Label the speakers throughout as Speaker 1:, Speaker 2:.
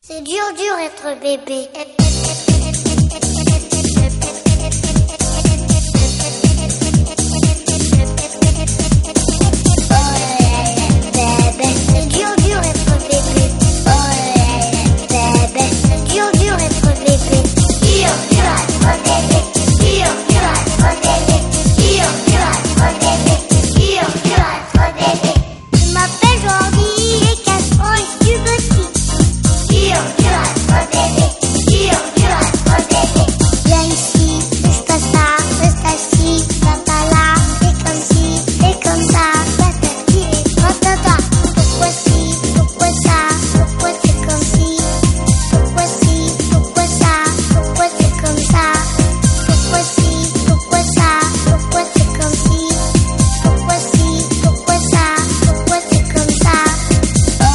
Speaker 1: C'est dur, dur être bébé. C'est dur, dur être bébé. C'est dur, dur être bébé. Dur, dur être bébé. Dur, dur être bébé. Dur, dur être bébé. Dur, dur être bébé. Je m'appelle Jordi et 4 ans et je suis petit. Dur, dur être bébé. Dur, dur être bébé. Viens ici, c'est pas ça, c'est pas ci, c'est pas là. C'est comme si, c'est comme ça, c'est pas ci et pas ça, ça. Pourquoi si, pourquoi ça, pourquoi c'est comme si Pourquoi si, pourquoi ça, pourquoi c'est comme ça Pourquoi si, pourquoi ça, pourquoi c'est comme si Pourquoi si, pourquoi ça, pourquoi c'est comme ça Oh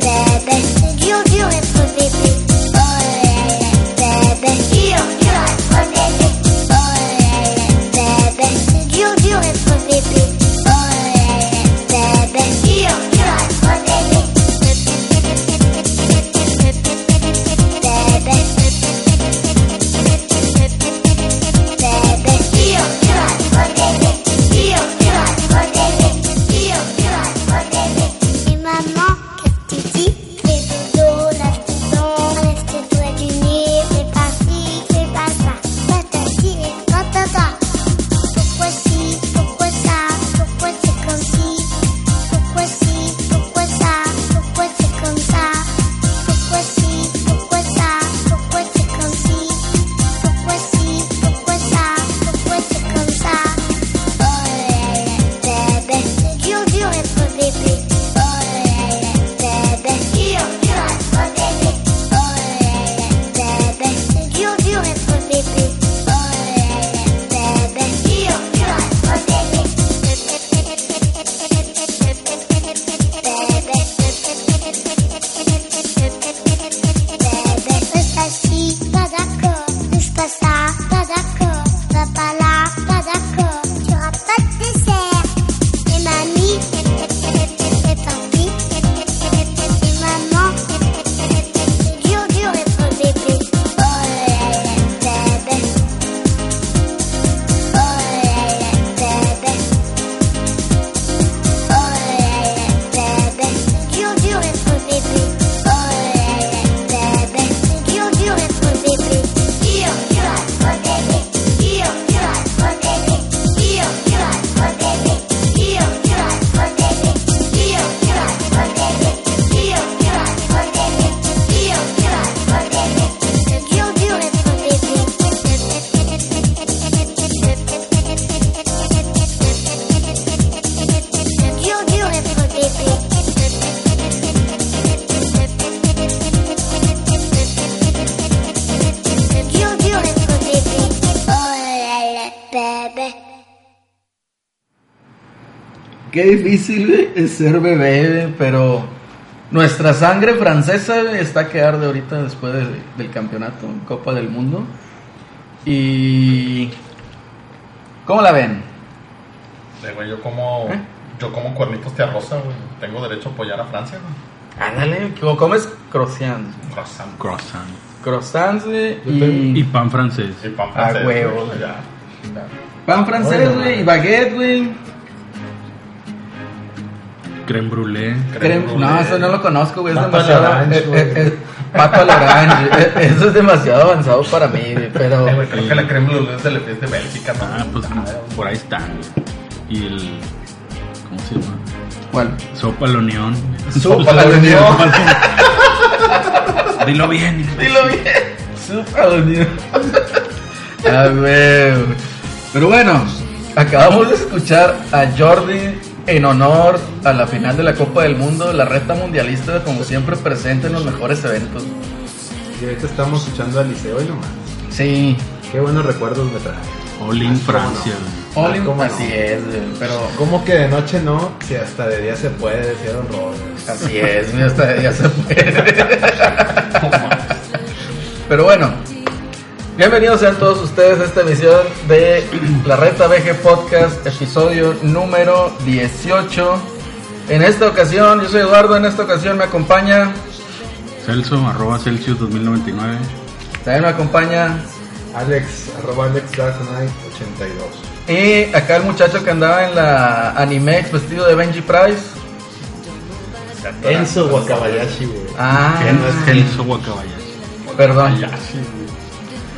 Speaker 1: bébé, c'est dur dur être bébé. Oh bébé, dur dur être bébé. Oh bébé, c'est dur dur être bébé. Oh bébé, dur dur être bébé. Bébé, bébé, dur dur être bébé. Dur dur être bébé. Dur dur être bébé. Et maman, qu'est-ce que tu dis Fais dodo, lave tes dents, lève tes doigts du nez, fais pas ci, fais pas ça, patati et patata. Pourquoi si, pourquoi ça, pourquoi c'est comme si Pourquoi si, pourquoi ça, pourquoi c'est comme ça Pourquoi si, pourquoi ça, pourquoi c'est comme si Pourquoi si, pourquoi ça, pourquoi c'est comme ça Oh bébé, c'est dur dur être bébé. Oh bébé, dur dur être bébé. Oh bébé, c'est dur dur être bébé. Oh bébé, dur dur être bébé. Bébé, c'est pas ci, pas d'accord. Touche pas ça, pas d'accord. Va pas là, pas d'accord. Tu auras pas de dessert. Et mamie, c'est parti. Et maman, c'est dur, dur être bébé. Oh là là, bébé. Oh là là, bébé. Oh là là, bébé. C'est dur, dur être bébé. Oh là là, bébé. C'est dur, dur être bébé. Dur, dur être bébé. Dur, dur être bébé. Dur, dur être bébé. Dur, dur être bébé. Dur, dur être bébé. Dur, dur être bébé. Dur, dur être bébé. C'est dur, dur être bébé. C'est dur, dur être bébé. C'est dur, dur être bébé. Oh là là, bébé.
Speaker 2: Qué difícil es ser bebé, pero nuestra sangre francesa está a quedar de ahorita después de- del campeonato, Copa del Mundo. Y. ¿Cómo la ven?
Speaker 3: Eh, güey, yo como,
Speaker 2: ¿Eh?
Speaker 3: yo como cuernitos de arroz, güey. Tengo derecho a apoyar a Francia, güey.
Speaker 2: Ándale, ¿cómo comes croissants?
Speaker 3: Croissant.
Speaker 4: Croissant.
Speaker 2: Croissants güey,
Speaker 5: Y
Speaker 2: y.
Speaker 5: pan francés.
Speaker 3: Y pan
Speaker 2: Ah,
Speaker 3: francés,
Speaker 2: huevo.
Speaker 3: güey, ya.
Speaker 2: Pan francés,
Speaker 3: Oye,
Speaker 2: güey, y baguette, güey.
Speaker 5: Creme brûlée.
Speaker 2: Creme-
Speaker 3: Creme
Speaker 2: No,
Speaker 3: brûlée.
Speaker 2: eso no lo conozco, güey. Es
Speaker 3: Pato
Speaker 2: demasiado.
Speaker 3: al orange,
Speaker 2: eh,
Speaker 3: güey.
Speaker 2: eh, eh, pato al orange. eh, Eso es demasiado avanzado para mí, güey, Pero.
Speaker 3: Eh, güey, creo que la creme brûlée es de, la- es de Bélgica, ¿no?
Speaker 5: Ah, pues
Speaker 3: Ah,
Speaker 5: por ahí están. güey. Y el. ¿Cómo se llama?
Speaker 2: ¿Cuál?
Speaker 5: Sopa al oñón.
Speaker 2: Sopa al oñón.
Speaker 5: Sopa al oñón. Dilo bien. hijo.
Speaker 2: Dilo bien. Súper unido. A ver. Pero bueno, acabamos de escuchar a Jordi en honor a la final de la Copa del Mundo, la reta mundialista, como siempre presente en los mejores eventos.
Speaker 6: Y ahorita estamos escuchando a Liceo y nomás.
Speaker 2: Sí,
Speaker 6: Qué buenos recuerdos me trae.
Speaker 5: All in Francia. güey.
Speaker 2: all in-
Speaker 6: Ah, ¿Cómo no?
Speaker 2: así es, güey, pero
Speaker 6: ¿Cómo que de noche no? Si hasta de día se puede, decía Don Robert.
Speaker 2: así es, güey, hasta ya se puede. Pero bueno, bienvenidos sean todos ustedes a esta emisión de la Reta BG Podcast, episodio número 18. En esta ocasión, yo soy Eduardo, en esta ocasión me acompaña
Speaker 5: Celso, arroba Celsius 2099.
Speaker 2: También nos acompaña
Speaker 6: Alex, arroba Alex Dark Knight 82.
Speaker 2: Y acá el muchacho que andaba en la Animex vestido de Benji Price.
Speaker 6: Enzo Wakabayashi, güey.
Speaker 2: Ah,
Speaker 5: ¿Quién es Celso Wakabayashi?
Speaker 2: perdón.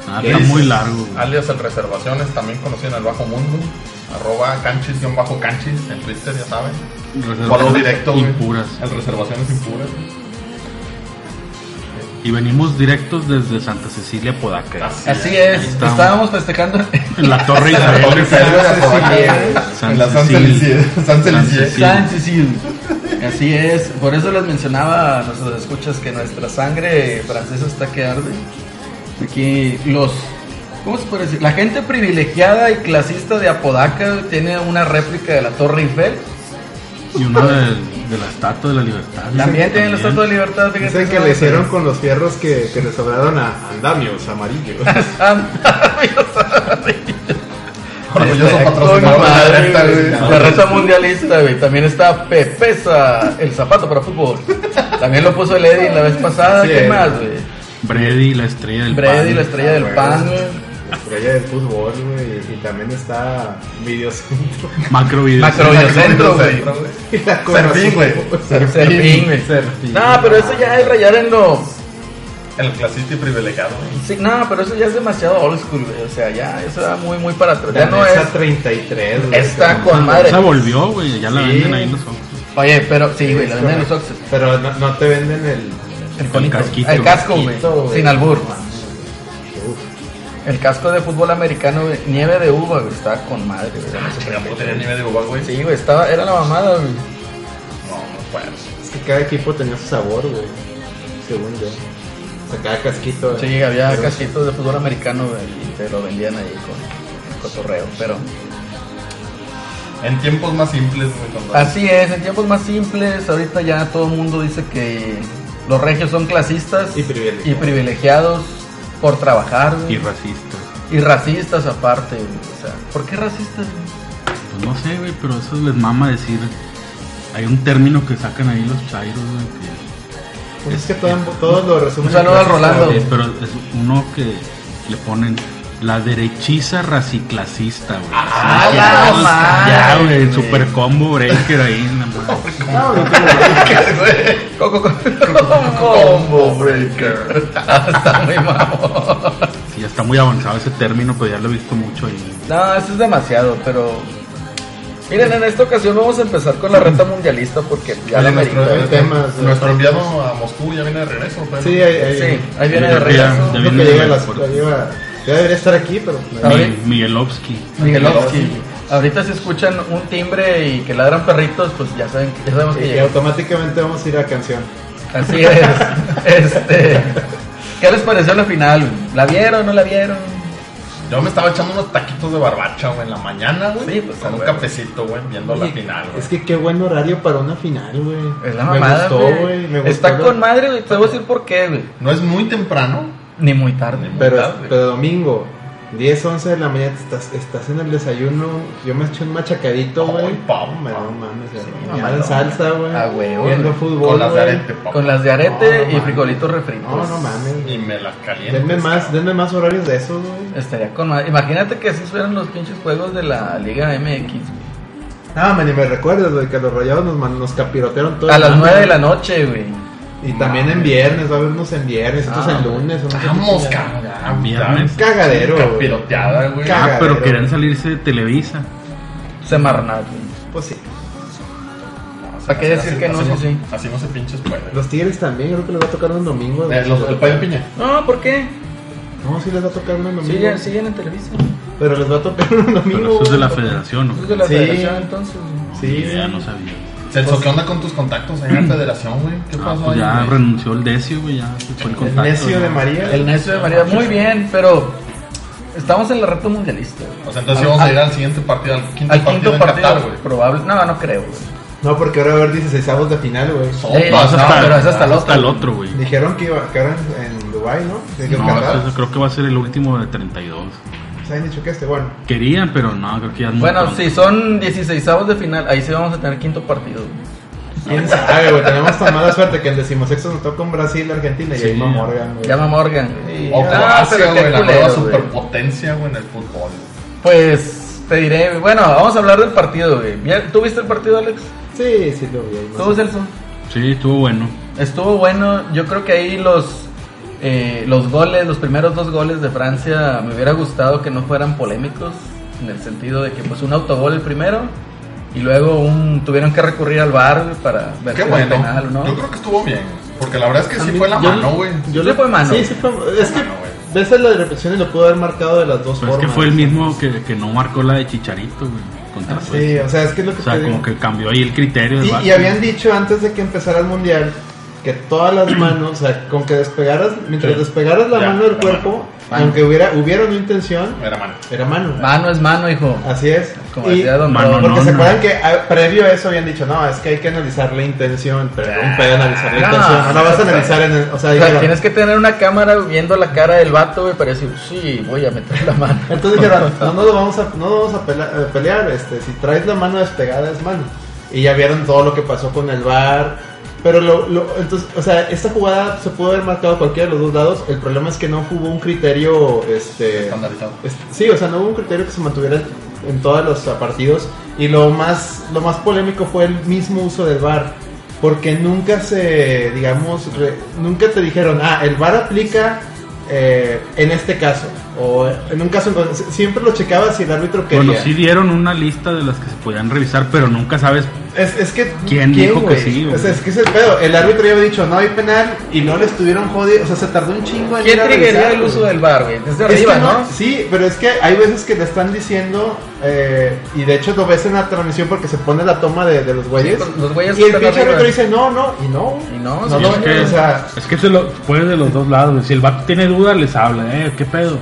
Speaker 5: Ah, está muy largo. güey.
Speaker 3: Alias El Reservaciones, también conocido en el Bajo Mundo. Arroba canchis-bajo canchis en Twitter, ya saben. Follow
Speaker 5: Reservaciones
Speaker 3: directo, güey.
Speaker 5: impuras.
Speaker 3: El Reservaciones Impuras.
Speaker 5: Y venimos directos desde Santa Cecilia, Podaca.
Speaker 3: Así
Speaker 2: Así
Speaker 5: Ahí
Speaker 2: es,
Speaker 5: estamos.
Speaker 2: estábamos festejando.
Speaker 5: En la Torre
Speaker 3: La Torre
Speaker 5: Isabel.
Speaker 3: Isabel, la
Speaker 6: San
Speaker 3: Podaca,
Speaker 6: Cecilia.
Speaker 5: San
Speaker 3: En la San
Speaker 5: Cecil.
Speaker 3: Cecilie. San
Speaker 5: San
Speaker 3: Cecilie.
Speaker 5: Cecil.
Speaker 2: San Cecil. Así es, por eso les mencionaba a nuestros escuchas que nuestra sangre francesa está que arde. Aquí los, ¿cómo se puede decir? La gente privilegiada y clasista de Apodaca tiene una réplica de la Torre Eiffel.
Speaker 5: Y una de, de la Estatua de la Libertad.
Speaker 2: También tiene la Estatua de Libertad, fíjense.
Speaker 6: Dicen que le hicieron con los fierros que, que le sobraron a andamios amarillos.
Speaker 2: Ah,
Speaker 3: Orgulloso patrocinador de la directa, güey.
Speaker 2: La reta mundialista, güey. También está Pepeza, el zapato para fútbol. También lo puso el Eddie la vez pasada.
Speaker 6: Sí,
Speaker 2: ¿Qué
Speaker 6: el-
Speaker 2: más, güey?
Speaker 5: Brady, la estrella del
Speaker 2: Brady,
Speaker 5: pan.
Speaker 2: la estrella del
Speaker 6: güey.
Speaker 2: pan, Ah, güey.
Speaker 6: La estrella del fútbol, güey. Y también está Videocentro.
Speaker 5: Macro video.
Speaker 2: Macro- Centro, güey.
Speaker 3: Centro, güey.
Speaker 6: Y la Corazón.
Speaker 3: Servín, güey. Servín.
Speaker 2: Serpín, güey.
Speaker 6: Serpín.
Speaker 2: No, pero eso ya es rayar en lo.
Speaker 3: El clasista y privilegiado, güey.
Speaker 2: Sí, no, pero eso ya es demasiado old school, güey. O sea, ya, eso va muy, muy para atrás.
Speaker 6: La
Speaker 2: Ya no es.
Speaker 6: Nexa 33, güey.
Speaker 2: Está con madre.
Speaker 5: Esa volvió, güey. Ya la
Speaker 6: Sí.
Speaker 5: venden ahí los ojos.
Speaker 2: Oye, pero sí, güey, la venden en los Oxxos.
Speaker 6: Pero no, no te venden el.
Speaker 2: El conito.
Speaker 5: casquito,
Speaker 2: El
Speaker 5: güey.
Speaker 2: casco, güey.
Speaker 6: Casquito, güey.
Speaker 2: Sin albur.
Speaker 6: Uf.
Speaker 2: El casco de fútbol americano, güey. Nieve de uva, güey. Está con madre, güey.
Speaker 3: Pero tampoco tenía nivel de Uruguay, güey.
Speaker 2: Sí, güey, estaba, era la mamada, güey.
Speaker 3: No, no puedo.
Speaker 6: Es que cada equipo tenía su sabor, güey. Según yo. O sea, cada casquito. güey.
Speaker 2: Sí, había
Speaker 6: Pero-
Speaker 2: casquitos de fútbol americano, güey, y te lo vendían ahí con cotorreo, pero...
Speaker 3: En tiempos más simples, güey. cuando-
Speaker 2: Así es, en tiempos más simples, ahorita ya todo el mundo dice que los regios son clasistas
Speaker 6: Y privilegiados.
Speaker 2: y privilegiados por trabajar, güey,
Speaker 5: Y racista.
Speaker 2: y, racistas aparte, güey, o sea, ¿por qué racistas? güey?
Speaker 5: Pues no sé, güey, pero eso les mama decir. Hay un término que sacan ahí los chairos, güey. que-
Speaker 6: Pues es que todo, todo lo resumen.
Speaker 2: Un saludo al Rolando.
Speaker 5: Eh, pero es uno que le ponen la derechiza raciclasista, güey.
Speaker 2: Ah,
Speaker 5: Sí,
Speaker 2: la
Speaker 5: ya,
Speaker 2: madre,
Speaker 5: Ya, güey,
Speaker 2: güey.
Speaker 5: el super combo breaker ahí, nada más.
Speaker 6: No, no, no,
Speaker 2: Coco, combo breaker. Está muy mamón.
Speaker 5: Sí, ya está muy avanzado ese término, pero ya lo he visto mucho ahí.
Speaker 2: No, eso es demasiado, pero. Miren, en esta ocasión vamos a empezar con la reta mundialista porque ya
Speaker 6: Oye,
Speaker 2: la
Speaker 6: nuestro-
Speaker 2: amerita.
Speaker 6: hay temas, eh.
Speaker 3: Nuestro enviado a Moscú ya viene de regreso, güey.
Speaker 6: Sí, ahí,
Speaker 5: eh,
Speaker 6: ahí.
Speaker 2: Sí, ahí viene
Speaker 5: Yo
Speaker 2: de
Speaker 5: creo que ya-
Speaker 2: regreso.
Speaker 5: ya
Speaker 6: Creo
Speaker 5: viene
Speaker 6: que llega a
Speaker 5: el
Speaker 6: las.
Speaker 5: aeropuerto.
Speaker 6: llega- ya debería estar aquí, pero. pues,
Speaker 2: Ah,
Speaker 5: Mi- Miguelovsky.
Speaker 2: Miguelovsky. Ahorita si escuchan un timbre y que ladran perritos, pues ya saben, ya sabemos que
Speaker 6: Y
Speaker 2: llegó.
Speaker 6: automáticamente vamos a ir a canción.
Speaker 2: Así es. Este. ¿Qué les pareció la final? ¿La vieron? ¿No la vieron?
Speaker 3: Yo me estaba echando unos taquitos de barbacha, güey, en la mañana, güey.
Speaker 2: Sí, pues,
Speaker 3: con
Speaker 2: a
Speaker 3: un
Speaker 2: huevo.
Speaker 3: cafecito, güey, viendo la
Speaker 6: Oye,
Speaker 3: final, güey.
Speaker 6: Es que qué buen horario para una final, güey.
Speaker 2: Es la mamada.
Speaker 6: Me gustó, güey. me
Speaker 2: Está
Speaker 6: gustó.
Speaker 2: con madre, güey. Te voy a decir por qué, güey.
Speaker 3: No es muy temprano.
Speaker 2: Ni muy tarde.
Speaker 6: Pero,
Speaker 3: Verdad, güey.
Speaker 6: pero domingo, 10, 11 de la mañana, estás, estás en el desayuno. Yo me eché un machacadito,
Speaker 3: Ay,
Speaker 6: güey.
Speaker 3: papá.
Speaker 6: Me no mames, bañado
Speaker 2: mamá,
Speaker 6: en
Speaker 2: no.
Speaker 6: salsa, güey.
Speaker 2: Ah, güey, güey.
Speaker 6: Viendo fútbol.
Speaker 3: con las de
Speaker 6: güey.
Speaker 3: arete, papá.
Speaker 2: Con las de arete
Speaker 6: No,
Speaker 2: y
Speaker 6: mames.
Speaker 2: frijolitos refritos.
Speaker 6: No, no mames.
Speaker 3: Y me las caliento.
Speaker 6: Denme más, denme más horarios de esos, güey.
Speaker 2: Estaría con madre. Imagínate que así fueran los pinches juegos de la Liga MX. güey.
Speaker 6: Ah, man, y me recuerdas, güey, que los rayados nos, man- nos capirotearon todo.
Speaker 2: A
Speaker 6: el
Speaker 2: las
Speaker 6: año.
Speaker 2: 9 de la noche, güey.
Speaker 6: Y también en viernes, va a haber unos en viernes, otros
Speaker 2: Ah,
Speaker 6: en lunes. unos en-
Speaker 3: Vamos, cabrón.
Speaker 5: Viernes.
Speaker 6: Cagadero, güey.
Speaker 3: Capiroteada, güey.
Speaker 6: Ca-
Speaker 5: Ah, pero
Speaker 6: Cagadero.
Speaker 5: querían salirse de Televisa.
Speaker 2: Semarnat, güey.
Speaker 6: Pues sí.
Speaker 2: ¿Para qué decir que no?
Speaker 3: Así,
Speaker 2: Sí, sí.
Speaker 3: así no se pinches puede.
Speaker 6: Los Tigres también, creo que les va a tocar un domingo. güey.
Speaker 3: Eh, los- el payo piña.
Speaker 2: No, ¿por qué?
Speaker 6: No, sí les va a tocar un domingo.
Speaker 2: Siguen, siguen en televisión.
Speaker 6: Pero les va a tocar un domingo.
Speaker 5: Pero eso es de la
Speaker 6: güey.
Speaker 5: federación, ¿no?
Speaker 2: Es de la
Speaker 6: Sí.
Speaker 2: federación, entonces. güey.
Speaker 6: Sí,
Speaker 5: Ya no sabía.
Speaker 3: Celso, ¿qué onda con tus contactos ahí
Speaker 2: Mm.
Speaker 3: en la federación, güey? ¿Qué
Speaker 5: Ah,
Speaker 3: pasó
Speaker 5: pues
Speaker 3: ahí?
Speaker 5: ya
Speaker 3: güey?
Speaker 5: renunció el Decio, güey, ya se fue el
Speaker 6: El
Speaker 5: contacto.
Speaker 6: necio de
Speaker 5: ¿no?
Speaker 6: María.
Speaker 2: El necio de María. Muy bien, pero estamos en la reta mundialista. güey.
Speaker 3: O sea, entonces
Speaker 2: Al-
Speaker 3: íbamos a
Speaker 2: al-
Speaker 3: ir al siguiente partido, al quinto
Speaker 2: Al
Speaker 3: partido
Speaker 2: quinto
Speaker 3: en
Speaker 2: partido,
Speaker 3: Qatar,
Speaker 2: güey.
Speaker 3: güey.
Speaker 2: Probable. No, no creo, güey.
Speaker 6: No, porque ahora va a haber 16 avos de final, güey.
Speaker 2: Eh,
Speaker 5: No, es
Speaker 2: no,
Speaker 5: hasta,
Speaker 2: pero es hasta el
Speaker 5: hasta el
Speaker 2: otro.
Speaker 5: otro, güey.
Speaker 6: Dijeron que iba que ahora en- en Dubai, ¿no? De que en
Speaker 5: No, pues-
Speaker 6: Qatar.
Speaker 5: eso creo que va a ser el último de 32.
Speaker 6: Se han dicho que este, bueno.
Speaker 5: Querían, pero no, creo que ya es muy
Speaker 2: Bueno,
Speaker 5: pronto.
Speaker 2: si son 16 de final, ahí sí vamos a tener quinto partido. güey.
Speaker 6: ¿Quién sabe, güey? Tenemos tan mala suerte que en decimosexto nos toca un Brasil, Argentina y
Speaker 5: Sí.
Speaker 6: ahí va Morgan, güey.
Speaker 2: Llama Morgan.
Speaker 6: Sí,
Speaker 3: O
Speaker 2: No,
Speaker 3: Croacia,
Speaker 2: Ah, pero qué
Speaker 3: Oh, güey, la
Speaker 2: culero,
Speaker 3: nueva
Speaker 2: güey.
Speaker 3: superpotencia, güey, en el fútbol.
Speaker 2: Pues te diré, bueno, vamos a hablar del partido, güey. Bien, ¿Tú viste el partido, Alex?
Speaker 6: Sí, sí lo vi. ahí,
Speaker 2: ¿Tú,
Speaker 6: más o menos.
Speaker 2: Celso?
Speaker 5: Sí, estuvo bueno.
Speaker 2: Estuvo bueno, yo creo que ahí los eh, los goles, los primeros dos goles de Francia me hubiera gustado que no fueran polémicos, en el sentido de que pues un autogol el primero y luego un tuvieron que recurrir al VAR güey, para ver
Speaker 3: Qué
Speaker 2: si era
Speaker 3: bueno.
Speaker 2: penal o no.
Speaker 3: Yo creo que estuvo bien. güey, Porque la verdad es que sí fue la
Speaker 6: Yo-
Speaker 3: mano, güey.
Speaker 2: Sí
Speaker 6: lo-
Speaker 2: fue mano.
Speaker 6: Sí, sí fue- Es
Speaker 5: Ah,
Speaker 6: que
Speaker 3: Mano, güey.
Speaker 6: ves la repetición y lo pudo haber marcado de las dos
Speaker 5: Pues es
Speaker 6: formas.
Speaker 5: que fue el mismo que, que no marcó la de Chicharito, güey. Contra
Speaker 6: Ah, Sí,
Speaker 5: Suecia.
Speaker 6: o sea, es que es lo que
Speaker 5: o sea,
Speaker 6: te digo.
Speaker 5: como que cambió ahí el criterio. del
Speaker 6: Y,
Speaker 5: VAR.
Speaker 6: y habían dicho antes de que empezara el mundial que todas las manos, o sea, con que despegaras, mientras
Speaker 5: Sí.
Speaker 6: despegaras la
Speaker 3: Ya,
Speaker 6: mano del
Speaker 3: la
Speaker 6: cuerpo,
Speaker 2: Mano.
Speaker 6: aunque hubiera, hubiera una intención,
Speaker 3: Era mano.
Speaker 6: era mano.
Speaker 2: Mano es mano, hijo.
Speaker 6: Así es.
Speaker 2: Como
Speaker 6: Y-
Speaker 2: decía Don
Speaker 5: Mano,
Speaker 2: Don.
Speaker 5: no.
Speaker 6: porque se acuerdan que ah, previo a eso habían dicho, no, es que hay que analizar la intención, pero un pedo analizar la
Speaker 2: no.
Speaker 6: intención, no la vas a analizar en el, o sea,
Speaker 2: O sea,
Speaker 6: dijeron-
Speaker 2: tienes que tener una cámara viendo la cara del vato, güey, para decir, sí, voy a meter la mano.
Speaker 6: Entonces dijeron, no nos vamos a, no nos vamos a pela- eh, pelear, este, si traes la mano despegada es mano. Y ya vieron todo lo que pasó con el bar. Pero lo, lo- entonces, o sea, esta jugada se pudo haber marcado cualquiera de los dos lados. El problema es que no hubo un criterio, este,
Speaker 3: Estandarizado.
Speaker 6: es- sí, o sea, no hubo un criterio que se mantuviera en todos los ah, partidos. Y lo más, lo más polémico fue el mismo uso del VAR. Porque nunca se, digamos, re- nunca te dijeron, ah, el VAR aplica eh, en este caso. O en un caso, en donde- si- siempre lo checabas si el árbitro quería.
Speaker 5: Bueno, sí dieron una lista de las que se podían revisar, pero nunca sabes.
Speaker 6: Es, es que.
Speaker 5: ¿Quién dijo que
Speaker 6: güey?
Speaker 5: sí, güey?
Speaker 6: O sea, es que ese pedo. El árbitro ya había dicho, no hay penal. Y no le estuvieron jodiendo. O sea, se tardó un chingo en ir
Speaker 2: ¿Quién
Speaker 6: a
Speaker 2: triggería
Speaker 6: revisar,
Speaker 2: el uso
Speaker 6: güey.
Speaker 2: del bar, güey? Desde
Speaker 6: Es que
Speaker 2: arriba,
Speaker 6: no-
Speaker 2: ¿no?
Speaker 6: Sí, pero es que hay veces que le están diciendo, eh, y de hecho lo ves en la transmisión porque se pone la toma de, de los güeyes.
Speaker 2: Sí, los güeyes
Speaker 6: y el
Speaker 2: están
Speaker 6: pinche
Speaker 2: arriba.
Speaker 6: árbitro dice, no, no, y no.
Speaker 2: Y no,
Speaker 6: No,
Speaker 2: sí,
Speaker 5: Y
Speaker 6: no,
Speaker 5: es, que,
Speaker 6: o sea-
Speaker 5: es que se lo puede de los dos lados. güey. Si el vato tiene dudas, les habla, ¿eh? ¿Qué pedo?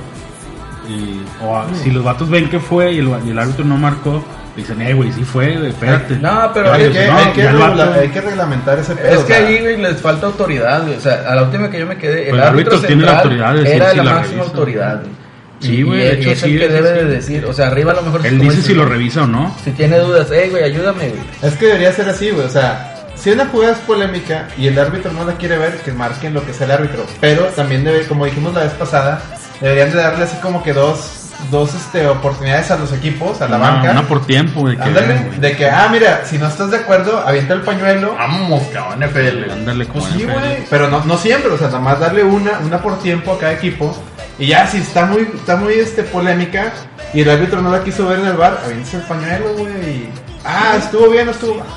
Speaker 5: Y, o a- si los vatos ven que fue y el, y el árbitro no marcó, dicen, eh, güey, sí fue, güey, espérate.
Speaker 2: No, pero
Speaker 5: Ya,
Speaker 6: Hay
Speaker 2: es
Speaker 5: pues,
Speaker 6: que,
Speaker 5: no,
Speaker 6: hay, que
Speaker 5: ya el vato-
Speaker 6: regula- hay que reglamentar ese pedo.
Speaker 2: Es que
Speaker 6: o sea,
Speaker 2: ahí, güey, les falta autoridad, güey. O sea, a la última que yo me quedé, el
Speaker 5: Pues el
Speaker 2: árbitro
Speaker 5: árbitro tiene la
Speaker 2: central
Speaker 5: autoridad de decir
Speaker 2: era
Speaker 5: si
Speaker 2: la
Speaker 5: la
Speaker 2: máxima
Speaker 5: revisa.
Speaker 2: autoridad, güey.
Speaker 5: Sí,
Speaker 2: Y-
Speaker 5: güey,
Speaker 2: y-
Speaker 5: de
Speaker 2: y
Speaker 5: hecho,
Speaker 2: es
Speaker 5: sí,
Speaker 2: el que
Speaker 5: es
Speaker 2: debe de
Speaker 5: así.
Speaker 2: decir. O sea, arriba a lo mejor...
Speaker 5: Él
Speaker 2: como
Speaker 5: dice si lo revisa o no.
Speaker 2: Si tiene dudas, hey, güey, ayúdame, güey.
Speaker 6: Es que debería ser así, güey. O sea, si una jugada es polémica y el árbitro no la quiere ver, que marquen lo que sea el árbitro. Pero también, debe, como dijimos la vez pasada, deberían de darle así como que dos, dos este, oportunidades a los equipos, a la
Speaker 5: Una-
Speaker 6: banca.
Speaker 5: Una por tiempo, de que.
Speaker 6: Ándale,
Speaker 5: vean, güey. Ah,
Speaker 6: de que, ah, mira, si no estás de acuerdo, avienta el pañuelo.
Speaker 3: Vamos, cabrón, FL.
Speaker 5: Ándale,
Speaker 6: Pues
Speaker 5: como
Speaker 6: sí,
Speaker 5: NFL.
Speaker 6: güey. Pero no, no siempre, o sea, nada más darle una, una por tiempo a cada equipo. Y ya, si está muy, está muy este, polémica y el árbitro no la quiso ver en el bar, avienta el pañuelo, güey. y, Ah, estuvo bien, no estuvo mal.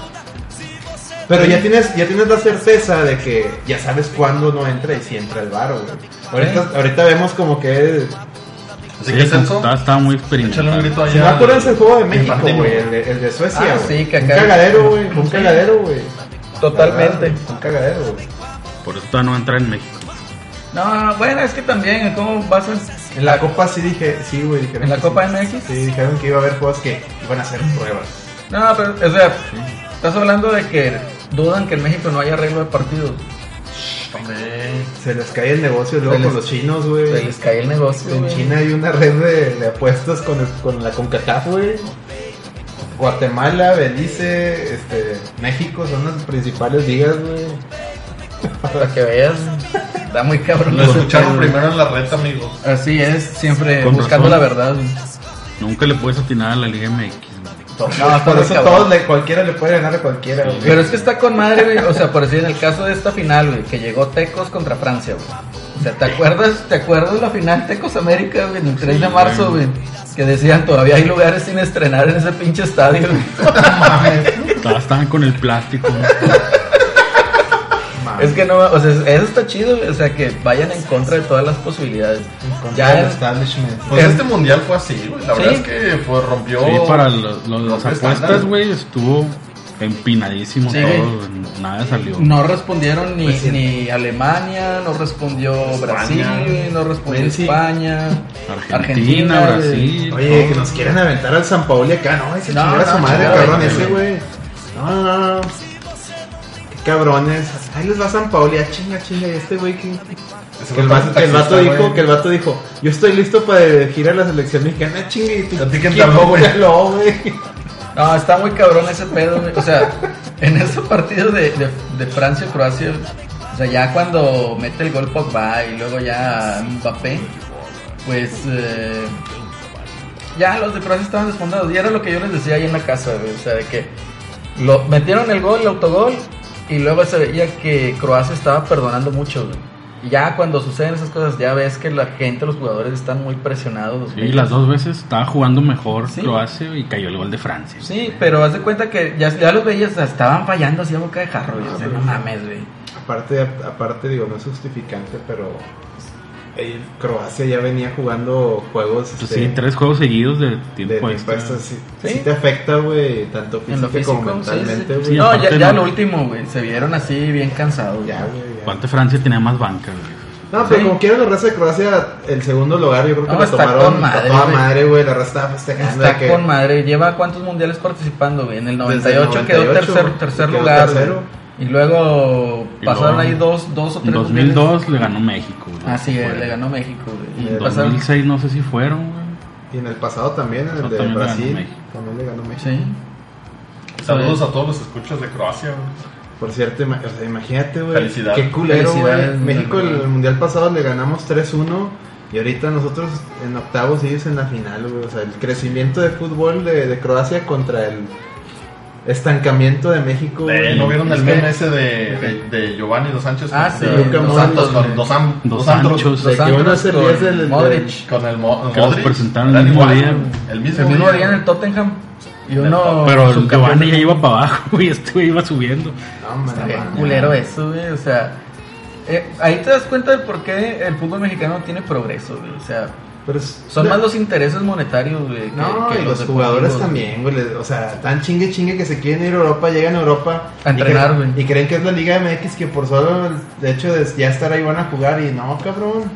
Speaker 6: Pero ya tienes, ya tienes la certeza de que ya sabes cuándo no entra y si entra el bar, güey. Ahorita, ahorita vemos como que.
Speaker 3: Así
Speaker 5: Sí,
Speaker 3: que,
Speaker 5: como
Speaker 3: Celso,
Speaker 5: Está, está muy
Speaker 3: échale un
Speaker 5: experimentado.
Speaker 3: grito allá.
Speaker 6: Si no acuérdense el juego de México,
Speaker 3: Infantino.
Speaker 6: güey, el, de- el de Suecia.
Speaker 2: Ah,
Speaker 6: güey.
Speaker 2: sí, que
Speaker 6: un
Speaker 2: acá-
Speaker 6: cagadero, güey. Un
Speaker 2: Sí.
Speaker 6: cagadero, güey.
Speaker 2: Totalmente.
Speaker 6: Ah, Un cagadero, güey.
Speaker 5: Por eso todavía no entra en México.
Speaker 2: No, bueno, es que también, ¿cómo vas a...?
Speaker 6: En la copa sí dije, sí, güey. dijeron
Speaker 2: ¿En la
Speaker 6: que
Speaker 2: Copa
Speaker 6: sí.
Speaker 2: MX?
Speaker 6: Sí, dijeron que iba a haber juegos que iban a hacer pruebas.
Speaker 2: No, pero, o sea, estás hablando de que dudan que en México no haya arreglo de partidos.
Speaker 3: Hombre.
Speaker 6: Se les cae el negocio luego
Speaker 2: Se les-
Speaker 6: con los chinos, güey.
Speaker 2: Se les cae el negocio,
Speaker 6: En
Speaker 2: güey.
Speaker 6: China hay una red de, de apuestas con, el- con la CONCACAF, güey. Guatemala, Belice, este, México son las principales ligas, güey.
Speaker 2: Para que veas, está muy cabrón.
Speaker 3: Lo escucharon primero en la red, amigos.
Speaker 2: Así es, siempre
Speaker 5: Con
Speaker 2: buscando
Speaker 5: razón.
Speaker 2: la verdad. güey.
Speaker 5: Nunca le puedes atinar a la Liga MX. güey.
Speaker 2: No, está
Speaker 6: Por
Speaker 2: muy
Speaker 6: eso
Speaker 2: cabrón.
Speaker 6: todos, le- cualquiera le puede ganar a cualquiera, güey.
Speaker 2: Pero es que está con madre, güey. O sea, por decir, en el caso de esta final, güey, que llegó Tecos contra Francia, güey. O sea, ¿te acuerdas, ¿te acuerdas la final Tecos América, güey, el 3 de marzo, güey? Que decían, todavía hay lugares sin estrenar en ese pinche estadio, güey.
Speaker 5: Todas estaban con el plástico. güey.
Speaker 6: Mames.
Speaker 2: Es que no, o sea, eso está chido, güey. O sea, que vayan en contra de todas las posibilidades.
Speaker 6: Contra
Speaker 2: Ya
Speaker 6: el
Speaker 2: es-
Speaker 6: establishment.
Speaker 3: Pues
Speaker 2: Es-
Speaker 3: este mundial fue así, güey. La
Speaker 2: Eh. Sí.
Speaker 3: verdad es que pues, rompió.
Speaker 5: Sí, para los, los-
Speaker 3: los
Speaker 5: las apuestas,
Speaker 3: estándares.
Speaker 5: güey, estuvo empinadísimo
Speaker 2: Sí,
Speaker 5: todo. güey. Nada salió.
Speaker 2: No respondieron ni,
Speaker 6: Pues sí.
Speaker 2: ni Alemania, no respondió Brasil, güey, no respondió
Speaker 6: Pues sí.
Speaker 2: España,
Speaker 5: Argentina,
Speaker 2: güey.
Speaker 5: Brasil.
Speaker 6: Oye, que
Speaker 5: todo.
Speaker 6: nos quieren aventar al San Paoli acá, ¿no? Ese
Speaker 2: No,
Speaker 6: chingada
Speaker 2: no,
Speaker 6: su madre,
Speaker 2: no,
Speaker 6: cabrón,
Speaker 2: no,
Speaker 6: ese,
Speaker 2: no.
Speaker 6: güey. No, no, no, no. Qué cabrones. Ahí les va San Paoli, ah, chinga, chinga, y este güey que...
Speaker 3: Ese
Speaker 6: Que el,
Speaker 3: fue
Speaker 6: vato, que el vato
Speaker 3: taxista,
Speaker 6: dijo,
Speaker 3: güey.
Speaker 6: que el vato dijo, yo estoy listo para dirigir a la selección mexicana, chinga, y tú...
Speaker 3: ¿A ti quién
Speaker 6: ¿quién
Speaker 3: te habló, güey?
Speaker 6: te habló, güey?
Speaker 2: No, está muy cabrón ese pedo, güey. O sea, en ese partido de, de, de Francia y Croacia, o sea, ya cuando mete el gol Pogba y luego ya Mbappé, pues eh, ya los de Croacia estaban desfondados. Y era lo que yo les decía ahí en la casa, güey. O sea, de que lo, metieron el gol, el autogol, y luego se veía que Croacia estaba perdonando mucho, güey. Y ya cuando suceden esas cosas, ya ves que la gente, los jugadores están muy presionados.
Speaker 5: Sí,
Speaker 2: güey.
Speaker 5: las dos veces estaba jugando mejor
Speaker 2: Sí.
Speaker 5: Croacia y cayó el gol de Francia.
Speaker 2: Sí, pero haz de cuenta que ya, ya los veías, o sea, estaban fallando así a boca de jarro. güey. O sea, no mames, güey.
Speaker 6: Aparte, aparte digo, no es justificante, pero eh, Croacia ya venía jugando juegos
Speaker 5: Entonces,
Speaker 6: este,
Speaker 5: Pues sí, tres juegos seguidos de
Speaker 6: de
Speaker 5: tiempo extra.
Speaker 6: extra, sí,
Speaker 2: Sí.
Speaker 6: sí te afecta, güey, tanto
Speaker 2: En lo
Speaker 6: física
Speaker 2: físico,
Speaker 6: como mentalmente,
Speaker 2: sí,
Speaker 6: güey.
Speaker 2: sí. No, ya,
Speaker 5: aparte
Speaker 2: ya
Speaker 5: no.
Speaker 2: lo último, güey. Se vieron así bien cansados.
Speaker 6: Ya,
Speaker 2: güey.
Speaker 6: güey, ya.
Speaker 5: Aparte, Francia tenía más banca, güey.
Speaker 6: No, pero
Speaker 2: Sí.
Speaker 6: como quiera la raza de Croacia, el segundo lugar, yo creo que
Speaker 2: No,
Speaker 6: la
Speaker 2: está
Speaker 6: tomaron
Speaker 2: con madre,
Speaker 6: a toda
Speaker 2: güey.
Speaker 6: madre, güey. La raza estaba festejando de
Speaker 2: Está
Speaker 6: que
Speaker 2: con madre. ¿Lleva cuántos mundiales participando, güey? En el
Speaker 6: Desde
Speaker 2: 98,
Speaker 6: el
Speaker 2: quedó
Speaker 6: 98,
Speaker 2: tercer,
Speaker 6: güey.
Speaker 2: tercer
Speaker 6: Quedó
Speaker 2: lugar. güey.
Speaker 6: tercero.
Speaker 2: Y luego
Speaker 5: Y
Speaker 2: pasaron
Speaker 5: luego-
Speaker 2: ahí dos, dos o
Speaker 5: En
Speaker 2: tres
Speaker 5: 2002
Speaker 2: mundiales.
Speaker 5: le ganó México, güey.
Speaker 2: Así es,
Speaker 5: Fuera.
Speaker 2: le ganó México,
Speaker 5: Y
Speaker 2: güey.
Speaker 5: En
Speaker 6: Le
Speaker 2: Pasaron-
Speaker 5: 2006 no sé si fueron, güey.
Speaker 6: Y en el pasado también, en
Speaker 5: Pasado
Speaker 6: el de
Speaker 5: también le ganó
Speaker 6: Brasil,
Speaker 5: México.
Speaker 6: también le ganó México.
Speaker 2: Sí.
Speaker 3: Saludos a todos los escuchas de Croacia, güey.
Speaker 6: Por cierto, ima- o sea, imagínate, güey.
Speaker 3: Felicidades.
Speaker 6: Qué culero,
Speaker 2: Felicidades,
Speaker 6: güey.
Speaker 2: mundial.
Speaker 6: México en el mundial pasado le ganamos 3-1. Y ahorita nosotros en octavos y ellos en la final, güey. O sea, el crecimiento de fútbol de, de Croacia contra el estancamiento de México,
Speaker 3: Eh,
Speaker 6: güey.
Speaker 3: ¿No vieron el
Speaker 6: Es que-
Speaker 3: meme ese de, de, de Giovanni Dos Sánchez?
Speaker 2: Ah,
Speaker 3: con-
Speaker 2: sí,
Speaker 3: de-
Speaker 6: Luka
Speaker 3: Dos
Speaker 6: Modric,
Speaker 3: Santos,
Speaker 2: güey.
Speaker 3: con Dos, San-
Speaker 5: Dos
Speaker 3: Dos Santos.
Speaker 5: Sanchos.
Speaker 2: Los
Speaker 6: que uno
Speaker 2: Ángeles
Speaker 6: se
Speaker 2: con
Speaker 6: ríe del- del-
Speaker 2: Modric.
Speaker 3: Con el Mo
Speaker 5: Que los
Speaker 3: Modric,
Speaker 5: presentaron el
Speaker 3: eran
Speaker 5: mismo
Speaker 3: igual,
Speaker 5: día.
Speaker 3: güey. El mismo
Speaker 2: El mismo día
Speaker 3: día.
Speaker 2: en el Tottenham. Y uno.
Speaker 5: Pero el
Speaker 2: subcampeón
Speaker 5: Giovanni
Speaker 2: del
Speaker 5: ya iba para abajo y este güey iba subiendo.
Speaker 6: No, man,
Speaker 2: Está bien
Speaker 6: man.
Speaker 2: Eh, culero eso, güey. O sea, eh, ahí te das cuenta de por qué el fútbol mexicano tiene progreso, güey. O sea,
Speaker 6: Pero es-
Speaker 2: son más los intereses monetarios, güey. que-
Speaker 6: No,
Speaker 2: que
Speaker 6: y los,
Speaker 2: deportivos,
Speaker 6: jugadores
Speaker 2: güey.
Speaker 6: también, güey. les- O sea, tan chingue chingue que se quieren ir a Europa, llegan a Europa.
Speaker 2: A
Speaker 6: y
Speaker 2: entrenar,
Speaker 6: cre-
Speaker 2: güey.
Speaker 6: Y creen que es la Liga MX que por solo el hecho de ya estar ahí van a jugar y no, cabrón.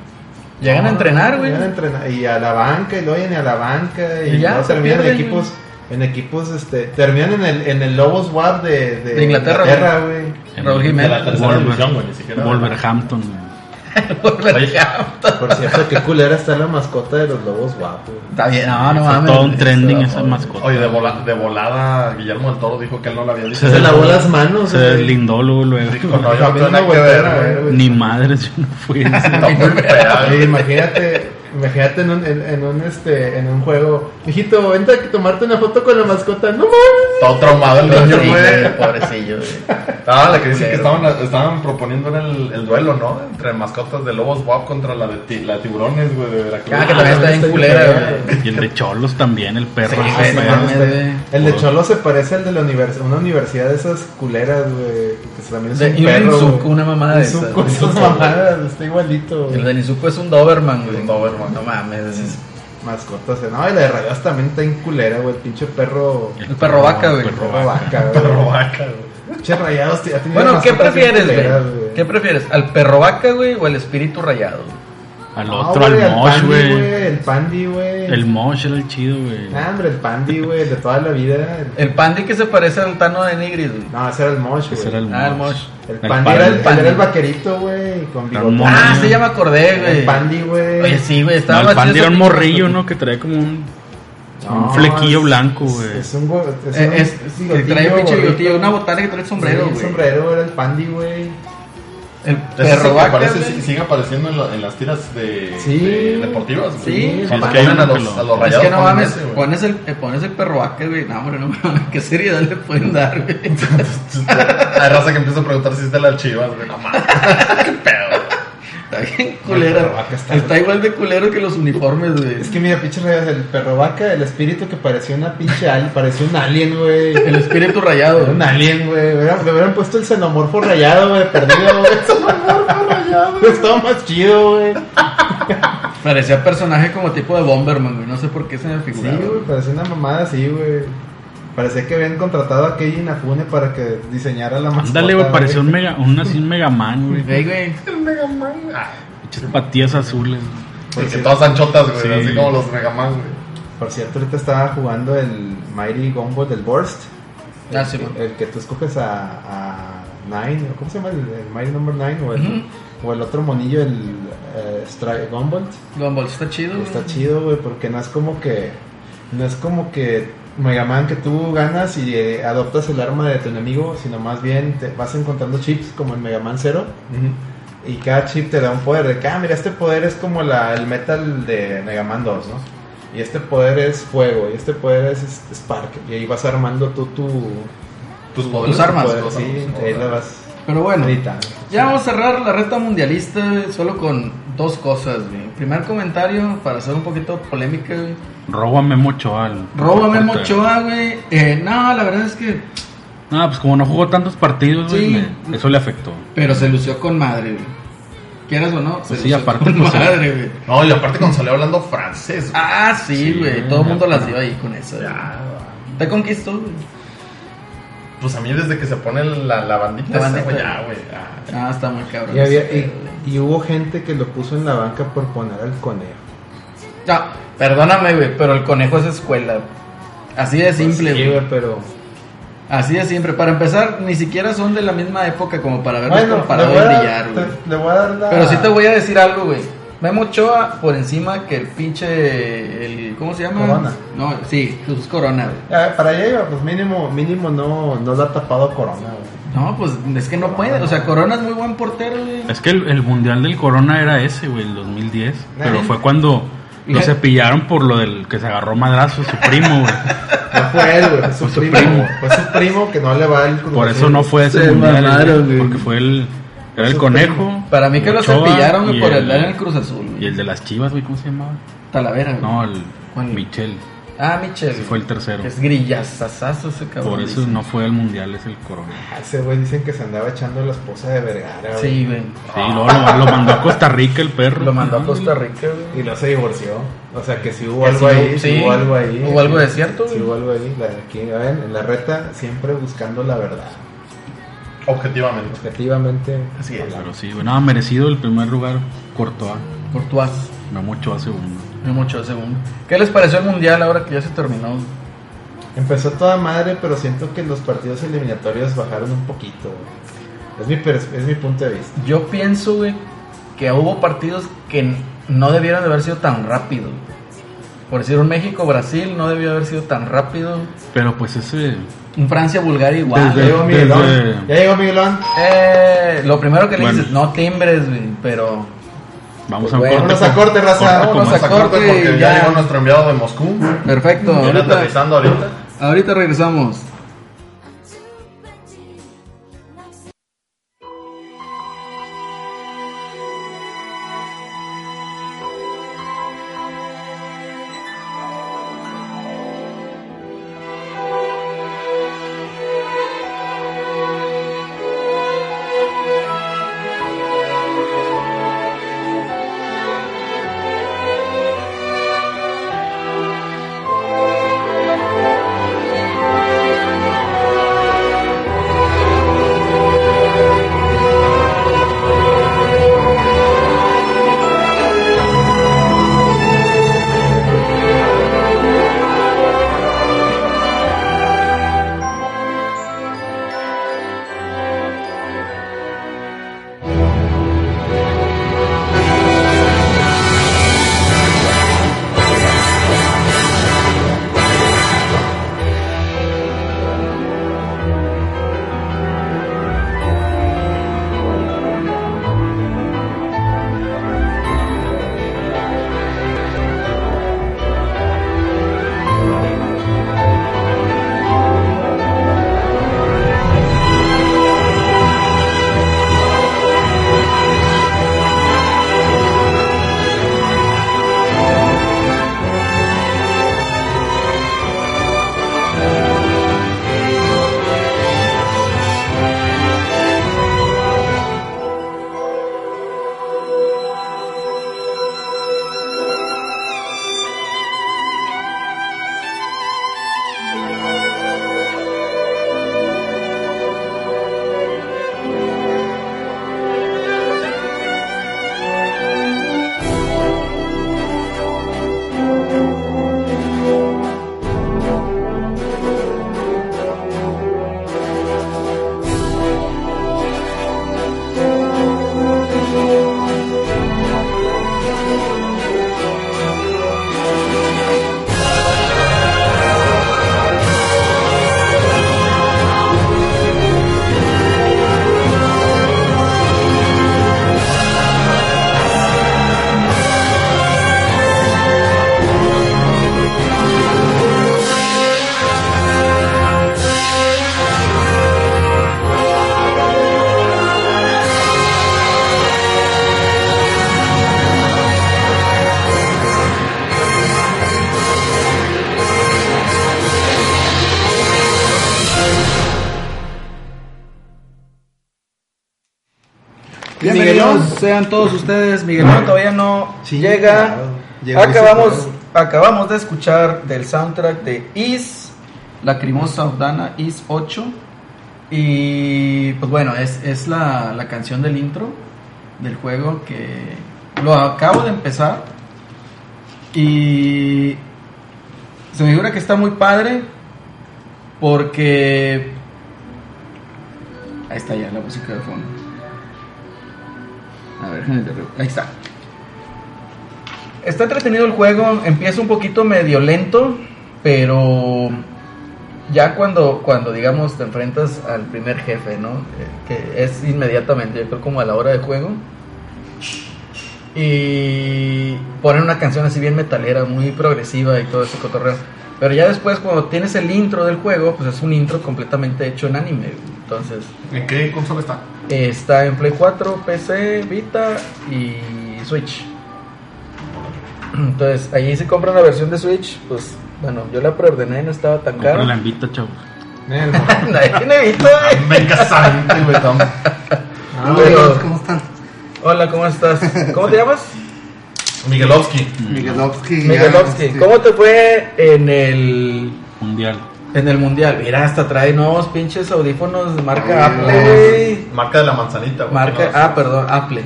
Speaker 2: Llegan
Speaker 6: No,
Speaker 2: a entrenar, güey.
Speaker 6: Llegan a entrenar y a la banca, y lo oyen a la banca. Y,
Speaker 2: Y ya,
Speaker 6: luego
Speaker 2: se
Speaker 6: terminan en
Speaker 2: pierden,
Speaker 6: equipos. En equipos, este. Terminan en el, en el Lobos WAP de, de,
Speaker 2: De Inglaterra,
Speaker 6: güey.
Speaker 2: Raúl
Speaker 3: De la
Speaker 2: Jiménez.
Speaker 3: tercera
Speaker 5: Wolver-
Speaker 3: división, güey, ni siquiera.
Speaker 5: Wolverhampton, güey.
Speaker 2: Wolverhampton.
Speaker 6: Por cierto, qué culera está la mascota de los Lobos WAP, güey.
Speaker 2: Está bien, no, no
Speaker 5: Fue
Speaker 2: mames.
Speaker 5: todo un
Speaker 2: güey.
Speaker 5: trending
Speaker 2: Está-
Speaker 5: esa mascota.
Speaker 3: Oye, de, vola- de volada, Guillermo del Toro dijo que él no la había visto.
Speaker 6: Se le lavó las manos,
Speaker 5: Se
Speaker 6: güey.
Speaker 5: deslindó luego, luego.
Speaker 3: Con no, yo no
Speaker 6: También
Speaker 3: tengo nada
Speaker 6: una
Speaker 3: que
Speaker 6: volteada,
Speaker 3: ver, güey.
Speaker 6: güey.
Speaker 5: Ni madres, yo no fui. a ese.
Speaker 3: No, güey, pero-
Speaker 6: Oye, imagínate, imagínate en un, en, en un este, en un juego, hijito, vente a tomarte una foto con la mascota, no mames.
Speaker 3: Todo traumado el niño,
Speaker 2: Sí,
Speaker 3: güey.
Speaker 2: güey, Pobrecillo, güey.
Speaker 3: Ah, la que dice que
Speaker 2: Culero.
Speaker 3: estaban, estaban proponiendo era el, el duelo, ¿no? Entre mascotas de Lobos WAP contra la de, ti- la de Tiburones, güey, de Veracruz.
Speaker 2: Ah, que también está bien culera, güey.
Speaker 5: Y el de Cholos también, el perro.
Speaker 2: Sí, güey,
Speaker 5: ese
Speaker 2: no
Speaker 5: perro.
Speaker 2: mames. güey.
Speaker 6: El de Cholo se parece al de la universidad, una universidad de esas culeras, güey, que también es
Speaker 2: De-
Speaker 6: un
Speaker 2: y un
Speaker 6: perro,
Speaker 2: Inzuko,
Speaker 6: güey.
Speaker 2: una mamada de
Speaker 6: Inzuko,
Speaker 2: esas, güey.
Speaker 6: esas mamadas, está igualito, güey.
Speaker 2: El de Nizuko es un Doberman, güey.
Speaker 3: Un Doberman.
Speaker 2: No mames. güey.
Speaker 6: Mascotas, eh, no, el de Rayos también está en culera, güey, el pinche perro,
Speaker 2: El perro vaca, güey.
Speaker 5: perro
Speaker 6: perro vaca, güey.
Speaker 3: Perro vaca, güey.
Speaker 6: Pinche Rayados t- ha tenido
Speaker 2: Bueno, ¿qué
Speaker 6: mascotas bien
Speaker 2: prefieres,
Speaker 6: culeras,
Speaker 2: güey? ¿Qué prefieres? ¿Al perro vaca, güey, o al espíritu rayado? güey?
Speaker 5: Al
Speaker 6: No,
Speaker 5: otro,
Speaker 6: güey,
Speaker 5: al
Speaker 6: al
Speaker 5: Mosh,
Speaker 6: Pandi,
Speaker 5: güey.
Speaker 6: El Pandi, güey.
Speaker 5: El Mosh era el chido, güey.
Speaker 6: Ah, hombre, el Pandi, güey, el de toda la vida. El-
Speaker 2: El pandi que se parece al Tano de Nigris, güey.
Speaker 6: No, ese era el Mosh, güey.
Speaker 5: Ese era el
Speaker 2: Ah, el
Speaker 5: Mosh.
Speaker 2: Mosh.
Speaker 6: El
Speaker 5: El
Speaker 6: Pandi era el,
Speaker 2: Pandi.
Speaker 6: era el vaquerito, güey, con
Speaker 5: Era
Speaker 6: bigote.
Speaker 5: un mono.
Speaker 2: Ah,
Speaker 5: Moño.
Speaker 2: sí, ya me acordé, güey.
Speaker 6: El Pandi, güey.
Speaker 2: Oye, sí, güey,
Speaker 5: No,
Speaker 2: estaba
Speaker 5: el
Speaker 2: más
Speaker 5: Pandi
Speaker 2: chido
Speaker 5: era un
Speaker 2: que-
Speaker 5: morrillo, ¿no? Que traía como un, un
Speaker 6: No,
Speaker 5: flequillo
Speaker 6: es-
Speaker 5: blanco,
Speaker 6: es-
Speaker 5: güey.
Speaker 6: Es un go- es
Speaker 2: Eh,
Speaker 6: un-
Speaker 2: es,
Speaker 6: es
Speaker 2: que
Speaker 6: bigotillo,
Speaker 2: trae un pinche
Speaker 6: güey.
Speaker 2: bigotillo, una botana que trae el
Speaker 6: Sí,
Speaker 2: sombrero,
Speaker 6: un
Speaker 2: güey.
Speaker 6: sombrero, era el Pandi, güey.
Speaker 2: el
Speaker 3: Ese es el
Speaker 2: perro
Speaker 3: que
Speaker 2: vaca,
Speaker 3: aparece,
Speaker 2: güey.
Speaker 3: sí- sigue apareciendo en, la- en las tiras de,
Speaker 6: Sí.
Speaker 3: de deportivas, güey.
Speaker 2: Sí.
Speaker 3: Cuando
Speaker 5: Sí,
Speaker 3: ponen a
Speaker 5: que
Speaker 3: los,
Speaker 5: lo-
Speaker 3: a los
Speaker 2: Es
Speaker 3: rayados.
Speaker 2: que no
Speaker 3: ponen
Speaker 2: mames,
Speaker 3: ese, güey.
Speaker 2: pones el, eh, pones el perro vaca, güey. No, hombre, no mames, qué seriedad le pueden dar, güey.
Speaker 3: Hay raza que empieza a preguntar si es de las chivas, güey. No mames. Qué pedo.
Speaker 2: Está bien
Speaker 6: El perro
Speaker 2: culera.
Speaker 6: vaca está-
Speaker 2: Está, igual de culero que los uniformes, güey.
Speaker 6: Es que mira, pinche rayas, el perro vaca, el espíritu que parecía una pinche alien, parecía un alien, güey.
Speaker 2: El espíritu
Speaker 6: Era
Speaker 2: rayado.
Speaker 6: un alien, güey. Hubiera- Le hubieran puesto el xenomorfo rayado, güey, perdido, güey. Xenomorfo rayado. Estaba más chido, güey.
Speaker 2: Parecía personaje como tipo de Bomberman, güey. No sé por qué se me
Speaker 6: Sí,
Speaker 2: figuraba.
Speaker 6: güey, parecía una mamada así, güey. Parecía que habían contratado a Keiji Inafune para que diseñara la mascota.
Speaker 5: Ándale, güey, parecía un mega, un así un mega man, güey.
Speaker 2: Güey, güey.
Speaker 5: Muchas patillas azules. güey.
Speaker 3: Porque
Speaker 6: cierto.
Speaker 3: todas anchotas, güey.
Speaker 5: Sí.
Speaker 3: Así como los Megaman, güey.
Speaker 6: Por cierto, ahorita estaba jugando el Mighty Gumball del Burst.
Speaker 2: Ah,
Speaker 6: el,
Speaker 2: sí, güey.
Speaker 6: el que tú escoges a, a Nine, ¿cómo se llama? El, el Mighty Number Nine o el, o el otro monillo, el eh, Strike Gumball.
Speaker 2: Gumball está chido.
Speaker 6: Está
Speaker 2: güey.
Speaker 6: chido, güey, porque no es como que. No es como que Mega Man que tú ganas y eh, adoptas el arma de tu enemigo, sino más bien te vas encontrando chips como en Mega Man 0 y cada chip te da un poder de que, ah, mira, este poder es como la, el metal de Mega Man 2, ¿no? Y este poder es fuego, y este poder es, es- Spark, y ahí vas armando tú tu...
Speaker 3: Tus
Speaker 6: tu-
Speaker 3: poderes,
Speaker 6: tu
Speaker 2: armas,
Speaker 6: poder,
Speaker 3: tus
Speaker 6: sí,
Speaker 3: armas.
Speaker 6: ahí la vas
Speaker 2: Pero bueno,
Speaker 6: editando.
Speaker 2: ya vamos a cerrar la reta mundialista güey, solo con dos cosas, güey. Primer comentario, para hacer un poquito polémica, güey.
Speaker 5: Róbame mucho al.
Speaker 2: Roba Memo
Speaker 5: portero.
Speaker 2: Ochoa, güey. Eh, no, la verdad es que...
Speaker 5: Ah, pues como no jugó tantos partidos, güey,
Speaker 2: Sí.
Speaker 5: le- eso le afectó.
Speaker 2: Pero se lució con madre, güey. Quieras o no, se
Speaker 5: Pues sí,
Speaker 2: lució
Speaker 5: aparte,
Speaker 2: con
Speaker 5: pues,
Speaker 2: madre, güey.
Speaker 3: No, y aparte cuando salió hablando francés. güey.
Speaker 2: Ah, sí,
Speaker 5: Sí,
Speaker 2: güey.
Speaker 5: güey,
Speaker 2: Todo el
Speaker 5: ya
Speaker 2: mundo las
Speaker 5: está.
Speaker 2: dio ahí con eso.
Speaker 3: Ya,
Speaker 2: güey. Te conquistó, güey.
Speaker 3: Pues a mí desde que se pone la, la bandita,
Speaker 2: La
Speaker 3: esa,
Speaker 2: bandita.
Speaker 3: güey, ya, güey. ah.
Speaker 2: Ah, está muy cabrón.
Speaker 6: Y, había-
Speaker 2: ese
Speaker 6: y-
Speaker 2: pedo, güey.
Speaker 6: y hubo gente que lo puso en la banca por poner al conejo.
Speaker 2: No, perdóname, güey, pero el conejo es escuela. güey. Así
Speaker 5: Pues
Speaker 2: de simple,
Speaker 6: Sí,
Speaker 2: güey.
Speaker 6: güey, pero...
Speaker 2: Así de siempre. Para empezar, ni siquiera son de la misma época como para verlos
Speaker 6: Bueno, pues, le
Speaker 2: comparado y
Speaker 6: voy, a dar-
Speaker 2: brillar, güey.
Speaker 6: te- le voy a dar la...
Speaker 2: Pero sí te voy a decir algo, güey. Memo Ochoa por encima que el pinche. El, ¿Cómo se llama?
Speaker 6: Corona.
Speaker 2: No, sí, Jesús Corona, güey.
Speaker 6: Ya, para allá iba, pues mínimo, mínimo no, no la ha tapado Corona, güey.
Speaker 2: No, pues es que no puede. O sea, Corona es muy buen portero, güey.
Speaker 5: Es que el, el mundial del Corona era ese, güey, el 2010. Pero
Speaker 6: Ay.
Speaker 5: fue cuando lo
Speaker 2: Ya.
Speaker 5: cepillaron por lo del que se agarró madrazo su primo, güey.
Speaker 6: No fue él, güey, fue su primo.
Speaker 5: primo.
Speaker 6: Fue su primo que no le va el Cruz
Speaker 5: Por eso
Speaker 6: Azul.
Speaker 5: no fue ese
Speaker 2: Se
Speaker 5: mundial,
Speaker 2: mamaron,
Speaker 5: güey,
Speaker 2: güey.
Speaker 5: porque fue el. Era el
Speaker 6: Eso
Speaker 5: conejo.
Speaker 2: Para mí que lo
Speaker 5: Ochoa
Speaker 2: cepillaron, güey,
Speaker 5: y
Speaker 2: por el, en el Cruz Azul. güey.
Speaker 5: Y el de las chivas, güey, ¿cómo se llamaba?
Speaker 2: Talavera, güey.
Speaker 5: No, el.
Speaker 2: ¿Cuál?
Speaker 5: Michel.
Speaker 2: Ah, Michel.
Speaker 5: Ese fue el tercero.
Speaker 2: Es grillazazazo ese cabrón.
Speaker 5: Por eso
Speaker 2: dicen.
Speaker 5: no fue al mundial, es el Corona.
Speaker 6: Ah, Ese güey dicen que se andaba echando la esposa de Vergara, güey.
Speaker 2: Sí, güey.
Speaker 5: Sí, luego lo, lo mandó a Costa Rica el perro.
Speaker 2: Lo mandó a Costa Rica, güey.
Speaker 6: Y luego se divorció. O sea que si hubo
Speaker 2: Que
Speaker 6: algo
Speaker 2: sí,
Speaker 6: ahí,
Speaker 2: sí.
Speaker 6: sí, hubo algo ahí.
Speaker 2: Hubo algo de cierto,
Speaker 6: Sí
Speaker 2: güey.
Speaker 6: hubo algo ahí. La, aquí, a ver, en la reta siempre buscando la verdad.
Speaker 3: Objetivamente.
Speaker 6: Objetivamente.
Speaker 2: Así es.
Speaker 6: hablando.
Speaker 5: Pero sí, güey, nada, merecido el primer lugar, Courtois.
Speaker 2: Courtois.
Speaker 5: No mucho a segundo.
Speaker 2: No mucho segundo. ¿Qué les pareció el mundial ahora que ya se terminó?
Speaker 6: Empezó toda madre, pero siento que los partidos eliminatorios bajaron un poquito, güey. Es mi, pers- es mi punto de vista.
Speaker 2: Yo pienso, güey, que hubo partidos que no debieron de haber sido tan rápido. Por decir, un México-Brasil no debió haber sido tan rápido.
Speaker 5: Pero pues ese.
Speaker 2: Un Francia-Bulgaria igual.
Speaker 6: Ya
Speaker 5: Desde-
Speaker 6: llegó Miguelón.
Speaker 5: desde-
Speaker 6: Ya llegó Miguelón.
Speaker 2: Eh, lo primero que le
Speaker 5: Bueno.
Speaker 2: dices, no timbres, güey, pero...
Speaker 5: Vamos
Speaker 2: Pues
Speaker 5: a un
Speaker 2: bueno.
Speaker 5: corte.
Speaker 6: Vámonos a corte, raza.
Speaker 5: corte
Speaker 6: Vámonos
Speaker 2: Vamos a
Speaker 5: comercial.
Speaker 2: corte
Speaker 3: Ah, Corte porque
Speaker 2: y
Speaker 3: ya
Speaker 2: ya.
Speaker 3: llegó nuestro enviado de Moscú.
Speaker 2: Perfecto.
Speaker 3: Viene
Speaker 2: Ahorita,
Speaker 3: aterrizando ahorita.
Speaker 2: ahorita regresamos. sean todos ustedes. Miguelón todavía no
Speaker 6: Sí,
Speaker 2: llega.
Speaker 6: claro. Llegó y se
Speaker 2: acabamos, acabamos de escuchar del soundtrack de Is, Lacrimosa Odana, Is 8. Y pues bueno, es, es la, la canción del intro del juego que lo acabo de empezar. Y se me figura que está muy padre porque... Ahí está ya la música de fondo. A ver, déjame interrumpir. ahí está. Está entretenido el juego, empieza un poquito medio lento, pero ya cuando, cuando digamos te enfrentas al primer jefe, ¿no? Eh, Que es inmediatamente, yo creo como a la hora de juego. Y ponen una canción así bien metalera, muy progresiva y todo ese cotorreo. Pero ya después cuando tienes el intro del juego, pues es un intro completamente hecho en anime. güey. Entonces,
Speaker 3: ¿En qué consola está?
Speaker 2: eh, está en Play 4, PC, Vita y Switch. Entonces, ahí si compran la versión de Switch, pues bueno, yo la preordené, no estaba tan cara.
Speaker 5: Compra la invita, chavo.
Speaker 6: Nel,
Speaker 2: Nadie tiene Vita, güey.
Speaker 3: Ah, Venga, San, güey, Tom.
Speaker 2: Pero-
Speaker 6: Ah,
Speaker 4: Buenos, ¿cómo están?
Speaker 2: Hola, ¿cómo estás? ¿Cómo te llamas?
Speaker 3: Miguelovsky.
Speaker 4: Miguelovsky.
Speaker 2: Miguelovsky.
Speaker 4: este,
Speaker 2: ¿Cómo te fue en el
Speaker 5: Mundial.
Speaker 2: en el mundial? Mira, hasta trae nuevos pinches audífonos de marca
Speaker 4: Ah,
Speaker 2: Apple. güey.
Speaker 3: Marca de la manzanita, güey.
Speaker 2: Marca, ah, perdón, Apple.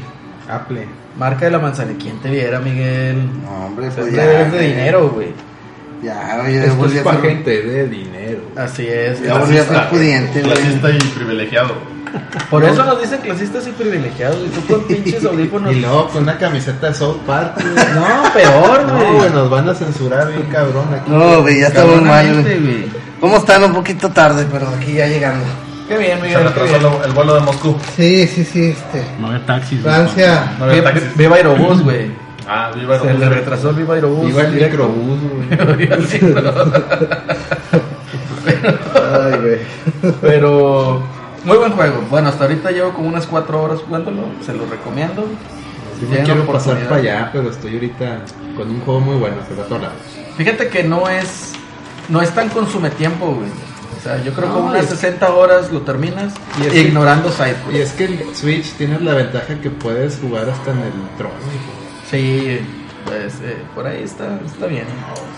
Speaker 6: Apple.
Speaker 2: Marca de la manzana. ¿Quién te viera, Miguel?
Speaker 4: No, hombre,
Speaker 2: Pues
Speaker 4: pues
Speaker 2: es
Speaker 4: ya.
Speaker 2: de- es de
Speaker 4: güey.
Speaker 2: dinero, güey.
Speaker 4: Ya, güey, ya
Speaker 2: Esto
Speaker 4: volví a
Speaker 2: es pa'
Speaker 4: ser-
Speaker 6: Gente de dinero.
Speaker 2: Así es.
Speaker 4: Ya volví a ser pudiente, güey.
Speaker 3: Clasista y privilegiado.
Speaker 2: Por eso nos dicen clasistas y privilegiados. Y tú con pinches audífonos.
Speaker 6: Y luego con una camiseta de South Park. güey.
Speaker 2: No, peor,
Speaker 6: No,
Speaker 2: güey.
Speaker 6: güey, nos van a censurar bien cabrón aquí.
Speaker 4: No, güey, ya estamos mal,
Speaker 2: Cabronamente,
Speaker 4: güey.
Speaker 2: güey.
Speaker 4: ¿Cómo están? Un poquito tarde, pero aquí ya llegando.
Speaker 2: Qué bien,
Speaker 3: Se le
Speaker 2: Miguel. Qué
Speaker 3: atrasó
Speaker 2: bien.
Speaker 3: lo- el vuelo de Moscú.
Speaker 4: Sí, sí, sí, este.
Speaker 5: No había taxis. güey.
Speaker 4: Francia.
Speaker 3: No había
Speaker 2: Ve-
Speaker 3: taxis.
Speaker 2: Viva Aerobús, güey.
Speaker 3: Ah, viva
Speaker 2: Se le
Speaker 3: el
Speaker 2: retrasó el Viva Aerobús.
Speaker 6: Iba el
Speaker 2: Directo.
Speaker 6: microbús, güey.
Speaker 4: Ay, güey.
Speaker 2: Pero muy buen juego. Bueno, hasta ahorita llevo como unas 4 horas jugándolo. Se lo recomiendo.
Speaker 6: Yo
Speaker 2: Tienen
Speaker 6: me quiero pasar
Speaker 2: oportunidad.
Speaker 6: para allá, pero estoy ahorita con un juego muy bueno, se va a atorar.
Speaker 2: Fíjate que no es no es tan consume tiempo, güey. O sea, yo creo que
Speaker 6: No,
Speaker 2: unas
Speaker 6: es-
Speaker 2: 60 horas lo terminas
Speaker 6: Y es-
Speaker 2: ignorando side
Speaker 6: Y
Speaker 2: quests.
Speaker 6: es que el Switch tiene la ventaja que puedes jugar hasta en el trono. hijo.
Speaker 2: Sí, pues eh, por ahí está, está bien.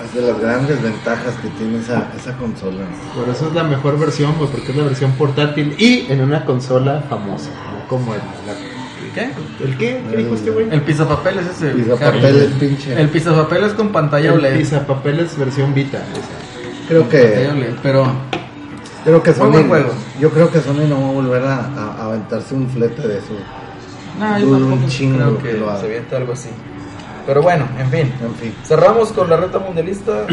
Speaker 4: Es de las grandes ventajas que tiene esa, esa consola.
Speaker 6: Por eso es la mejor versión, güey, porque es la versión portátil y en una consola famosa, ¿no? como el... la-
Speaker 2: ¿Qué?
Speaker 6: ¿El qué? ¿Qué dijo este güey?
Speaker 2: El pizapapel es ese.
Speaker 4: Y papel
Speaker 2: Harry.
Speaker 4: es pinche.
Speaker 2: El pizapapel es con pantalla E
Speaker 6: El
Speaker 2: OLED.
Speaker 6: pisapapeles versión Vita. esa.
Speaker 4: Creo
Speaker 2: Pantalla
Speaker 4: que,
Speaker 2: OLED, pero
Speaker 4: creo que
Speaker 2: Muy buen
Speaker 4: Sony.
Speaker 2: juego.
Speaker 4: Yo creo que Sony no va a volver a, a- a aventarse un flete de eso.
Speaker 2: no, yo
Speaker 4: Dudo un
Speaker 2: tampoco
Speaker 4: chingo
Speaker 2: creo
Speaker 4: que lo
Speaker 2: que
Speaker 4: haga.
Speaker 2: se aviente algo así. Pero bueno, en fin.
Speaker 4: En fin.
Speaker 2: Cerramos con la reta mundialista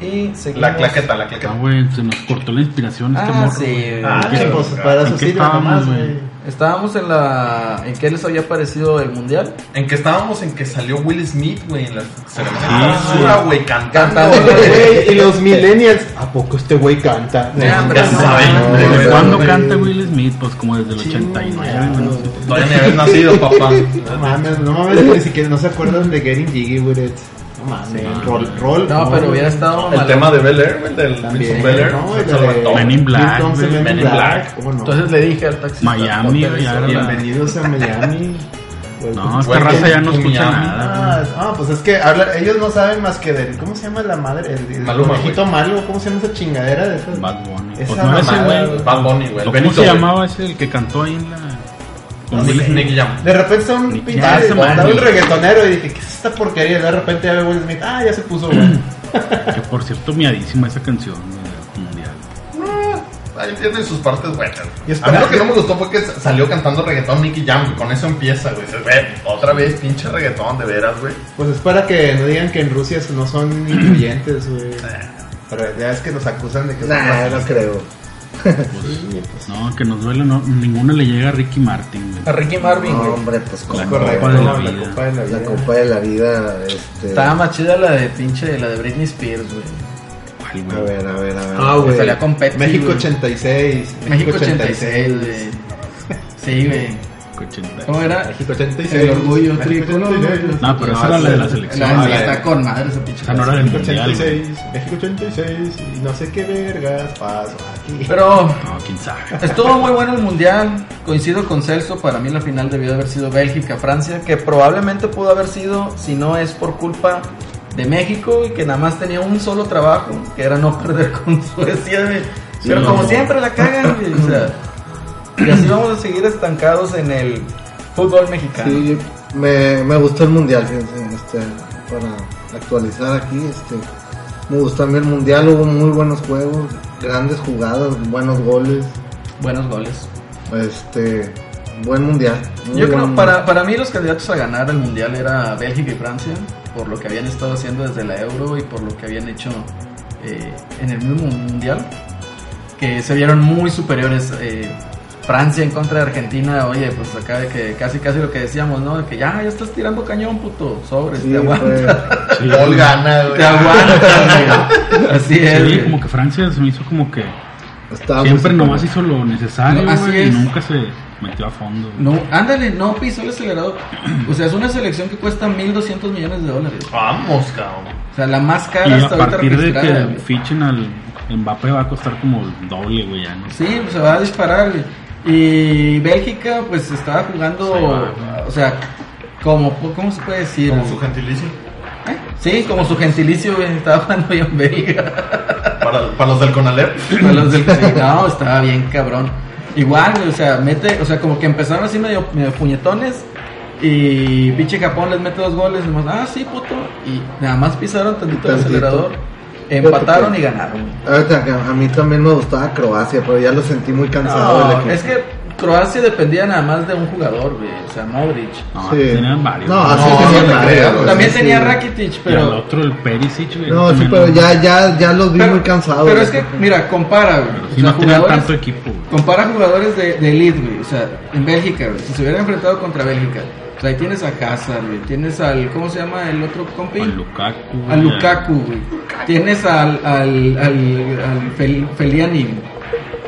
Speaker 2: y seguimos.
Speaker 3: La claqueta, la
Speaker 5: Ah,
Speaker 3: claqueta.
Speaker 5: güey, se nos cortó la inspiración este
Speaker 2: Ah,
Speaker 5: morro.
Speaker 2: sí.
Speaker 5: güey.
Speaker 2: güey.
Speaker 3: Ah,
Speaker 6: Ah, pues, para
Speaker 5: ¿en
Speaker 6: eso
Speaker 5: qué
Speaker 6: sirve nomás,
Speaker 5: estábamos,
Speaker 6: güey.
Speaker 5: güey?
Speaker 2: Estábamos en la. ¿En qué les había parecido el mundial?
Speaker 3: En que estábamos en que salió Will Smith, güey, en la ceremonia de
Speaker 5: Ah.
Speaker 3: clausura, güey, cantando.
Speaker 2: Cantando.
Speaker 6: Ah, Güey, Y los millennials, ¿a poco este güey canta?
Speaker 2: Ya, hombre,
Speaker 3: Ya
Speaker 2: no.
Speaker 3: saben,
Speaker 4: no,
Speaker 5: ¿Desde
Speaker 4: no,
Speaker 3: güey.
Speaker 5: cuándo
Speaker 4: güey.
Speaker 5: canta Will Smith? Pues como desde el 89, güey, no sé.
Speaker 3: Todavía ni habías nacido, papá.
Speaker 6: No mames, no mames, ni siquiera no se acuerdan de Getting Jiggy with it. No mames, roll, roll.
Speaker 2: No, pero hubiera estado
Speaker 3: El
Speaker 2: mal.
Speaker 3: tema de Bel Air, güey, del
Speaker 6: también.
Speaker 3: Wilson Bel Air.
Speaker 6: No,
Speaker 3: se
Speaker 6: el
Speaker 3: lo
Speaker 6: de-
Speaker 3: aventó.
Speaker 5: Men in Black,
Speaker 6: Bill Thompson,
Speaker 5: güey.
Speaker 6: Men in
Speaker 3: Men in
Speaker 6: Black.
Speaker 4: Oh,
Speaker 6: ¿Cómo no?
Speaker 2: Entonces le dije al taxista.
Speaker 5: Miami,
Speaker 2: ponte
Speaker 5: güey,
Speaker 2: eso.
Speaker 5: ahora la-
Speaker 6: Bienvenidos a Miami. Pues
Speaker 5: No, esta
Speaker 3: Güey,
Speaker 5: raza ya no
Speaker 3: en
Speaker 5: escucha
Speaker 3: Miami.
Speaker 5: nada.
Speaker 6: Ah, es- ah, pues es que habla- ellos no saben más que del. ¿Cómo se llama la madre? El, el
Speaker 3: Maluma,
Speaker 6: conejito malo. ¿Cómo se llama esa chingadera de esas?
Speaker 5: güey. Bad Bunny.
Speaker 6: Ah, Esa
Speaker 5: Pues no era ese
Speaker 6: mamada,
Speaker 5: güey.
Speaker 6: güey.
Speaker 3: Bad Bunny, güey. el
Speaker 5: ¿Cómo
Speaker 3: Benito,
Speaker 5: se
Speaker 3: güey.
Speaker 5: llamaba ese el que cantó ahí en la. con Will
Speaker 3: Nick,
Speaker 5: Smith?
Speaker 3: Nick Jam.
Speaker 6: De repente son
Speaker 5: Ni-
Speaker 6: pinche.
Speaker 5: ya, ese
Speaker 6: Estaba
Speaker 5: man.
Speaker 6: el reggaetonero y dije, ¿qué es esta porquería? De repente ya veo Will Smith. Ah, ya se puso, güey.
Speaker 5: Que por cierto, miadísima esa canción güey, mundial.
Speaker 3: Ahí tienen sus partes buenas.
Speaker 6: Y es
Speaker 3: A mí
Speaker 6: para-
Speaker 3: lo que no me gustó fue que sa- salió cantando reggaetón Nicky Jam, y con eso empieza, güey. Dices, güey, otra vez pinche reggaetón, de veras, güey.
Speaker 6: Pues es para que no digan que en Rusia no son incluyentes, güey. Pero ya es que nos acusan de que son
Speaker 4: Nah, no
Speaker 6: malos.
Speaker 4: creo.
Speaker 5: Pues, No, que nos duele, no, ninguno le llega a Ricky Martin. güey.
Speaker 2: A Ricky Marvin,
Speaker 4: No,
Speaker 2: güey.
Speaker 4: hombre, pues
Speaker 5: La
Speaker 4: como.
Speaker 6: Correcto,
Speaker 5: Copa de la
Speaker 6: la
Speaker 5: vida.
Speaker 6: copa de la vida.
Speaker 4: La copa de la vida. Este...
Speaker 2: Estaba más chida la de pinche, la de Britney Spears, güey.
Speaker 5: ¿Cuál,
Speaker 4: A
Speaker 5: güey?
Speaker 4: ver, a ver, a ver.
Speaker 6: Ah, güey.
Speaker 2: Salía con Pepsi,
Speaker 6: México
Speaker 2: güey.
Speaker 6: 86.
Speaker 2: México 86, güey. Sí, güey.
Speaker 5: 80.
Speaker 2: ¿Cómo era?
Speaker 6: México 86.
Speaker 2: El orgullo tricolor.
Speaker 5: No, pero esa era la de la selección.
Speaker 2: La
Speaker 6: Ah,
Speaker 2: sí
Speaker 6: la-
Speaker 2: está con madre esa pinche.
Speaker 5: Esa no era del
Speaker 6: México
Speaker 5: mundial. güey.
Speaker 6: 86, México 86, y no sé qué vergas pasó aquí.
Speaker 2: Pero
Speaker 5: No, quién sabe.
Speaker 2: Estuvo muy bueno el mundial, coincido con Celso, para mí la final debió haber sido Bélgica-Francia, que probablemente pudo haber sido, si no es por culpa de México y que nada más tenía un solo trabajo, que era no perder con Suecia. güey. Pero
Speaker 5: Sí.
Speaker 2: como siempre la cagan, güey, o sea, y así vamos a seguir estancados en el fútbol mexicano.
Speaker 4: Sí, me, me gustó el mundial, fíjense, este, para actualizar aquí, este, me gustó a mí el mundial, hubo muy buenos juegos, grandes jugadas, buenos goles,
Speaker 2: Buenos goles.
Speaker 4: este, buen mundial. muy
Speaker 7: Mm.
Speaker 2: Yo creo,
Speaker 4: buen
Speaker 2: para, para mí los candidatos a ganar el Mundial era Bélgica y Francia, por lo que habían estado haciendo desde la Euro y por lo que habían hecho eh, en el mismo Mundial, que se vieron muy superiores. eh, Francia en contra de Argentina, oye, pues acá de que casi casi lo que decíamos, ¿no? De que ya, ya estás tirando cañón, puto, sobres,
Speaker 4: Sí,
Speaker 2: te aguantas.
Speaker 4: fue-
Speaker 5: Sí,
Speaker 3: Gol gana, güey.
Speaker 2: Te aguantas, güey. Así es.
Speaker 5: Sí,
Speaker 2: güey.
Speaker 5: como que Francia se me hizo como que
Speaker 4: estaba muy
Speaker 5: siempre nomás
Speaker 4: cerca.
Speaker 5: hizo lo necesario
Speaker 2: No, así
Speaker 5: güey, y
Speaker 2: es.
Speaker 5: nunca se metió a fondo. güey.
Speaker 2: No, ándale, no pisó el acelerador. O sea, es una selección que cuesta 1.200 millones de dólares.
Speaker 3: Vamos, cabrón.
Speaker 2: O sea, la más cara
Speaker 5: Y a
Speaker 2: hasta ahorita
Speaker 5: partir de que
Speaker 2: registrada, güey.
Speaker 5: fichen al Mbappé va a costar como el doble, güey, ya no sé.
Speaker 2: Sí, pues se va a disparar. güey. Y Bélgica, pues estaba jugando,
Speaker 5: Se va,
Speaker 2: o sea, como, ¿cómo se puede decir?
Speaker 3: Como su gentilicio.
Speaker 2: ¿Eh? Sí, como su gentilicio, güey, estaba jugando bien Bélgica.
Speaker 3: Para, para los del Conalep.
Speaker 2: Para los del- sí, No, estaba bien cabrón. Igual, güey, o sea, mete, o sea, como que empezaron así medio, medio puñetones. Y pinche Japón les mete dos goles. Y más, ah, sí, puto. Y nada más pisaron tantito el
Speaker 4: Tantito.
Speaker 2: acelerador. Empataron y ganaron. güey.
Speaker 4: Ahorita que A mí también me gustaba Croacia, pero ya lo sentí muy
Speaker 6: Ah,
Speaker 4: cansado.
Speaker 2: No,
Speaker 4: del equipo.
Speaker 2: es que Croacia dependía nada más de un jugador, güey, o sea, Modric.
Speaker 5: No,
Speaker 4: Sí.
Speaker 5: tenían varios.
Speaker 4: No,
Speaker 5: güey.
Speaker 4: así
Speaker 3: No,
Speaker 4: tenían
Speaker 3: no te
Speaker 4: varios,
Speaker 3: creas,
Speaker 4: güey,
Speaker 2: También
Speaker 4: sí,
Speaker 2: tenía
Speaker 4: sí.
Speaker 2: Rakitic,
Speaker 5: Y al
Speaker 2: pero
Speaker 5: otro el Perisic, güey.
Speaker 4: No, sí,
Speaker 5: también
Speaker 4: pero
Speaker 5: no-
Speaker 4: ya, ya, ya los vi
Speaker 2: pero,
Speaker 4: muy cansados.
Speaker 2: pero
Speaker 4: güey.
Speaker 2: es que mira, compara, güey.
Speaker 5: pero
Speaker 2: o
Speaker 5: sí
Speaker 2: sea,
Speaker 5: no tenían
Speaker 2: jugadores-
Speaker 5: tanto equipo, güey.
Speaker 2: Compara jugadores de, de elite, güey, o sea, en Bélgica, güey, si se hubieran enfrentado contra Bélgica. O sea, ahí tienes a Hazard, güey, tienes al ¿cómo se llama el otro compi?
Speaker 5: Al Lukaku.
Speaker 2: Al
Speaker 5: güey,
Speaker 2: Lukaku, güey. Tienes al al al, al Fel- Feliani. güey.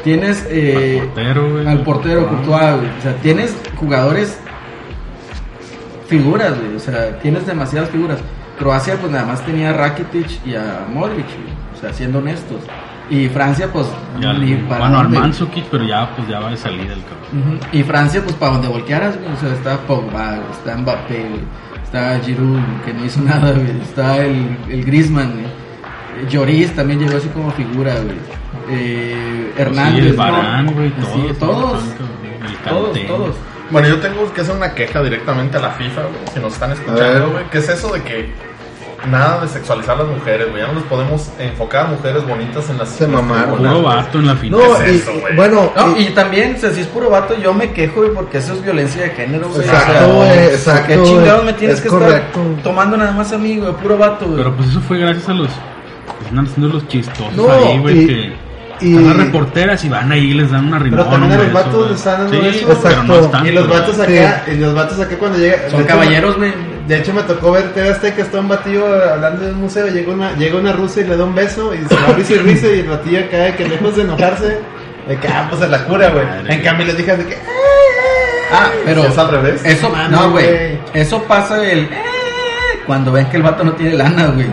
Speaker 2: Tienes eh,
Speaker 5: Al portero, güey.
Speaker 2: al portero Courtois, güey. O sea, tienes jugadores figuras, güey. O sea, tienes demasiadas figuras. Croacia, pues nada más tenía a Rakitic y a Modric, güey. O sea, siendo honestos. Y Francia, pues,
Speaker 5: Y al-
Speaker 2: ni para
Speaker 5: bueno, al
Speaker 2: dónde.
Speaker 5: Mansukic, pero ya, pues, ya va de salida el cabrón.
Speaker 2: Ujú. Y Francia, pues, para donde voltearas, güey. O sea, está Pogba, güey, está Mbappé, güey. Está Giroud, que no hizo nada, güey. Está el, el Griezmann, güey. Lloris también llegó así como figura, güey. Eh, Hernández.
Speaker 5: Sí, el
Speaker 2: ¿no? Pues
Speaker 5: Barán, güey,
Speaker 2: Sí,
Speaker 5: todos.
Speaker 2: todos.
Speaker 5: El Kanté.
Speaker 2: Todos, todos.
Speaker 3: Bueno, yo tengo que hacer una queja directamente a la FIFA, güey, si nos están
Speaker 4: A ver.
Speaker 3: escuchando, güey. ¿Qué es eso de que nada de sexualizar a las mujeres, güey? Ya no nos podemos enfocar a mujeres bonitas en las...
Speaker 4: Se mamaron.
Speaker 5: Puro vato en la final.
Speaker 4: No,
Speaker 3: ¿Qué es eso,
Speaker 4: y-
Speaker 3: güey?
Speaker 4: bueno,
Speaker 2: No,
Speaker 4: y-
Speaker 2: y también, o sea, si es puro vato, yo me quejo, güey, porque eso es violencia de género, güey.
Speaker 4: Exacto,
Speaker 2: o sea,
Speaker 4: güey,
Speaker 2: ¿por
Speaker 4: exacto,
Speaker 2: ¿Qué
Speaker 4: güey.
Speaker 2: chingados me tienes
Speaker 4: Es
Speaker 2: que
Speaker 4: correcto.
Speaker 2: estar tomando nada más a mí, güey? Puro vato, güey.
Speaker 5: Pero pues eso fue gracias a los. que Están haciendo los chistosos
Speaker 4: No,
Speaker 5: ahí, güey.
Speaker 4: y-
Speaker 5: que
Speaker 4: y-
Speaker 5: están las reporteras y van ahí y les dan una rimona.
Speaker 6: también a
Speaker 5: un
Speaker 6: los
Speaker 5: beso,
Speaker 6: vatos
Speaker 5: güey.
Speaker 6: les están dando
Speaker 5: sí,
Speaker 6: eso,
Speaker 5: Pero no
Speaker 4: exacto.
Speaker 5: es tanto,
Speaker 6: Y los
Speaker 5: güey.
Speaker 6: vatos acá, y los vatos acá cuando llega.
Speaker 2: Son
Speaker 6: de hecho,
Speaker 2: caballeros, güey.
Speaker 6: De hecho, me tocó ver TV Azteca, está un batillo hablando de un museo, llega una, llega una rusa y le da un beso, y se va risa y risa, y el batillo acá, de que lejos de enojarse, de que, ah, pues se la cura, güey.
Speaker 5: Madre.
Speaker 6: En cambio, les dije de que, ah,
Speaker 2: Ah, pero.
Speaker 3: ¿Es al revés?
Speaker 2: Eso,
Speaker 6: Mames,
Speaker 2: no, güey.
Speaker 6: Ah, güey.
Speaker 2: Eso pasa el. eh, Cuando ven que el vato no tiene lana, güey.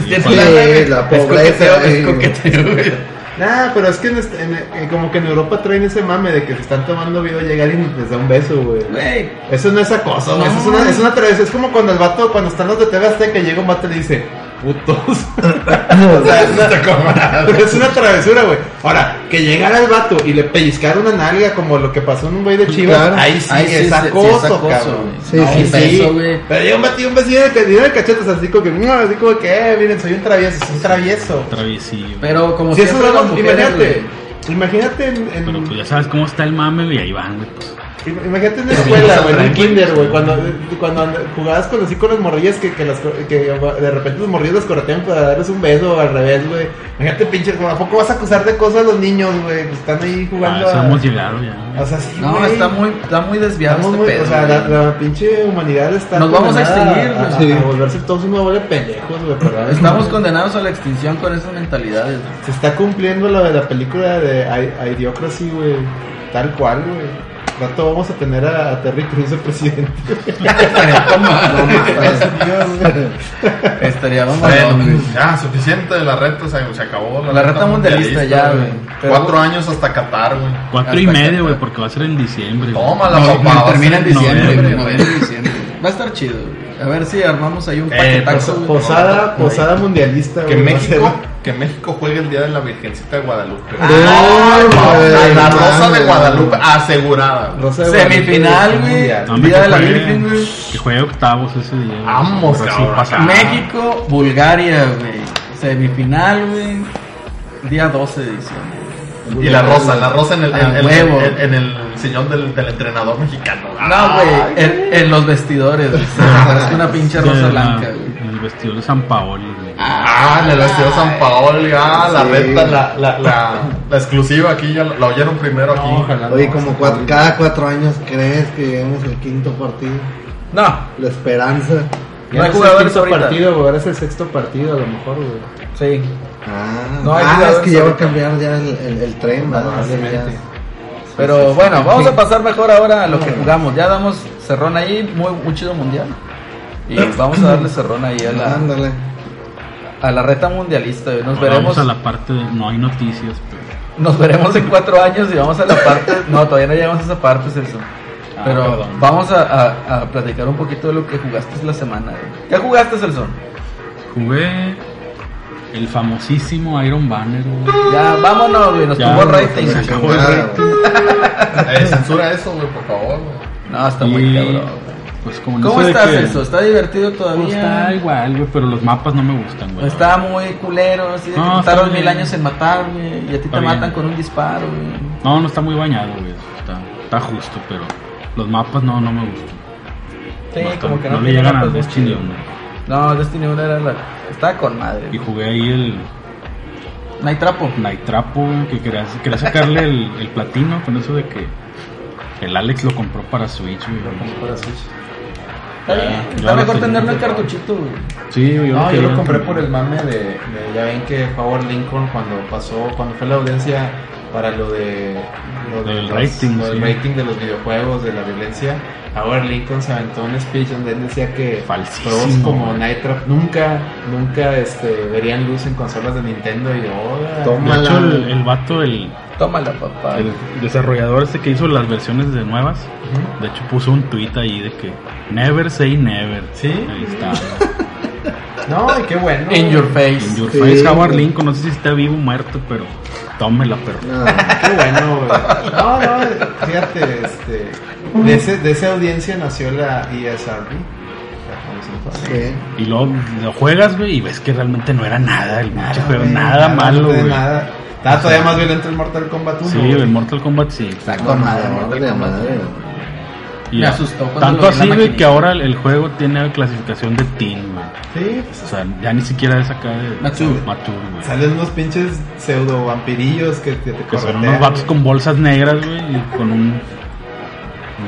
Speaker 2: Si tienes
Speaker 5: sí,
Speaker 2: lana, güey,
Speaker 4: la
Speaker 2: es
Speaker 4: pobreza,
Speaker 2: coqueteo, es
Speaker 4: eh.
Speaker 2: coqueteo, güey.
Speaker 6: nah, pero es que en este- en- eh, como que en Europa traen ese mame de que se están tomando video, llegar y les da un beso, güey.
Speaker 2: Güey,
Speaker 6: Eso no es acoso, güey. Eso es
Speaker 2: No.
Speaker 6: una, es una travesía. Es como cuando el vato, cuando están los de TV Azteca, llega un vato y le dice, putos. O sea, es una- es una travesura, güey. Ahora, que llegara el vato y le pellizcara una nalga como lo que pasó en un güey de Chivas,
Speaker 4: Claro.
Speaker 6: ahí sí
Speaker 2: Pues Ahí sí
Speaker 6: es
Speaker 2: es- sí es
Speaker 6: acoso,
Speaker 2: acoso,
Speaker 6: cabrón.
Speaker 2: güey.
Speaker 4: Sí,
Speaker 6: No,
Speaker 4: sí,
Speaker 6: un
Speaker 4: sí.
Speaker 6: beso,
Speaker 2: güey.
Speaker 6: Pero llega un vato y un besillo de, de, de cachetes, así como que, "Mua", así como que, eh, miren, soy un travieso, soy un travieso.
Speaker 5: Traviesillo, güey.
Speaker 2: pero como
Speaker 6: Si eso
Speaker 2: siempre
Speaker 6: lo
Speaker 2: las
Speaker 6: hago,
Speaker 2: mujeres,
Speaker 6: imagínate.
Speaker 2: güey.
Speaker 6: Imagínate en, en-
Speaker 5: Pero pues ya sabes cómo está el mame, güey. Ahí van, güey. pues.
Speaker 6: Im- Imagínate en la
Speaker 5: Sí,
Speaker 6: escuela,
Speaker 5: no,
Speaker 6: güey, en el
Speaker 5: tranqui.
Speaker 6: kinder, güey, cuando, cuando and- jugabas con así con las morrillas que, que, las, co- que de repente los morrillas las corretean para darles un beso o al revés, güey. Imagínate, pinche, güey, ¿a poco vas a acusar de cosas a los niños, güey? Pues están ahí
Speaker 5: A
Speaker 6: jugando
Speaker 5: eso
Speaker 6: a...
Speaker 5: hemos llegado ya. güey.
Speaker 6: O sea, sí,
Speaker 2: No,
Speaker 6: güey.
Speaker 2: está muy, está muy desviado
Speaker 6: Estamos
Speaker 2: este
Speaker 6: muy-
Speaker 2: pedo.
Speaker 6: o sea, la,
Speaker 2: güey.
Speaker 6: la pinche humanidad está...
Speaker 2: Nos vamos a
Speaker 6: condenada
Speaker 2: extinguir,
Speaker 6: a-
Speaker 2: güey.
Speaker 6: a-
Speaker 4: Sí.
Speaker 6: a volverse todos una bola de pendejos, güey, pero...
Speaker 2: Estamos condenados a la extinción con esas mentalidades, güey.
Speaker 6: Se está cumpliendo lo de la película de I- Idiocracy, güey. Tal cual, güey. rato vamos a tener a, Terry Cruz de presidente.
Speaker 4: No mames.
Speaker 2: Estaría
Speaker 3: Bueno,
Speaker 2: mamalón, güey.
Speaker 3: ya, suficiente de la reta, se, se acabó.
Speaker 2: La reta mundialista ya, güey. Pero-
Speaker 3: Cuatro años hasta Qatar, güey.
Speaker 5: Cuatro
Speaker 2: Hasta
Speaker 5: y
Speaker 2: que-
Speaker 5: medio, güey, porque va a ser en diciembre. güey.
Speaker 3: Toma la
Speaker 2: No,
Speaker 3: papá.
Speaker 2: no,
Speaker 3: va a
Speaker 2: termina en
Speaker 3: ser
Speaker 2: diciembre,
Speaker 5: noviembre,
Speaker 2: güey, noviembre, diciembre. Va a estar chido, güey. A ver si armamos ahí un
Speaker 3: Eh,
Speaker 2: paquetazo. güey.
Speaker 6: Posada, posada mundialista.
Speaker 3: Que
Speaker 6: güey, va a
Speaker 3: México,
Speaker 6: ser-
Speaker 3: que México juegue el día de la Virgencita de Guadalupe.
Speaker 2: Ah,
Speaker 4: No,
Speaker 3: La,
Speaker 4: güey,
Speaker 3: la rosa
Speaker 4: mames.
Speaker 3: de Guadalupe asegurada. güey.
Speaker 6: Rosa de Guadalupe,
Speaker 2: Semifinal,
Speaker 6: del Mundial.
Speaker 5: No,
Speaker 2: güey.
Speaker 5: hombre,
Speaker 2: Día
Speaker 5: que
Speaker 2: de la
Speaker 5: juegue-
Speaker 2: Virgen, güey.
Speaker 5: Que juegue octavos ese día. güey.
Speaker 3: Vamos,
Speaker 5: Ahora sí
Speaker 3: cabrón.
Speaker 5: pasa.
Speaker 2: México, Bulgaria, güey. Semifinal, güey. Día 12 de diciembre.
Speaker 3: Y la rosa, la rosa en el, en,
Speaker 2: Ah,
Speaker 3: en-
Speaker 2: huevo.
Speaker 3: en- en el sillón del, del entrenador mexicano.
Speaker 2: No, güey.
Speaker 3: Ay,
Speaker 2: En, en los vestidores, güey. Se me parece una pinche rosa
Speaker 5: De la-
Speaker 2: blanca, güey.
Speaker 5: en El vestido de San Paolo, güey.
Speaker 3: Ah, en el vestido San Paoli, ah, la
Speaker 4: Sí.
Speaker 3: reta, la, la, la, la exclusiva aquí, ya la, la oyeron primero aquí.
Speaker 4: Oye, como cuatro- cada cuatro años crees que lleguemos al quinto partido.
Speaker 2: No.
Speaker 4: La esperanza.
Speaker 2: No
Speaker 6: Ya
Speaker 2: hay
Speaker 6: es el
Speaker 2: jugadores
Speaker 6: quinto
Speaker 2: ahorita.
Speaker 6: partido, güey, ahora es el sexto partido a lo mejor, güey.
Speaker 2: Sí.
Speaker 4: Ah,
Speaker 2: No, hay
Speaker 4: ah, es
Speaker 2: jugadores
Speaker 4: que ya va a
Speaker 2: ahorita.
Speaker 4: cambiar ya el, el- el tren, ¿verdad? Sí, ya.
Speaker 2: Pero bueno, vamos a pasar mejor ahora a lo que jugamos. Ya damos cerrón ahí, muy, muy chido mundial. Y vamos a darle cerrón ahí a la,
Speaker 4: Ándale.
Speaker 2: a la reta mundialista. güey. Nos
Speaker 5: Ahora
Speaker 2: veremos,
Speaker 5: Vamos a la parte de no hay noticias, pero.
Speaker 2: nos veremos en cuatro años y vamos a la parte. No, todavía no llegamos a esa parte, Celso.
Speaker 5: Ah,
Speaker 2: Pero
Speaker 5: perdón.
Speaker 2: vamos a, a- a platicar un poquito de lo que jugaste la semana. güey. ¿Qué jugaste, Celso?
Speaker 5: Jugué el famosísimo Iron Banner, güey.
Speaker 2: Ya, vámonos, güey. Nos
Speaker 5: Ya,
Speaker 2: tuvo
Speaker 5: güey, pues,
Speaker 2: rating.
Speaker 5: se acabó
Speaker 6: Pues,
Speaker 5: el
Speaker 4: Chingada,
Speaker 5: rating.
Speaker 4: güey.
Speaker 3: Eh, censura eso, güey, por favor. güey.
Speaker 2: No, está muy
Speaker 5: Y,
Speaker 2: cabrón. güey.
Speaker 5: Pues como no
Speaker 2: ¿Cómo
Speaker 5: sé de
Speaker 2: estás,
Speaker 5: qué-
Speaker 2: Celso? ¿Está divertido todavía?
Speaker 5: Está igual, güey, pero los mapas no me gustan, güey.
Speaker 2: Está muy culero, así de que
Speaker 5: No, está
Speaker 2: tardaron
Speaker 5: bien.
Speaker 2: mil años en matar, güey, y a ti
Speaker 5: Está
Speaker 2: te
Speaker 5: bien.
Speaker 2: matan con un disparo, güey.
Speaker 5: No, no está muy bañado, güey. Está, está justo, pero los mapas no, no me gustan.
Speaker 2: Sí,
Speaker 5: no, están-
Speaker 2: como que
Speaker 5: no
Speaker 2: no.
Speaker 5: le
Speaker 2: tiene
Speaker 5: llegan
Speaker 2: tantas
Speaker 5: al
Speaker 2: veces.
Speaker 5: Destiny, güey.
Speaker 2: No, Destiny 1 era la. Estaba con madre.
Speaker 5: Y jugué ahí el
Speaker 2: No hay trapo.
Speaker 5: Night Trapo, que quería, quería sacarle el, el platino con eso de que el Alex lo compró para Switch, güey.
Speaker 2: Está bien.
Speaker 5: Ah,
Speaker 2: Está
Speaker 5: claro,
Speaker 2: mejor
Speaker 5: sí.
Speaker 2: tenerlo en cartuchito, güey.
Speaker 5: Sí, güey, yo
Speaker 6: no, yo
Speaker 5: quería.
Speaker 6: lo compré por el mame de, de- ya ven que Howard Lincoln cuando pasó, cuando fue la audiencia para lo de lo
Speaker 5: Del
Speaker 6: los-
Speaker 5: rating,
Speaker 6: lo del
Speaker 5: sí.
Speaker 6: rating de los videojuegos, de la violencia, Howard Lincoln se aventó un speech donde él decía que
Speaker 5: Falsísimo,
Speaker 6: juegos como
Speaker 5: güey.
Speaker 6: Night Trap nunca, nunca este, verían luz en consolas de Nintendo y ahora
Speaker 5: De hecho, el, el vato, el,
Speaker 2: Tómala, papá.
Speaker 5: el desarrollador este que hizo las versiones de nuevas, de hecho puso un tweet ahí de que Never say never.
Speaker 6: Sí.
Speaker 5: Ahí está.
Speaker 6: No, y qué bueno.
Speaker 2: In your
Speaker 5: In
Speaker 2: face.
Speaker 5: your
Speaker 4: Sí,
Speaker 5: face, Howard
Speaker 4: güey.
Speaker 5: Lincoln, no sé si está vivo o muerto, pero tómela, perro.
Speaker 2: Ah.
Speaker 4: No,
Speaker 6: Qué bueno, güey. No, no, fíjate, este, de, ese, de esa audiencia nació la E ESRB.
Speaker 4: sí.
Speaker 5: Y luego lo juegas, güey, y ves que realmente no era nada, el
Speaker 2: Ah,
Speaker 5: pinche juego, nada malo,
Speaker 6: de
Speaker 5: güey.
Speaker 6: Nada. Estaba todavía más violento el Mortal Kombat 1.
Speaker 5: Sí,
Speaker 6: güey.
Speaker 5: el Mortal Kombat sí.
Speaker 2: Está
Speaker 4: No,
Speaker 2: con madre,
Speaker 4: madre,
Speaker 2: Mortal
Speaker 4: madre,
Speaker 2: Kombat.
Speaker 4: madre.
Speaker 5: Y
Speaker 2: Me
Speaker 5: ya.
Speaker 2: asustó cuando
Speaker 5: Tanto
Speaker 2: lo vi en la
Speaker 5: así, güey,
Speaker 2: maquinita.
Speaker 5: que ahora el juego tiene clasificación de teen, güey.
Speaker 6: Sí, pues,
Speaker 5: O sea, ya ni siquiera es acá de
Speaker 2: Mature.
Speaker 5: Mature, güey.
Speaker 6: salen unos pinches pseudo vampirillos que, que te
Speaker 5: Que son
Speaker 6: corretean.
Speaker 5: unos vatos con bolsas negras, güey, y con un,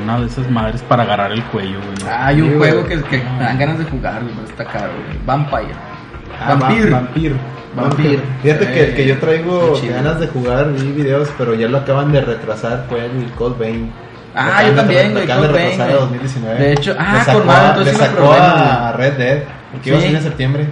Speaker 5: una de esas madres para agarrar el cuello, güey. ¿no?
Speaker 2: Ah, Hay un
Speaker 6: Sí,
Speaker 2: juego
Speaker 6: güey.
Speaker 2: que, que me dan ganas de jugar, güey, pero está caro, güey. Vampire.
Speaker 6: Ah, va-
Speaker 2: Vampir.
Speaker 6: Vampir.
Speaker 2: Vampir.
Speaker 6: Fíjate que,
Speaker 2: Eh,
Speaker 6: que yo traigo
Speaker 2: está chido.
Speaker 6: ganas de jugar vi videos, pero ya lo acaban de retrasar. Fue el Cold Vein. Lo
Speaker 2: Ah,
Speaker 6: acaban
Speaker 2: yo
Speaker 6: de-
Speaker 2: también,
Speaker 6: lo
Speaker 2: güey.
Speaker 6: acaban de
Speaker 2: Cold Vein,
Speaker 6: retrasar a
Speaker 2: güey.
Speaker 6: 2019.
Speaker 2: De hecho,
Speaker 6: Le
Speaker 2: ah,
Speaker 6: sacó
Speaker 2: con madre,
Speaker 6: a-
Speaker 2: entonces sí
Speaker 6: le
Speaker 2: lo
Speaker 6: sacó
Speaker 2: probé,
Speaker 6: a Red Dead. Porque iba a
Speaker 2: Sí.
Speaker 6: salir en septiembre.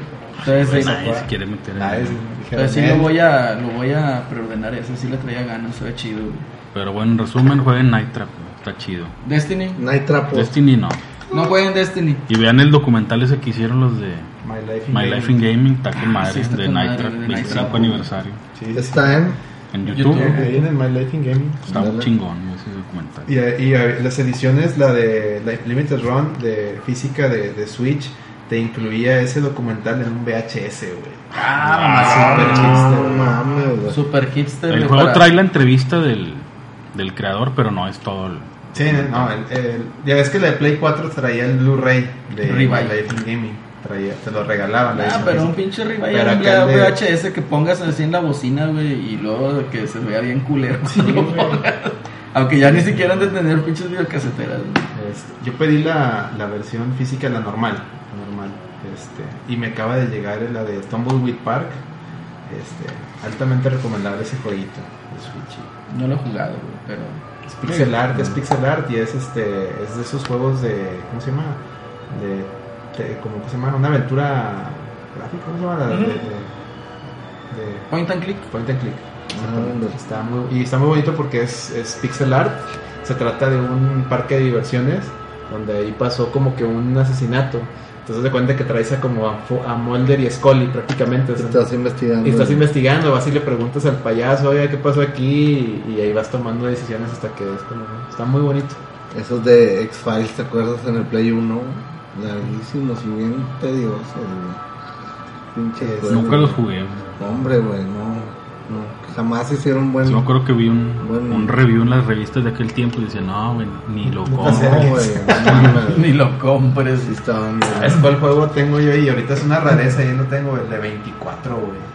Speaker 2: Entonces, sí.
Speaker 5: Nadie se quiere meter en
Speaker 6: Nadie se- dijeron,
Speaker 2: Entonces sí
Speaker 6: "Eh".
Speaker 2: lo voy a, lo voy a preordenar, eso sí le traía ganas, se ve chido. güey.
Speaker 5: Pero bueno, en resumen, jueguen Night Trap, güey, está chido.
Speaker 2: Destiny,
Speaker 4: Night
Speaker 6: Pues-
Speaker 4: Trapo.
Speaker 5: Destiny no.
Speaker 2: no jueguen Destiny.
Speaker 5: Y vean el documental ese que hicieron los de
Speaker 6: My Life
Speaker 5: My
Speaker 6: in Gaming.
Speaker 5: Life in Gaming, está con
Speaker 2: Ah,
Speaker 5: madre,
Speaker 2: sí, está
Speaker 5: de
Speaker 2: con
Speaker 5: Night
Speaker 2: madre,
Speaker 5: Trap,
Speaker 2: de Night
Speaker 5: 25
Speaker 2: Trap.
Speaker 5: aniversario.
Speaker 6: Sí, sí.
Speaker 4: Está en.
Speaker 5: En
Speaker 2: YouTube.
Speaker 5: YouTube,
Speaker 6: Ahí en el My Life in Gaming.
Speaker 5: está un
Speaker 4: Ándale.
Speaker 5: chingón güey, ese documental.
Speaker 6: Y, y, eh, las ediciones, la de la Limited Run de física de, de Switch, te incluía ese documental en un VHS, güey.
Speaker 2: Ah,
Speaker 6: Super
Speaker 4: No
Speaker 6: hipster.
Speaker 4: mames,
Speaker 2: mamá,
Speaker 4: güey.
Speaker 2: super hipster.
Speaker 5: El
Speaker 2: güey,
Speaker 5: juego
Speaker 2: para-
Speaker 5: trae la entrevista del, del creador, pero no es todo el...
Speaker 6: Sí, no, el- el- ya ves que la de Play 4 traía el Blu-ray de My
Speaker 2: Revive.
Speaker 6: Life in Gaming. Traía, te lo regalaban. la
Speaker 2: Ah,
Speaker 6: edición
Speaker 2: pero un pinche
Speaker 6: física. Pero
Speaker 2: revival
Speaker 6: acá el de-
Speaker 2: VHS que pongas así en la bocina, güey, y luego que se vea bien culero. cuando lo pongas. Aunque ya ni siquiera han de tener pinches videocaseteras. güey.
Speaker 6: Este, yo pedí la, la versión física, la normal. la normal este, y me acaba de llegar la de Tumbleweed Park. Este, altamente recomendable ese jueguito de Switch.
Speaker 2: No lo he jugado, güey, pero
Speaker 6: Es pixel art, es pixel art y es este es de esos juegos de ¿cómo se llama? De, de- como que se llama una aventura gráfica, ¿cómo se llama? La de- de- de-
Speaker 2: Point and click.
Speaker 6: Point and click.
Speaker 4: ándale.
Speaker 6: Está muy- y está muy bonito porque es, es pixel art. Se trata de un parque de diversiones donde ahí pasó como que un asesinato. Entonces te cuenta que traes a como a, Fo- a Mulder y Scully prácticamente. o sea,
Speaker 4: Estás investigando.
Speaker 6: y estás investigando, vas y le preguntas al payaso, oye, ¿qué pasó aquí? Y, y ahí vas tomando decisiones hasta que es como... Está muy bonito.
Speaker 4: Esos de X-Files, ¿te acuerdas? En el Play 1. Larguísimos y bien tediosos, güey. Pinche
Speaker 6: Es-
Speaker 4: juego,
Speaker 5: Nunca los
Speaker 4: güey.
Speaker 5: jugué.
Speaker 4: No, Hombre, güey, no, no. Jamás hicieron buen.
Speaker 5: Yo me acuerdo que vi un,
Speaker 4: Bueno.
Speaker 5: un review en las revistas de aquel tiempo y decía, no, güey, ni lo
Speaker 6: Nunca
Speaker 5: como.
Speaker 4: No, güey, no mames.
Speaker 2: Ni lo compres.
Speaker 4: Sí estaban,
Speaker 6: Es-
Speaker 4: güey.
Speaker 3: ¿Sabes cuál juego tengo yo ahí? Ahorita es una rareza, yo no tengo el de 24, güey.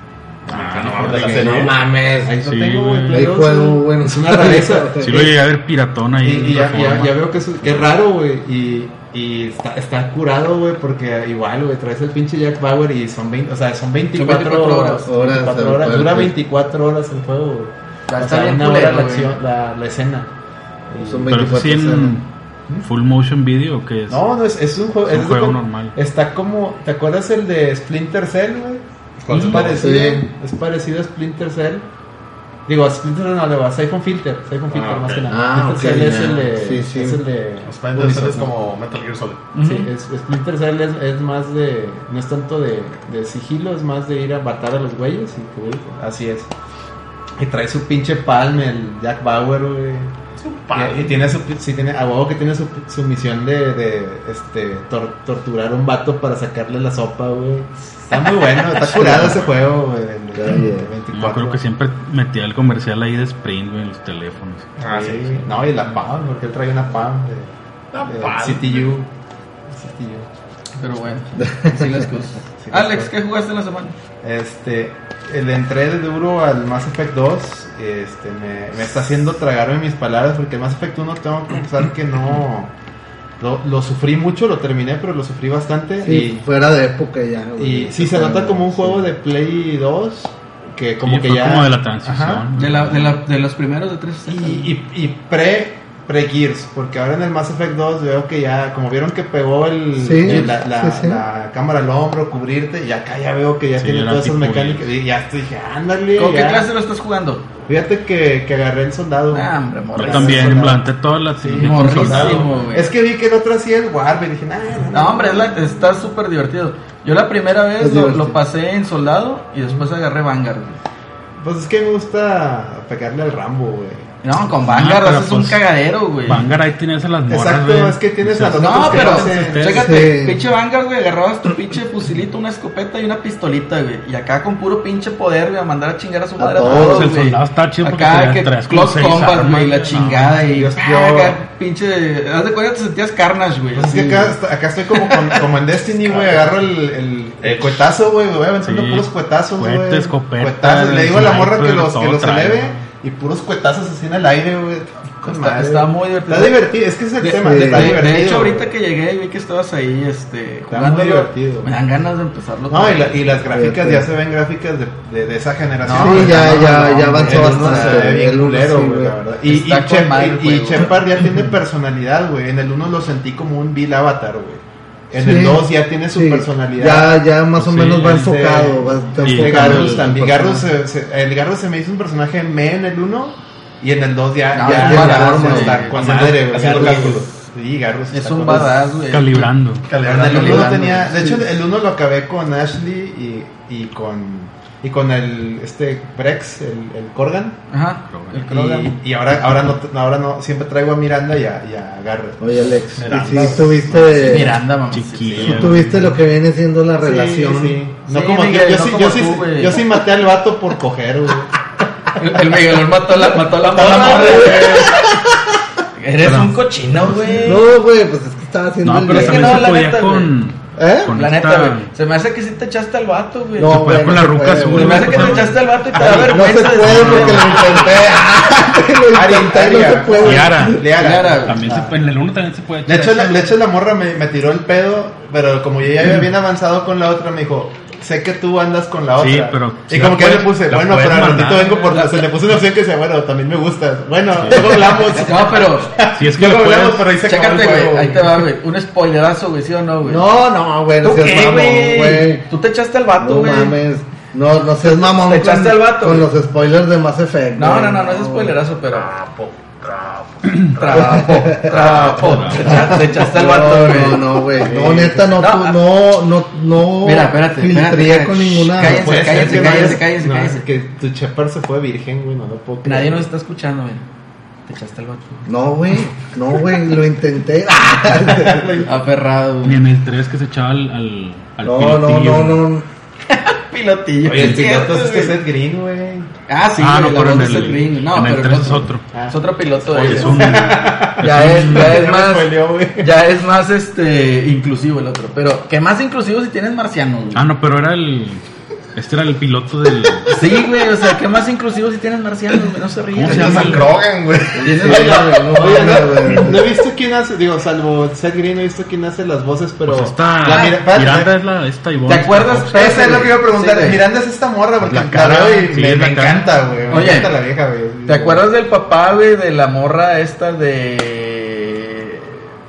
Speaker 5: Ah,
Speaker 3: no,
Speaker 5: no,
Speaker 3: de la
Speaker 5: güey.
Speaker 3: serie.
Speaker 4: mames.
Speaker 6: Ahí lo
Speaker 5: Sí,
Speaker 6: tengo, güey.
Speaker 5: güey.
Speaker 6: Play
Speaker 4: Ahí
Speaker 6: dos,
Speaker 4: juego,
Speaker 6: güey.
Speaker 4: bueno,
Speaker 6: Es una rareza.
Speaker 5: Sí lo llegué a ver piratón
Speaker 6: Y,
Speaker 5: ahí. en
Speaker 6: y ya,
Speaker 5: plataforma.
Speaker 6: ya- ya veo que es, que es raro, güey. Y, y está, está curado, güey, porque igual, güey, traes el pinche Jack Bauer y son 20, o sea, son 24,
Speaker 2: 24 horas.
Speaker 6: horas, 24 horas,
Speaker 4: Horas,
Speaker 6: dura
Speaker 4: sí.
Speaker 6: 24 horas el juego, güey.
Speaker 2: Está
Speaker 6: O sea,
Speaker 2: bien
Speaker 6: una hora
Speaker 2: culero,
Speaker 6: la,
Speaker 2: güey.
Speaker 6: acción- la, la escena. Y-
Speaker 4: Son
Speaker 5: Pero eso sí
Speaker 4: 24
Speaker 5: en full motion video que es.
Speaker 6: ¿Mm? No, no, es, es un juego,
Speaker 5: Es un
Speaker 6: de
Speaker 5: juego
Speaker 6: con-
Speaker 5: normal.
Speaker 6: Está como, ¿te acuerdas el de Splinter Cell, güey?
Speaker 3: ¿Cuál
Speaker 6: Es
Speaker 3: es?
Speaker 6: parecido,
Speaker 4: Sí.
Speaker 6: es parecido a Splinter Cell. Digo, a Splinter Cell no le va, a Siphon Filter, Siphon Filter
Speaker 3: ok.
Speaker 6: más que nada.
Speaker 4: Ah,
Speaker 6: Splinter
Speaker 4: ok,
Speaker 6: Cell es
Speaker 4: ya.
Speaker 6: el de,
Speaker 4: Sí, sí.
Speaker 6: es el de
Speaker 3: Splinter Cell es
Speaker 6: Ubisoft, ¿no?
Speaker 3: como Metal Gear Solid.
Speaker 6: Sí, es- Splinter Cell es, es más de. No es tanto de, de sigilo, es más de ir a matar a los güeyes. Y, que, güey, así es. Y trae su pinche palm, el Jack Bauer, güey. Y, y tiene su. Sí, tiene. A huevo que tiene su, su misión de. de, este, tor- torturar a un vato para sacarle la sopa, güey. Está muy bueno, está curado ese juego, güey. el de- el de
Speaker 5: Yo
Speaker 6: 24.
Speaker 5: creo que siempre metía el comercial ahí de Spring, güey, en los teléfonos.
Speaker 3: Ah,
Speaker 6: Sí,
Speaker 3: sí, sí.
Speaker 6: No, y la palm, porque él trae una palm. De,
Speaker 3: La
Speaker 6: de
Speaker 3: palm.
Speaker 6: CTU. CTU.
Speaker 2: Pero bueno, así las cosas.
Speaker 6: Sí, las
Speaker 2: Alex,
Speaker 6: cosas.
Speaker 2: ¿qué jugaste en la semana?
Speaker 6: Este, le entré de duro al Mass Effect 2. Este, me, me está haciendo tragarme mis palabras porque el Mass Effect 1 tengo que confesar que no. Lo, lo sufrí mucho, lo terminé, pero lo sufrí bastante.
Speaker 4: Sí, fuera de época ya,
Speaker 6: y,
Speaker 4: güey.
Speaker 6: y sí, se
Speaker 4: Fuera
Speaker 6: nota
Speaker 4: de-
Speaker 6: como un juego
Speaker 4: sí.
Speaker 6: de Play 2. Que como
Speaker 5: Sí,
Speaker 6: que
Speaker 5: fue
Speaker 6: ya.
Speaker 5: como de la transición.
Speaker 6: Ajá.
Speaker 5: güey.
Speaker 2: De, la, de, la, de los primeros de tres.
Speaker 6: Y, y, y pre, pre Gears, porque ahora en el Mass Effect 2 veo que ya, como vieron que pegó el,
Speaker 4: Sí,
Speaker 6: el- la, la-
Speaker 4: sí, sí.
Speaker 6: la cámara al hombro, cubrirte, y acá ya veo que ya
Speaker 5: Sí,
Speaker 6: tiene
Speaker 5: era
Speaker 6: todas esas
Speaker 5: tipo
Speaker 6: mecánicas. Y ya te dije, ándale.
Speaker 2: ¿Con qué
Speaker 6: ya.
Speaker 2: clase lo estás jugando?
Speaker 6: Fíjate que, que agarré el soldado.
Speaker 2: Ah, hombre,
Speaker 5: Yo
Speaker 2: morra.
Speaker 5: también
Speaker 6: Soldado.
Speaker 5: implanté todas las.
Speaker 6: Sí,
Speaker 5: técnicas
Speaker 2: morrísimo,
Speaker 5: soldadas.
Speaker 2: güey.
Speaker 6: es que vi que el otro hacía el Warbe y dije, nah, nah, nah".
Speaker 2: No, hombre, es la- está súper divertido. Yo la primera vez
Speaker 4: Es
Speaker 2: lo,
Speaker 4: divertido.
Speaker 2: lo pasé en soldado y después agarré Vanguard. güey.
Speaker 6: Pues es que me gusta pegarle al Rambo, güey.
Speaker 2: No, con Vanguard
Speaker 5: Ah, pero
Speaker 2: haces un
Speaker 5: pues,
Speaker 2: cagadero, güey.
Speaker 5: Vanguard ahí tienes a las morras.
Speaker 6: Exacto,
Speaker 5: güey.
Speaker 6: es que tienes a los
Speaker 2: No,
Speaker 6: otros que
Speaker 2: pero
Speaker 6: hacen-
Speaker 2: chécate,
Speaker 4: Sí.
Speaker 2: pinche Vanguard, güey, agarrabas tu pinche fusilito, una escopeta y una pistolita, güey. Y acá con puro pinche poder, güey, a mandar a chingar a su madre a
Speaker 4: todos,
Speaker 2: todos,
Speaker 5: el
Speaker 2: güey.
Speaker 5: soldado está chido porque
Speaker 2: Acá
Speaker 5: traía
Speaker 2: que
Speaker 5: tres con
Speaker 2: close
Speaker 5: seis
Speaker 2: combat,
Speaker 5: armas,
Speaker 2: güey, la
Speaker 5: no,
Speaker 2: chingada y
Speaker 6: yo-
Speaker 2: pa,
Speaker 6: yo-
Speaker 2: acá, pinche, haz de cuenta que te sentías carnage, güey.
Speaker 6: Pues es que
Speaker 2: así,
Speaker 6: acá, acá estoy como, con- como en Destiny, güey. Agarro el, el, el cuetazo, güey. Me voy aventando
Speaker 5: Sí.
Speaker 6: puros cuetazos, güey.
Speaker 5: Cohete, escopeta,
Speaker 6: Cuetazos. Le digo a la morra que
Speaker 5: sniper,
Speaker 6: los, que
Speaker 5: todo
Speaker 6: los
Speaker 5: trae,
Speaker 6: eleve.
Speaker 5: ¿no?
Speaker 6: Y puros cuetazos así en el aire, güey. Con
Speaker 2: Está-
Speaker 6: madre,
Speaker 2: está
Speaker 6: güey.
Speaker 2: muy divertido.
Speaker 6: Está divertido. Es que ese es el
Speaker 2: De,
Speaker 6: tema.
Speaker 2: de-
Speaker 6: está
Speaker 2: de- de
Speaker 6: divertido.
Speaker 2: hecho,
Speaker 6: güey.
Speaker 2: ahorita que llegué y vi que estabas ahí este,
Speaker 6: Está
Speaker 2: jugando,
Speaker 6: muy divertido.
Speaker 2: me dan ganas de empezarlo.
Speaker 6: No, y, la- y las gráficas
Speaker 4: Fíjate.
Speaker 6: ya se ven gráficas de, de, de esa generación.
Speaker 4: Sí,
Speaker 6: güey.
Speaker 4: ya- ya-
Speaker 6: no,
Speaker 4: ya avanzó
Speaker 6: el uno
Speaker 4: bastante,
Speaker 6: se ve bien
Speaker 4: el uno
Speaker 6: culero,
Speaker 4: sí,
Speaker 6: güey,
Speaker 4: güey.
Speaker 6: la verdad. Y, y,
Speaker 2: Está con
Speaker 6: Shep-
Speaker 2: madre el
Speaker 6: y- y
Speaker 2: juego.
Speaker 6: Shepard ya tiene personalidad, güey. En el 1 lo sentí como un vil avatar, güey. En
Speaker 4: Sí.
Speaker 6: el 2 ya tiene su
Speaker 4: Sí,
Speaker 6: personalidad.
Speaker 4: Ya, ya más o
Speaker 5: Sí,
Speaker 4: menos va
Speaker 5: ya
Speaker 4: enfocado. va- está
Speaker 5: Y
Speaker 6: Este
Speaker 4: enfocado
Speaker 6: Garrus
Speaker 4: el-
Speaker 6: también.
Speaker 4: el
Speaker 6: Garrus
Speaker 4: personaje.
Speaker 6: se- se- el Garrus se me hizo un personaje me en el 1 y en el 2 ya,
Speaker 2: No,
Speaker 6: ya,
Speaker 2: es un
Speaker 6: ya
Speaker 2: badass,
Speaker 6: se
Speaker 2: güey.
Speaker 6: está con
Speaker 3: Haciendo-
Speaker 6: madre, güey.
Speaker 3: haciendo
Speaker 6: Garrus.
Speaker 3: cálculos.
Speaker 6: Sí, Garrus.
Speaker 2: Es
Speaker 6: está
Speaker 2: un
Speaker 6: con-
Speaker 2: badass, güey.
Speaker 5: Calibrando.
Speaker 6: En el
Speaker 2: Calibrando.
Speaker 6: 1 tenía. De
Speaker 2: Sí.
Speaker 6: hecho, el 1 lo acabé con Ashley y, y con. Y con el. Este. Brex, el, el Corgan.
Speaker 2: Ajá,
Speaker 5: Krogan.
Speaker 2: el Krogan.
Speaker 6: Y, y ahora, ahora, no, ahora no. Siempre traigo a Miranda y a, y a Garrus.
Speaker 4: Oye, Alex.
Speaker 3: Miranda.
Speaker 4: y si
Speaker 6: Eh,
Speaker 4: tuviste.
Speaker 2: Miranda, mamá.
Speaker 4: si
Speaker 5: Chiquilla.
Speaker 4: tuviste lo que viene siendo la
Speaker 6: Sí,
Speaker 4: relación.
Speaker 6: sí. No
Speaker 2: Sí,
Speaker 6: como
Speaker 2: Miguel,
Speaker 6: yo, yo,
Speaker 2: no
Speaker 6: sí,
Speaker 2: como
Speaker 6: yo, sí,
Speaker 2: tú, güey.
Speaker 6: yo sí maté al vato por coger, güey.
Speaker 2: El, el Miguelón mató a la, mató a la morra, güey. Eres un cochino, güey.
Speaker 4: No, güey, pues es que estaba haciendo
Speaker 5: No,
Speaker 4: el
Speaker 5: pero
Speaker 2: Es
Speaker 5: también
Speaker 4: bien.
Speaker 2: no,
Speaker 5: se
Speaker 2: la
Speaker 5: podía
Speaker 2: neta,
Speaker 5: con.
Speaker 4: ¿Eh?
Speaker 5: con
Speaker 2: la
Speaker 5: esta-
Speaker 2: neta, güey. Se me hace que sí te echaste al vato, güey.
Speaker 4: No,
Speaker 5: se podía
Speaker 4: güey,
Speaker 5: con
Speaker 4: no
Speaker 5: la
Speaker 4: se
Speaker 5: ruca
Speaker 4: puede,
Speaker 5: azul.
Speaker 4: güey.
Speaker 2: se me
Speaker 5: güey,
Speaker 2: hace que te
Speaker 5: porque-
Speaker 2: echaste al vato y te da
Speaker 4: No se
Speaker 2: vergüenza.
Speaker 4: puede
Speaker 2: decirlo,
Speaker 4: porque lo
Speaker 2: güey.
Speaker 4: intenté. Ah, lo intenté, no se
Speaker 6: Aritaria.
Speaker 4: puede.
Speaker 5: Liara.
Speaker 6: Leara.
Speaker 2: Leara, güey.
Speaker 5: También se puede- En el 1 también se puede.
Speaker 6: De
Speaker 5: echar
Speaker 6: hecho,
Speaker 5: esa-
Speaker 6: la, de hecho, la morra me, me tiró el pedo, pero como yo ya había bien avanzado con la otra, me dijo, sé que tú andas con la otra.
Speaker 5: Sí, pero
Speaker 6: Y
Speaker 5: sí
Speaker 6: como
Speaker 5: la
Speaker 6: que
Speaker 5: puedes-
Speaker 6: le puse,
Speaker 5: la
Speaker 6: bueno,
Speaker 5: puedes
Speaker 6: pero al
Speaker 5: mandar.
Speaker 6: ratito vengo por la. Se le puse una opción que decía, bueno, también me gustas. Bueno, luego hablamos.
Speaker 2: No, pero.
Speaker 5: Si es que
Speaker 6: Luego
Speaker 5: lo puedes-
Speaker 6: hablamos, pero ahí se acabó el
Speaker 2: Chécate,
Speaker 6: juego,
Speaker 2: güey. Ahí te
Speaker 6: güey.
Speaker 2: va, güey. Un spoilerazo, güey, ¿sí o no, güey?
Speaker 4: No, no, güey, no
Speaker 2: ¿Tú
Speaker 4: seas
Speaker 2: qué,
Speaker 4: mamón, güey.
Speaker 2: güey? Tú te echaste al vato,
Speaker 4: No
Speaker 2: güey.
Speaker 4: mames. No, no seas mamón.
Speaker 2: Te echaste
Speaker 4: con-
Speaker 2: al vato,
Speaker 4: Con
Speaker 2: güey.
Speaker 4: los spoilers de Mass Effect.
Speaker 2: No,
Speaker 4: güey,
Speaker 2: no, no, no es
Speaker 4: güey.
Speaker 2: spoilerazo, pero.
Speaker 3: Trapo, trapo.
Speaker 2: Trapo, trapo. Te echa- Te echaste al vato,
Speaker 4: No,
Speaker 2: güey.
Speaker 4: No, no, güey. No, neta, no,
Speaker 2: No,
Speaker 4: tú-
Speaker 2: ah.
Speaker 4: no, no, no.
Speaker 2: Mira, espérate, espérate,
Speaker 4: filtré
Speaker 2: espérate.
Speaker 4: con ninguna.
Speaker 2: Cállense,
Speaker 4: Pues,
Speaker 6: Puede ser
Speaker 2: cállense,
Speaker 6: que no
Speaker 2: cállense,
Speaker 6: hayas-
Speaker 2: cállense,
Speaker 6: no,
Speaker 2: cállense.
Speaker 6: Que tu chapar se fue virgen, güey, no lo puedo creer.
Speaker 2: Nadie nos está escuchando, güey. Te echaste al vato.
Speaker 4: No, güey. No, güey. Lo intenté.
Speaker 2: Aferrado,
Speaker 5: Ni
Speaker 2: güey.
Speaker 5: en el 3 que se echaba al. al, al
Speaker 4: No, no,
Speaker 5: pilotillo,
Speaker 4: no,
Speaker 5: güey.
Speaker 4: no.
Speaker 2: Pilotillo.
Speaker 6: Oye, el
Speaker 2: Sí,
Speaker 6: piloto es
Speaker 2: güey.
Speaker 6: este Seth Green, güey.
Speaker 2: Ah, sí,
Speaker 5: Ah,
Speaker 2: güey,
Speaker 5: no,
Speaker 2: la
Speaker 5: pero
Speaker 2: voz
Speaker 5: en
Speaker 2: de
Speaker 5: el,
Speaker 2: Seth Green. No,
Speaker 5: en el
Speaker 2: pero
Speaker 5: 3 es
Speaker 2: otro.
Speaker 5: otro.
Speaker 2: Es otro piloto eh. de
Speaker 5: Es un-
Speaker 2: Ya es, ya
Speaker 6: Ya
Speaker 2: es
Speaker 6: me
Speaker 2: más.
Speaker 6: spoileó, güey.
Speaker 2: Ya es más este inclusivo el otro. Pero que más inclusivo si tienes marcianos, güey.
Speaker 5: Ah, no, pero era el. Este era el piloto del.
Speaker 2: Sí, güey, o sea, que más inclusivo si tienes marcianos, güey. No se rían.
Speaker 5: ¿Cómo se
Speaker 3: Ya
Speaker 5: llama?
Speaker 3: San Krogan, güey.
Speaker 4: Sí, güey, no
Speaker 6: Oye,
Speaker 4: mames,
Speaker 6: Eh, no,
Speaker 4: güey.
Speaker 6: no he visto quién hace, digo, salvo Seth Green, no he visto quién hace las voces, pero.
Speaker 5: Pues esta.
Speaker 6: La mira- espérate,
Speaker 5: Miranda es la. Esta Ivonne.
Speaker 2: ¿Te acuerdas?
Speaker 6: Eso es lo
Speaker 2: güey.
Speaker 6: que iba a preguntar.
Speaker 2: Sí, güey.
Speaker 6: Miranda es esta morra, porque
Speaker 5: La
Speaker 6: me encaró
Speaker 5: cara,
Speaker 6: y
Speaker 5: sí,
Speaker 6: me,
Speaker 5: la
Speaker 6: me
Speaker 5: cara.
Speaker 6: encanta, güey. Me
Speaker 2: Oye,
Speaker 6: encanta la vieja, güey.
Speaker 2: ¿Te acuerdas del papá, güey, de la morra esta de.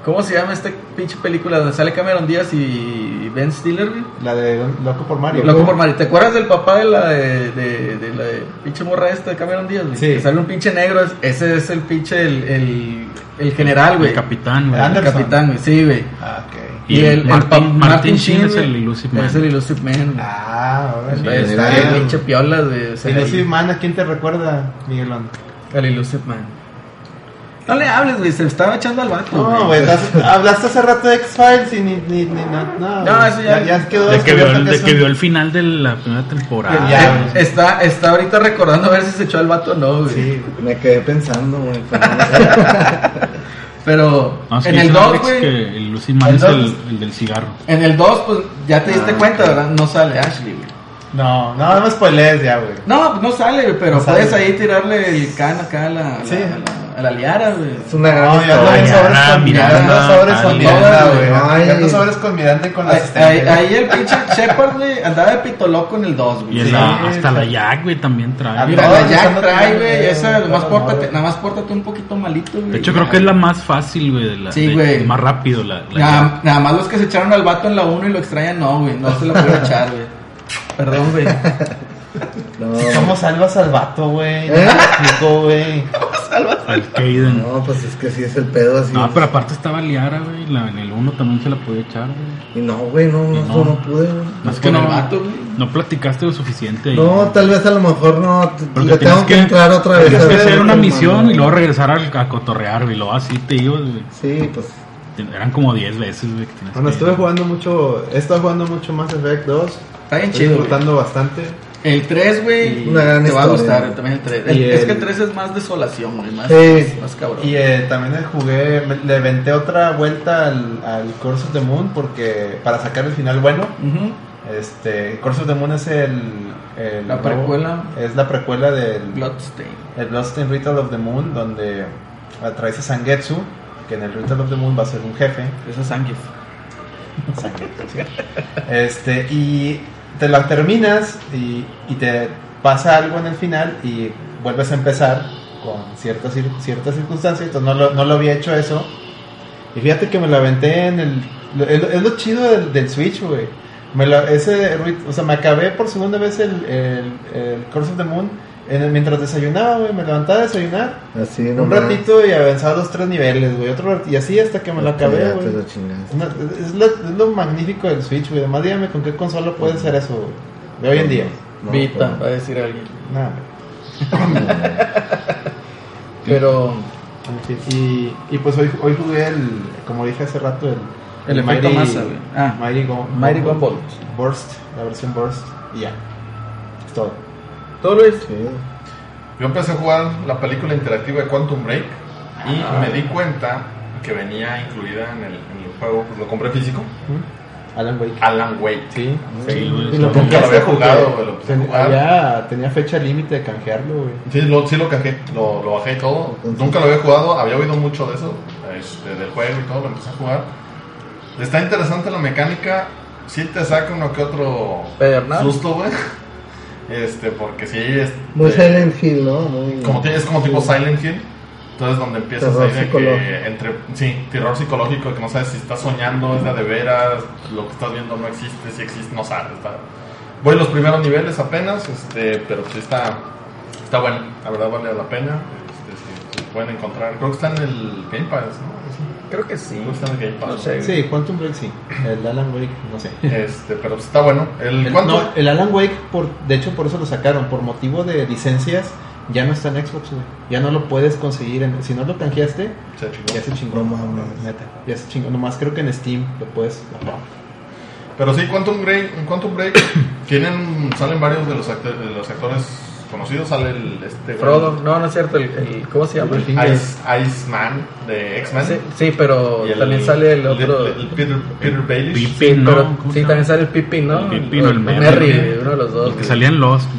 Speaker 2: ¿Cómo se llama esta pinche película donde sale Cameron Díaz y Ben Stiller, güey?
Speaker 6: La de Loco por Mario.
Speaker 2: Loco por Mario. ¿Te acuerdas del papá de la de, de, de la de pinche morra esta de Cameron Díaz, güey?
Speaker 6: Sí.
Speaker 2: Que sale un pinche negro, es- ese es el pinche, el, el, el general, güey.
Speaker 5: El capitán, güey.
Speaker 6: Anderson.
Speaker 2: El capitán, güey, sí, güey.
Speaker 6: Ah, ok.
Speaker 5: Y el Martin-
Speaker 2: pa-
Speaker 5: Martin Sheen es
Speaker 2: güey,
Speaker 5: el Elusive Man.
Speaker 2: Es el Elusive Man, güey.
Speaker 6: Ah,
Speaker 2: Está-
Speaker 6: ahora
Speaker 4: sí,
Speaker 2: Está bien
Speaker 4: sí.
Speaker 2: pinche piola, güey. o sea,
Speaker 6: El Lucy Man, ¿a quién te recuerda, Miguelón?
Speaker 2: El Elusive Man. No le hables, güey, se estaba echando al vato,
Speaker 6: No, güey, estás- hablaste hace rato de X-Files y ni, ni, ni, no, no,
Speaker 2: No,
Speaker 6: güey.
Speaker 2: eso ya-
Speaker 6: ya quedó
Speaker 5: De que, vio,
Speaker 6: descubierto
Speaker 5: el- de
Speaker 6: es
Speaker 5: que
Speaker 6: un-
Speaker 5: vio el final de la primera temporada.
Speaker 6: Ya,
Speaker 2: Eh, Está, está ahorita recordando a ver si se echó al vato o no, güey.
Speaker 6: Sí, güey.
Speaker 4: Me quedé pensando, güey. pero no sé.
Speaker 2: Pero
Speaker 5: No, Ah, es que
Speaker 2: en el
Speaker 5: dice
Speaker 2: 2,
Speaker 5: Alex
Speaker 2: güey.
Speaker 5: que el Lucy Man
Speaker 2: El
Speaker 5: es
Speaker 2: dos-
Speaker 5: el, el del cigarro.
Speaker 2: En el 2, pues ya te diste
Speaker 4: Ah,
Speaker 2: cuenta,
Speaker 4: ok.
Speaker 2: ¿verdad? No sale Ashley, güey.
Speaker 6: No, no, no me spoilees ya, güey.
Speaker 2: No, pues no sale, güey, pero
Speaker 6: No sale.
Speaker 2: puedes ahí tirarle el can acá a la, a la-
Speaker 6: Sí.
Speaker 2: a la- a la liara, güey.
Speaker 4: Es una gran
Speaker 6: No, ya no
Speaker 4: historia.
Speaker 6: hay sobres
Speaker 5: Miranda,
Speaker 6: con Miranda,
Speaker 5: Miranda,
Speaker 6: no sobres con
Speaker 5: Miranda,
Speaker 6: Miranda,
Speaker 4: güey.
Speaker 6: güey. Ya no
Speaker 4: Ay.
Speaker 6: sobres con Miranda y con la
Speaker 2: Ahí, ahí-
Speaker 6: asistente.
Speaker 2: ahí el pinche Shepard, güey, andaba de pito loco en el 2,
Speaker 5: Y
Speaker 2: güey.
Speaker 5: el-
Speaker 6: Sí,
Speaker 5: la- hasta la
Speaker 6: sí.
Speaker 5: Jack, güey, también
Speaker 6: Ah,
Speaker 5: trae.
Speaker 2: Mira,
Speaker 6: no,
Speaker 2: la Jack
Speaker 6: no
Speaker 2: trae,
Speaker 6: tiene,
Speaker 2: güey,
Speaker 6: güey,
Speaker 2: esa,
Speaker 6: no,
Speaker 2: nomás
Speaker 6: no,
Speaker 2: pórtate,
Speaker 6: güey.
Speaker 2: nada más pórtate un poquito malito, güey.
Speaker 5: De hecho,
Speaker 2: Ya.
Speaker 5: creo que es la más fácil, güey. de la-
Speaker 2: Sí,
Speaker 5: de-
Speaker 2: güey.
Speaker 5: Más rápido la, la
Speaker 2: Nada, nada más los que se echaron al vato en la 1 y lo extrañan, no, güey, no se la puede echar, güey. Perdón, güey.
Speaker 4: No,
Speaker 6: ¿Cómo salvas al vato, güey? No
Speaker 4: ¿Eh?
Speaker 6: me explico, güey.
Speaker 5: Jack. Al Caden.
Speaker 4: no, pues es que sí es el pedo así.
Speaker 5: No, pero aparte estaba Liara, güey. la- En el 1 también se la podía echar, güey.
Speaker 4: Y no, güey, no, no,
Speaker 5: No.
Speaker 4: no, pude, güey.
Speaker 5: No, es
Speaker 2: Pues
Speaker 5: que
Speaker 2: con
Speaker 5: no,
Speaker 2: el vato, güey.
Speaker 5: no platicaste lo suficiente. ahí.
Speaker 4: No, tal vez a lo mejor no. t-
Speaker 5: Porque
Speaker 4: Le tengo
Speaker 5: tienes
Speaker 4: que, entrar otra vez.
Speaker 5: Tienes
Speaker 4: a
Speaker 5: que
Speaker 4: ver,
Speaker 5: hacer una
Speaker 4: hermano.
Speaker 5: misión y luego regresar al- a, cotorrear, güey. Luego así te ibas, güey.
Speaker 4: Sí, pues.
Speaker 5: Te- Eran como 10 veces, güey. que tienes
Speaker 6: Bueno,
Speaker 5: que-
Speaker 6: estuve jugando mucho, he estado jugando mucho Mass Effect 2.
Speaker 2: Está bien
Speaker 6: Estoy
Speaker 2: chido, güey.
Speaker 6: disfrutando bastante.
Speaker 2: El 3, güey,
Speaker 6: Y
Speaker 2: te
Speaker 4: una gran
Speaker 2: va a
Speaker 4: historia.
Speaker 2: gustar, güey, también el 3.
Speaker 6: Y
Speaker 2: Es
Speaker 6: el-
Speaker 2: que el 3 es más desolación, güey, más,
Speaker 4: Sí.
Speaker 2: más cabrón.
Speaker 6: Y eh, también le jugué, me- le venté otra vuelta al, al Curse of the Moon porque para sacar el final bueno.
Speaker 2: Ujú.
Speaker 6: Este, Curse of the Moon es el, el
Speaker 2: La
Speaker 6: nuevo-
Speaker 2: precuela.
Speaker 6: Es la precuela del
Speaker 2: Bloodstain.
Speaker 6: el Bloodstained Ritual of the Moon donde atraes a Sangetsu, que en el Ritual of the Moon va a ser un jefe.
Speaker 2: Eso es Zangief.
Speaker 6: Este, y te la terminas y, y te pasa algo en el final y vuelves a empezar con ciertas, cir- ciertas circunstancias. Entonces no lo, no lo había hecho eso. Y fíjate que me lo aventé en el... lo- Es lo, es lo chido del, del Switch, güey. Me lo- ese, rit- o sea, me acabé por segunda vez el, el, el Curse of the Moon en el- mientras desayunaba, güey. Me levantaba a desayunar
Speaker 4: Así, no.
Speaker 6: un
Speaker 4: más.
Speaker 6: ratito y avanzaba dos, tres niveles, güey. Otro rat- y así hasta que me lo acabé,
Speaker 4: pues, Ya te
Speaker 6: güey.
Speaker 4: lo chingaste.
Speaker 6: No, es, lo, es lo magnífico del Switch, güey. Además, dígame con qué consola puede hacer eso, güey. De hoy en día.
Speaker 4: No,
Speaker 2: Vita,
Speaker 4: pues,
Speaker 2: va a decir alguien.
Speaker 6: Nada,
Speaker 2: Pero
Speaker 6: güey. Y, y pues hoy, hoy jugué el, como dije hace rato, el.
Speaker 2: El efecto masa, güey. Ah.
Speaker 6: Mighty, Go-
Speaker 2: Mighty Gumball.
Speaker 6: Burst, la versión Burst. Y ya. Es todo.
Speaker 2: Todo lo es.
Speaker 4: sí.
Speaker 3: Yo empecé a jugar la película interactiva de Quantum Break y me di cuenta que venía incluida en el, en el juego, pues lo compré físico,
Speaker 6: Alan Wake.
Speaker 3: Alan Wake.
Speaker 6: Sí.
Speaker 5: Sí, güey.
Speaker 6: Y lo
Speaker 5: sí.
Speaker 3: Nunca lo había
Speaker 6: porque
Speaker 3: jugado, güey, lo empecé a
Speaker 6: ten-
Speaker 3: jugar.
Speaker 6: había- tenía fecha límite de canjearlo, güey.
Speaker 3: Sí, lo, sí lo cajé, lo, lo bajé y todo. Nunca lo había jugado, había oído mucho de eso, este, del juego y todo, lo empecé a jugar. Está interesante la mecánica, sí te saca uno que otro
Speaker 2: Pedernal.
Speaker 3: susto, güey. Este, porque sí es.
Speaker 4: Muy
Speaker 3: eh,
Speaker 4: Silent Hill, ¿no? Muy,
Speaker 3: como, ti- es como tipo Silent Hill. Entonces, donde empiezas
Speaker 4: Terror
Speaker 3: ahí de
Speaker 4: psicológico.
Speaker 3: que. Entre, sí, terror psicológico, que no sabes si estás soñando, es la de veras, lo que estás viendo no existe, si existe, no sabes. está- Voy los primeros niveles apenas, este, pero sí está. Está bueno, la verdad vale la pena. Este, sí, sí, pueden encontrar. Creo que está en el Game Pass, ¿no? Sí,
Speaker 2: Creo que sí.
Speaker 3: Creo que está en el Game Pass.
Speaker 2: No sé.
Speaker 6: Sí, Quantum Break sí. El Alan Wake, no sé.
Speaker 3: Este, pero pues está bueno. El,
Speaker 6: El,
Speaker 3: ¿Cuánto?
Speaker 6: no, el Alan Wake, por, de hecho, por eso lo sacaron. Por motivo de licencias, ya no está en Xbox, güey. Ya no lo puedes conseguir. en- si no lo canjeaste,
Speaker 2: eh,
Speaker 3: Se chingó.
Speaker 6: ya se chingó.
Speaker 4: No mames.
Speaker 6: Neta, ya se chingó. Nomás creo que en Steam lo puedes. ajá.
Speaker 3: Pero sí, Quantum Break, en Quantum Break tienen, salen varios de los, actores, de los actores conocidos. Sale el, este, güey,
Speaker 2: Frodo, no, no es cierto. El, el- ¿Cómo se llama?
Speaker 6: El fin-
Speaker 3: Ice, Iceman de X-Men.
Speaker 2: Sí, sí, pero
Speaker 3: Y el-
Speaker 2: también sale el otro.
Speaker 3: el- el Peter, Peter Baelish.
Speaker 2: Sí,
Speaker 5: Pippin, ¿no?
Speaker 2: pero-
Speaker 5: ¿Cómo se
Speaker 2: sí,
Speaker 5: llama?
Speaker 2: también sale el Pippin, ¿no?
Speaker 5: El Pippin o el Merry,
Speaker 2: Merry,
Speaker 5: güey.
Speaker 2: uno de los dos.
Speaker 5: Los que
Speaker 2: güey.
Speaker 5: salían los. güey.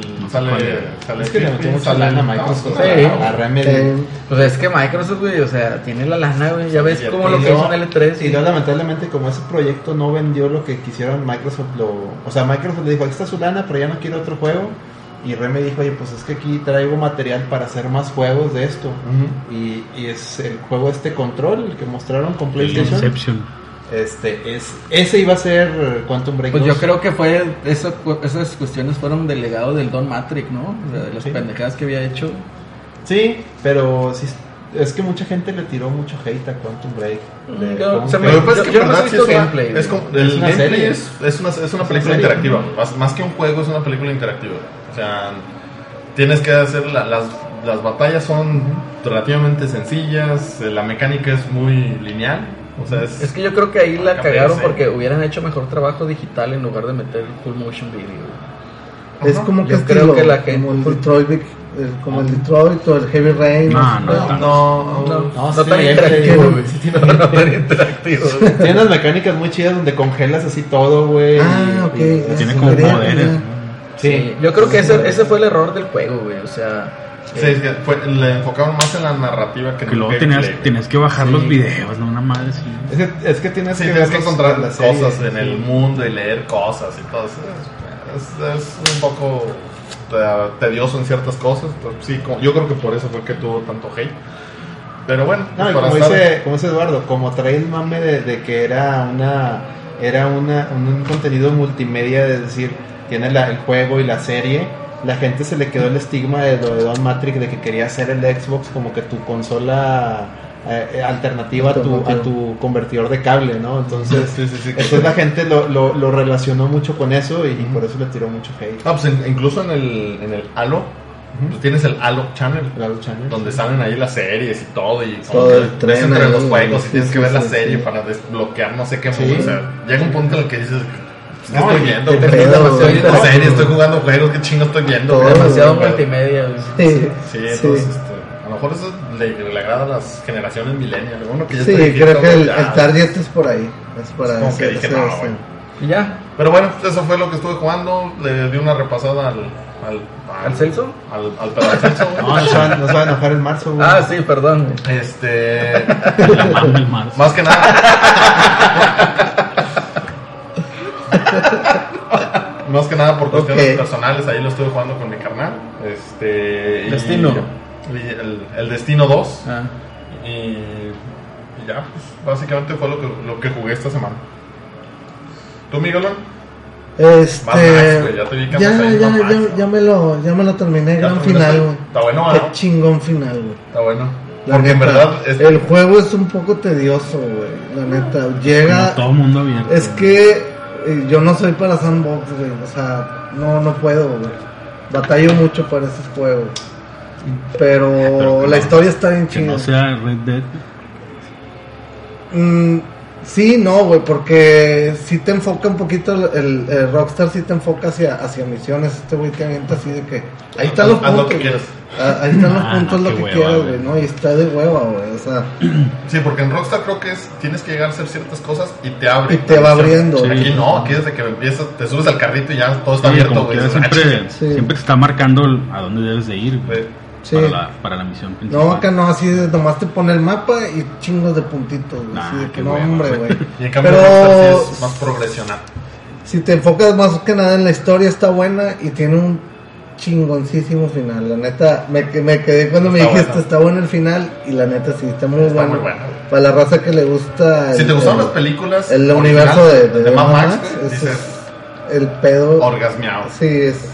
Speaker 3: Mm,
Speaker 5: ¿Cuál
Speaker 3: Sale,
Speaker 5: es?
Speaker 3: sale
Speaker 6: Es que le
Speaker 3: Pippin,
Speaker 6: metió mucha
Speaker 3: sale-
Speaker 6: lana a
Speaker 3: no,
Speaker 6: Microsoft.
Speaker 3: sí.
Speaker 2: sí.
Speaker 6: A, a Remedy.
Speaker 4: Eh,
Speaker 2: Pues es que Microsoft, güey, o sea, tiene la lana, güey. Ya ves
Speaker 3: Sí,
Speaker 2: como lo
Speaker 6: Y
Speaker 2: que
Speaker 6: luego-
Speaker 2: hizo en E L3.
Speaker 6: Y luego, lamentablemente, como ese proyecto no vendió lo que quisieron, Microsoft lo. O sea, Microsoft le dijo: Aquí está su lana, pero ya no quiero otro juego. Y Remedy dijo: Oye, pues es que aquí traigo material para hacer más juegos de esto. Y, y es el juego este control, el que mostraron con
Speaker 5: El
Speaker 6: PlayStation.
Speaker 5: Inception.
Speaker 6: Este, es, ese iba a ser Quantum Break.
Speaker 2: Pues
Speaker 6: 2.
Speaker 2: yo creo que fue, eso, esas cuestiones fueron del legado del Don Matrix, ¿no? O sea, de las
Speaker 6: Sí.
Speaker 2: pendejadas que había hecho.
Speaker 6: Sí, pero sí, es que mucha gente le tiró mucho hate a Quantum Break. De-
Speaker 2: Mm, Yo-
Speaker 6: como
Speaker 2: se
Speaker 6: que-
Speaker 3: Lo que pasa es
Speaker 2: Yo-
Speaker 3: que
Speaker 2: yo
Speaker 3: en
Speaker 2: no
Speaker 3: verdad
Speaker 2: he
Speaker 3: sí
Speaker 2: visto
Speaker 3: es una-
Speaker 2: gameplay,
Speaker 3: es
Speaker 2: güey.
Speaker 3: como- el
Speaker 6: Es una
Speaker 3: gameplay
Speaker 6: serie.
Speaker 3: es, es una, es una
Speaker 6: una
Speaker 3: película
Speaker 6: serie.
Speaker 3: interactiva. Más, más que un juego, es una película interactiva. O sea, tienes que hacer. la- las, las batallas son relativamente sencillas. eh, La mecánica es muy lineal. O sea, es.
Speaker 2: Es que yo creo que ahí la
Speaker 3: Acá
Speaker 2: cagaron
Speaker 3: parece.
Speaker 2: porque hubieran hecho mejor trabajo digital en lugar de meter full motion video. güey.
Speaker 4: es como que
Speaker 2: Yo creo
Speaker 4: estilo,
Speaker 2: que la que-
Speaker 4: como el Detroit, el- como
Speaker 6: Ah.
Speaker 4: el Detroit o el Heavy Rain. Ah,
Speaker 5: No,
Speaker 4: sé,
Speaker 5: no, no.
Speaker 4: pero-
Speaker 3: no,
Speaker 2: No,
Speaker 6: no,
Speaker 2: no,
Speaker 6: sí
Speaker 2: tan
Speaker 6: tiene
Speaker 2: interactivo,
Speaker 6: gameplay,
Speaker 2: güey.
Speaker 6: sí tiene
Speaker 2: No, no tan interactivo, güey.
Speaker 6: Tiene unas mecánicas muy chidas donde congelas así todo, güey.
Speaker 4: Ah, ok.
Speaker 6: y-
Speaker 4: Ah,
Speaker 5: Tiene
Speaker 4: sí,
Speaker 5: como
Speaker 4: quería-
Speaker 5: poderes.
Speaker 4: quería-
Speaker 6: Sí.
Speaker 2: Yo creo que ese, ese fue el error del juego, güey. O sea,
Speaker 3: Sí, es que fue- le enfocaron más en la narrativa que en
Speaker 5: Que
Speaker 3: el
Speaker 5: luego
Speaker 3: gameplay,
Speaker 5: tenías,
Speaker 3: güey.
Speaker 5: tenías que bajar
Speaker 2: Sí.
Speaker 5: los videos, ¿no? Una madre así.
Speaker 6: Es que, es que tienes
Speaker 3: Sí,
Speaker 6: que
Speaker 3: tienes que
Speaker 6: verlos
Speaker 3: encontrar
Speaker 6: en la
Speaker 3: cosas
Speaker 6: serie,
Speaker 3: en
Speaker 6: sí.
Speaker 3: el mundo y leer cosas y todo eso. Es, es un poco eh, tedioso en ciertas cosas. Entonces, sí, como- yo creo que por eso fue que tuvo tanto hate. Pero bueno, pues
Speaker 6: No, y
Speaker 3: para
Speaker 6: como
Speaker 3: estar-
Speaker 6: dice, como dice Eduardo, como trae el mame de, de que era una era una, un contenido multimedia, es decir, tiene la- el juego y la serie, la gente se le quedó el estigma de, lo de Don Matrix de que quería hacer el Xbox como que tu consola eh, eh, alternativa a tu, a tu convertidor de cable, ¿no? Entonces,
Speaker 3: Sí, sí, sí.
Speaker 6: entonces la gente lo, lo, lo relacionó mucho con eso y, y por eso le tiró mucho hate.
Speaker 3: No, pues en- incluso en el, en el Halo, pues tienes el Halo Channel.
Speaker 6: La lucha, ¿no?
Speaker 3: Donde salen ahí las series y todo, y como
Speaker 4: Todo
Speaker 3: que
Speaker 4: el tren
Speaker 3: ves entre
Speaker 4: ahí,
Speaker 3: los juegos,
Speaker 4: sí,
Speaker 3: y tienes
Speaker 4: sí,
Speaker 3: que ver
Speaker 4: sí,
Speaker 3: la
Speaker 4: sí.
Speaker 3: serie para desbloquear no sé qué.
Speaker 6: Sí.
Speaker 3: mundo, O sea, llega un punto en el que dices, ¿qué
Speaker 6: No,
Speaker 3: estoy
Speaker 6: y
Speaker 3: viendo?
Speaker 4: te
Speaker 3: güey?
Speaker 4: pedo,
Speaker 3: estoy viendo
Speaker 2: güey.
Speaker 3: series, estoy jugando juegos, ¿qué chingo estoy viendo? güey?
Speaker 2: demasiado
Speaker 3: Pero-
Speaker 2: multimedia, güey.
Speaker 4: Sí,
Speaker 3: Sí,
Speaker 4: sí.
Speaker 3: entonces, este, a lo mejor eso le, le agrada a las generaciones millennials. Uno que ya
Speaker 4: Sí,
Speaker 3: está viejito,
Speaker 4: creo que el,
Speaker 3: ya.
Speaker 4: el target es por ahí. Es para
Speaker 3: Como que dije, no, güey.
Speaker 2: Y ya,
Speaker 3: Pero bueno, eso fue lo que estuve jugando. Le di una repasada al. ¿Al,
Speaker 2: ¿Al Celso?
Speaker 3: Al, al pedo al Celso, güey.
Speaker 6: No, no se van, no se van a enojar en marzo, güey.
Speaker 2: Ah, sí, perdón. güey.
Speaker 3: Este.
Speaker 5: La mano del mar.
Speaker 3: Más que nada. Más que nada por cuestiones
Speaker 4: Ok.
Speaker 3: personales, ahí lo estuve jugando con mi carnal. Este. y-
Speaker 2: Destino.
Speaker 3: y el, el Destino 2.
Speaker 2: Ah,
Speaker 3: Y, y ya, pues, básicamente fue lo que, lo que jugué esta semana. ¿Tú, Miguelón? Mad Max, güey,
Speaker 4: Este.
Speaker 3: ya te vi que
Speaker 4: Ya,
Speaker 3: andas
Speaker 4: ya,
Speaker 3: ahí en Mad
Speaker 4: ya,
Speaker 3: Max, ¿no?
Speaker 4: ya me lo, ya me lo terminé. Gran final, güey.
Speaker 3: Está bueno,
Speaker 4: Qué
Speaker 3: ¿no?
Speaker 4: chingón final, güey.
Speaker 3: Está bueno.
Speaker 4: La
Speaker 3: Ah. Porque en
Speaker 4: neta,
Speaker 3: verdad este, es-
Speaker 4: el juego es un poco tedioso, güey. La neta,
Speaker 5: Como
Speaker 4: llega.
Speaker 5: todo mundo abierto.
Speaker 4: Es que eh, yo no soy para sandbox, güey. O sea, no, no puedo, güey. Batallo mucho para esos juegos. Pero,
Speaker 5: Pero que
Speaker 4: la
Speaker 5: no-
Speaker 4: historia está bien
Speaker 5: Que
Speaker 4: chida.
Speaker 5: no sea Red Dead.
Speaker 4: Mm, sí, no, güey, porque si te enfoca un poquito el, el- el Rockstar, si te enfoca hacia, hacia misiones. Este güey te avienta así de que ahí están los
Speaker 3: Haz lo
Speaker 4: puntos.
Speaker 3: que
Speaker 4: güey.
Speaker 3: quieras.
Speaker 4: Ah, Ahí están los
Speaker 5: Ah,
Speaker 4: puntos,
Speaker 5: no,
Speaker 4: lo
Speaker 5: qué
Speaker 4: que
Speaker 5: hueva,
Speaker 4: quieras,
Speaker 5: güey.
Speaker 4: güey, ¿no? Y está de hueva, güey, o sea,
Speaker 3: Sí, porque en Rockstar creo que es, tienes que llegar a hacer ciertas cosas y te abre.
Speaker 4: y te va abriendo.
Speaker 5: Sí.
Speaker 3: Aquí no, aquí desde que empiezas, te subes al carrito y ya todo está
Speaker 5: Sí,
Speaker 3: abierto,
Speaker 5: como
Speaker 3: güey.
Speaker 5: que
Speaker 3: Dices, "Ah,
Speaker 5: siempre,
Speaker 3: chinga".
Speaker 4: Sí.
Speaker 5: siempre te está marcando el- a dónde debes de ir. güey.
Speaker 3: Güey,
Speaker 4: Sí.
Speaker 5: para, la, para la misión principal.
Speaker 4: No, acá no, así de, nomás te pone el mapa y chingos de puntitos, güey,
Speaker 5: Nah,
Speaker 4: así de que
Speaker 5: qué
Speaker 4: no,
Speaker 5: hueva,
Speaker 4: hombre, güey.
Speaker 3: Y en cambio,
Speaker 4: Pero
Speaker 3: Rockstar sí es más progresional.
Speaker 4: si te enfocas más que nada en la historia, está buena y tiene un chingoncísimo final. La neta, me, que- me quedé cuando me
Speaker 3: Está
Speaker 4: dijiste,
Speaker 3: bueno.
Speaker 4: está bueno el final y la neta sí, está muy
Speaker 3: Está
Speaker 4: bueno.
Speaker 3: muy bueno.
Speaker 4: Para la raza que le gusta...
Speaker 3: Si
Speaker 4: el-
Speaker 3: te gustaron
Speaker 4: el-
Speaker 3: las películas,
Speaker 4: El
Speaker 3: originales
Speaker 4: universo de, de,
Speaker 3: de Mad Max,
Speaker 4: ese
Speaker 3: dices,
Speaker 4: es el pedo.
Speaker 3: orgasmeado.
Speaker 4: Sí, es.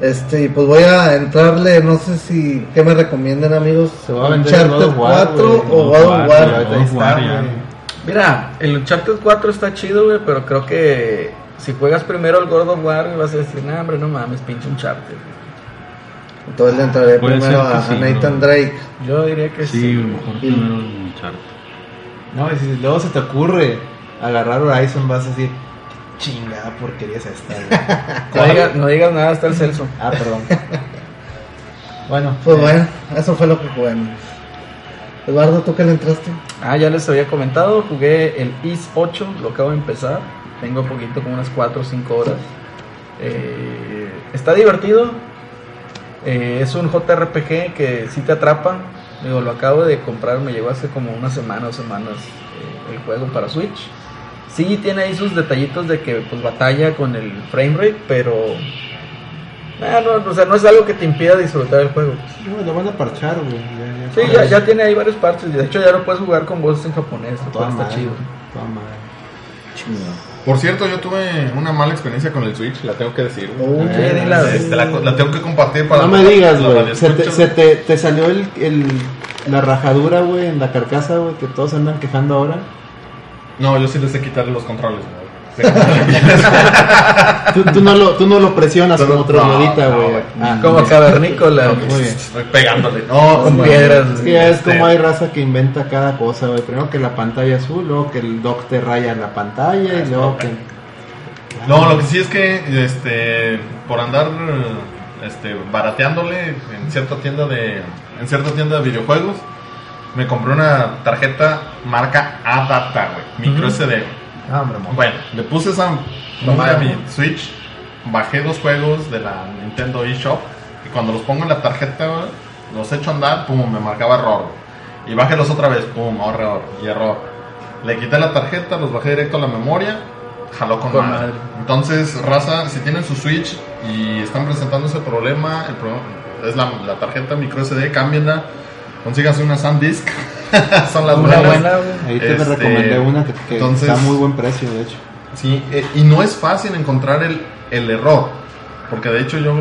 Speaker 4: Este, y pues voy a entrarle, no sé si. ¿Qué me recomiendan, amigos?
Speaker 6: Se va a vender
Speaker 4: Uncharted
Speaker 6: God of War,
Speaker 4: 4
Speaker 6: güey.
Speaker 4: o God of
Speaker 5: God
Speaker 4: War?
Speaker 5: of
Speaker 6: Ahorita ahí está,
Speaker 5: War, ya.
Speaker 6: güey.
Speaker 2: Mira, el Uncharted 4 está chido, güey, pero creo que si juegas primero el Gordo War, güey, vas a decir, no, hombre, no mames, pinche Uncharted.
Speaker 4: Entonces le entraré
Speaker 5: Puede
Speaker 4: primero
Speaker 5: ser que
Speaker 4: a,
Speaker 5: sí,
Speaker 4: a Nathan
Speaker 5: ¿no?
Speaker 4: Drake.
Speaker 2: Yo diría que sí.
Speaker 5: Sí, mejor
Speaker 4: Sí.
Speaker 5: primero Uncharted.
Speaker 6: No, y si luego se te ocurre agarrar Horizon, vas a decir, "Qué chingada porquería es esta. güey".
Speaker 2: No digas, no digas nada hasta el Celso.
Speaker 6: ah, perdón. bueno,
Speaker 4: Pues
Speaker 6: eh,
Speaker 4: bueno, eso fue lo que jugué. amigos. Eduardo, ¿tú qué le entraste?
Speaker 2: Ah, ya les había comentado, jugué el IS 8, lo acabo de empezar. Tengo poquito, como unas 4 o 5 horas. Eh, está divertido. Eh, es un JRPG que sí te atrapa. Digo, lo acabo de comprar, me llegó hace como una semana o semanas eh, el juego para Switch. Sí tiene ahí sus detallitos de que pues batalla con el frame rate, pero... ah, no, o sea, no es algo que te impida disfrutar el juego. pues.
Speaker 6: no, lo van a parchar, güey. ya-
Speaker 2: Sí, ya, ya tiene ahí varios parches. y De hecho, ya lo puedes jugar con voces en japonés. lo cual
Speaker 6: Toda
Speaker 2: está
Speaker 6: madre,
Speaker 2: chido.
Speaker 6: toda madre.
Speaker 3: Por cierto, yo tuve una mala experiencia con el Switch, la tengo que decir. güey.
Speaker 4: Oh,
Speaker 2: Sí, dila, güey.
Speaker 3: Este, la, la tengo que compartir para.
Speaker 6: No me digas,
Speaker 3: para
Speaker 6: güey.
Speaker 3: los
Speaker 6: Se, te,
Speaker 3: radioescuchas.
Speaker 6: se te, te salió el, el- la rajadura, güey, en la carcasa, güey, que todos andan quejando ahora.
Speaker 3: No, yo sí les sé quitarle los controles, güey.
Speaker 6: Tú, tú no, lo, tú no lo presionas
Speaker 3: Tú no-
Speaker 6: como troglodita,
Speaker 3: no, no,
Speaker 6: güey.
Speaker 3: güey.
Speaker 6: Ah,
Speaker 2: Como
Speaker 6: muy bien.
Speaker 2: cavernícola. güey.
Speaker 6: Muy bien.
Speaker 3: Estoy pegándole. No,
Speaker 2: Con
Speaker 3: güey.
Speaker 2: piedras.
Speaker 6: Es
Speaker 2: güey.
Speaker 6: que ya es
Speaker 3: Este-
Speaker 6: como hay raza que inventa cada cosa, güey. Primero que la pantalla azul, luego que el dock te raya en la pantalla y luego que...
Speaker 3: No, lo que sí es que este por andar este barateándole en cierta tienda de en cierta tienda de videojuegos me compré una tarjeta marca Adapta, güey, micro SD.
Speaker 6: Ah, hombre, mo-
Speaker 3: Bueno, le puse esa mamá a mi Switch, bajé dos juegos de la Nintendo eShop y cuando los pongo en la tarjeta, güey, los echo a andar, pum, me marcaba error. güey. Y bájelos otra vez, pum, error y error. Le quité la tarjeta, los bajé directo a la memoria, jaló con,
Speaker 2: Con
Speaker 3: madre.
Speaker 2: madre.
Speaker 3: Entonces, raza, si tienen su Switch y están presentando ese problema, el problema es la, la tarjeta micro SD, cámbienla, consíganse una SanDisk, son las
Speaker 2: Una
Speaker 3: buenas.
Speaker 2: buena, güey.
Speaker 6: Ahí te
Speaker 3: Este,
Speaker 6: recomendé una que, que
Speaker 3: entonces-
Speaker 6: está a muy buen precio, de hecho.
Speaker 3: Sí, eh, y no es fácil encontrar el, el error, porque de hecho yo,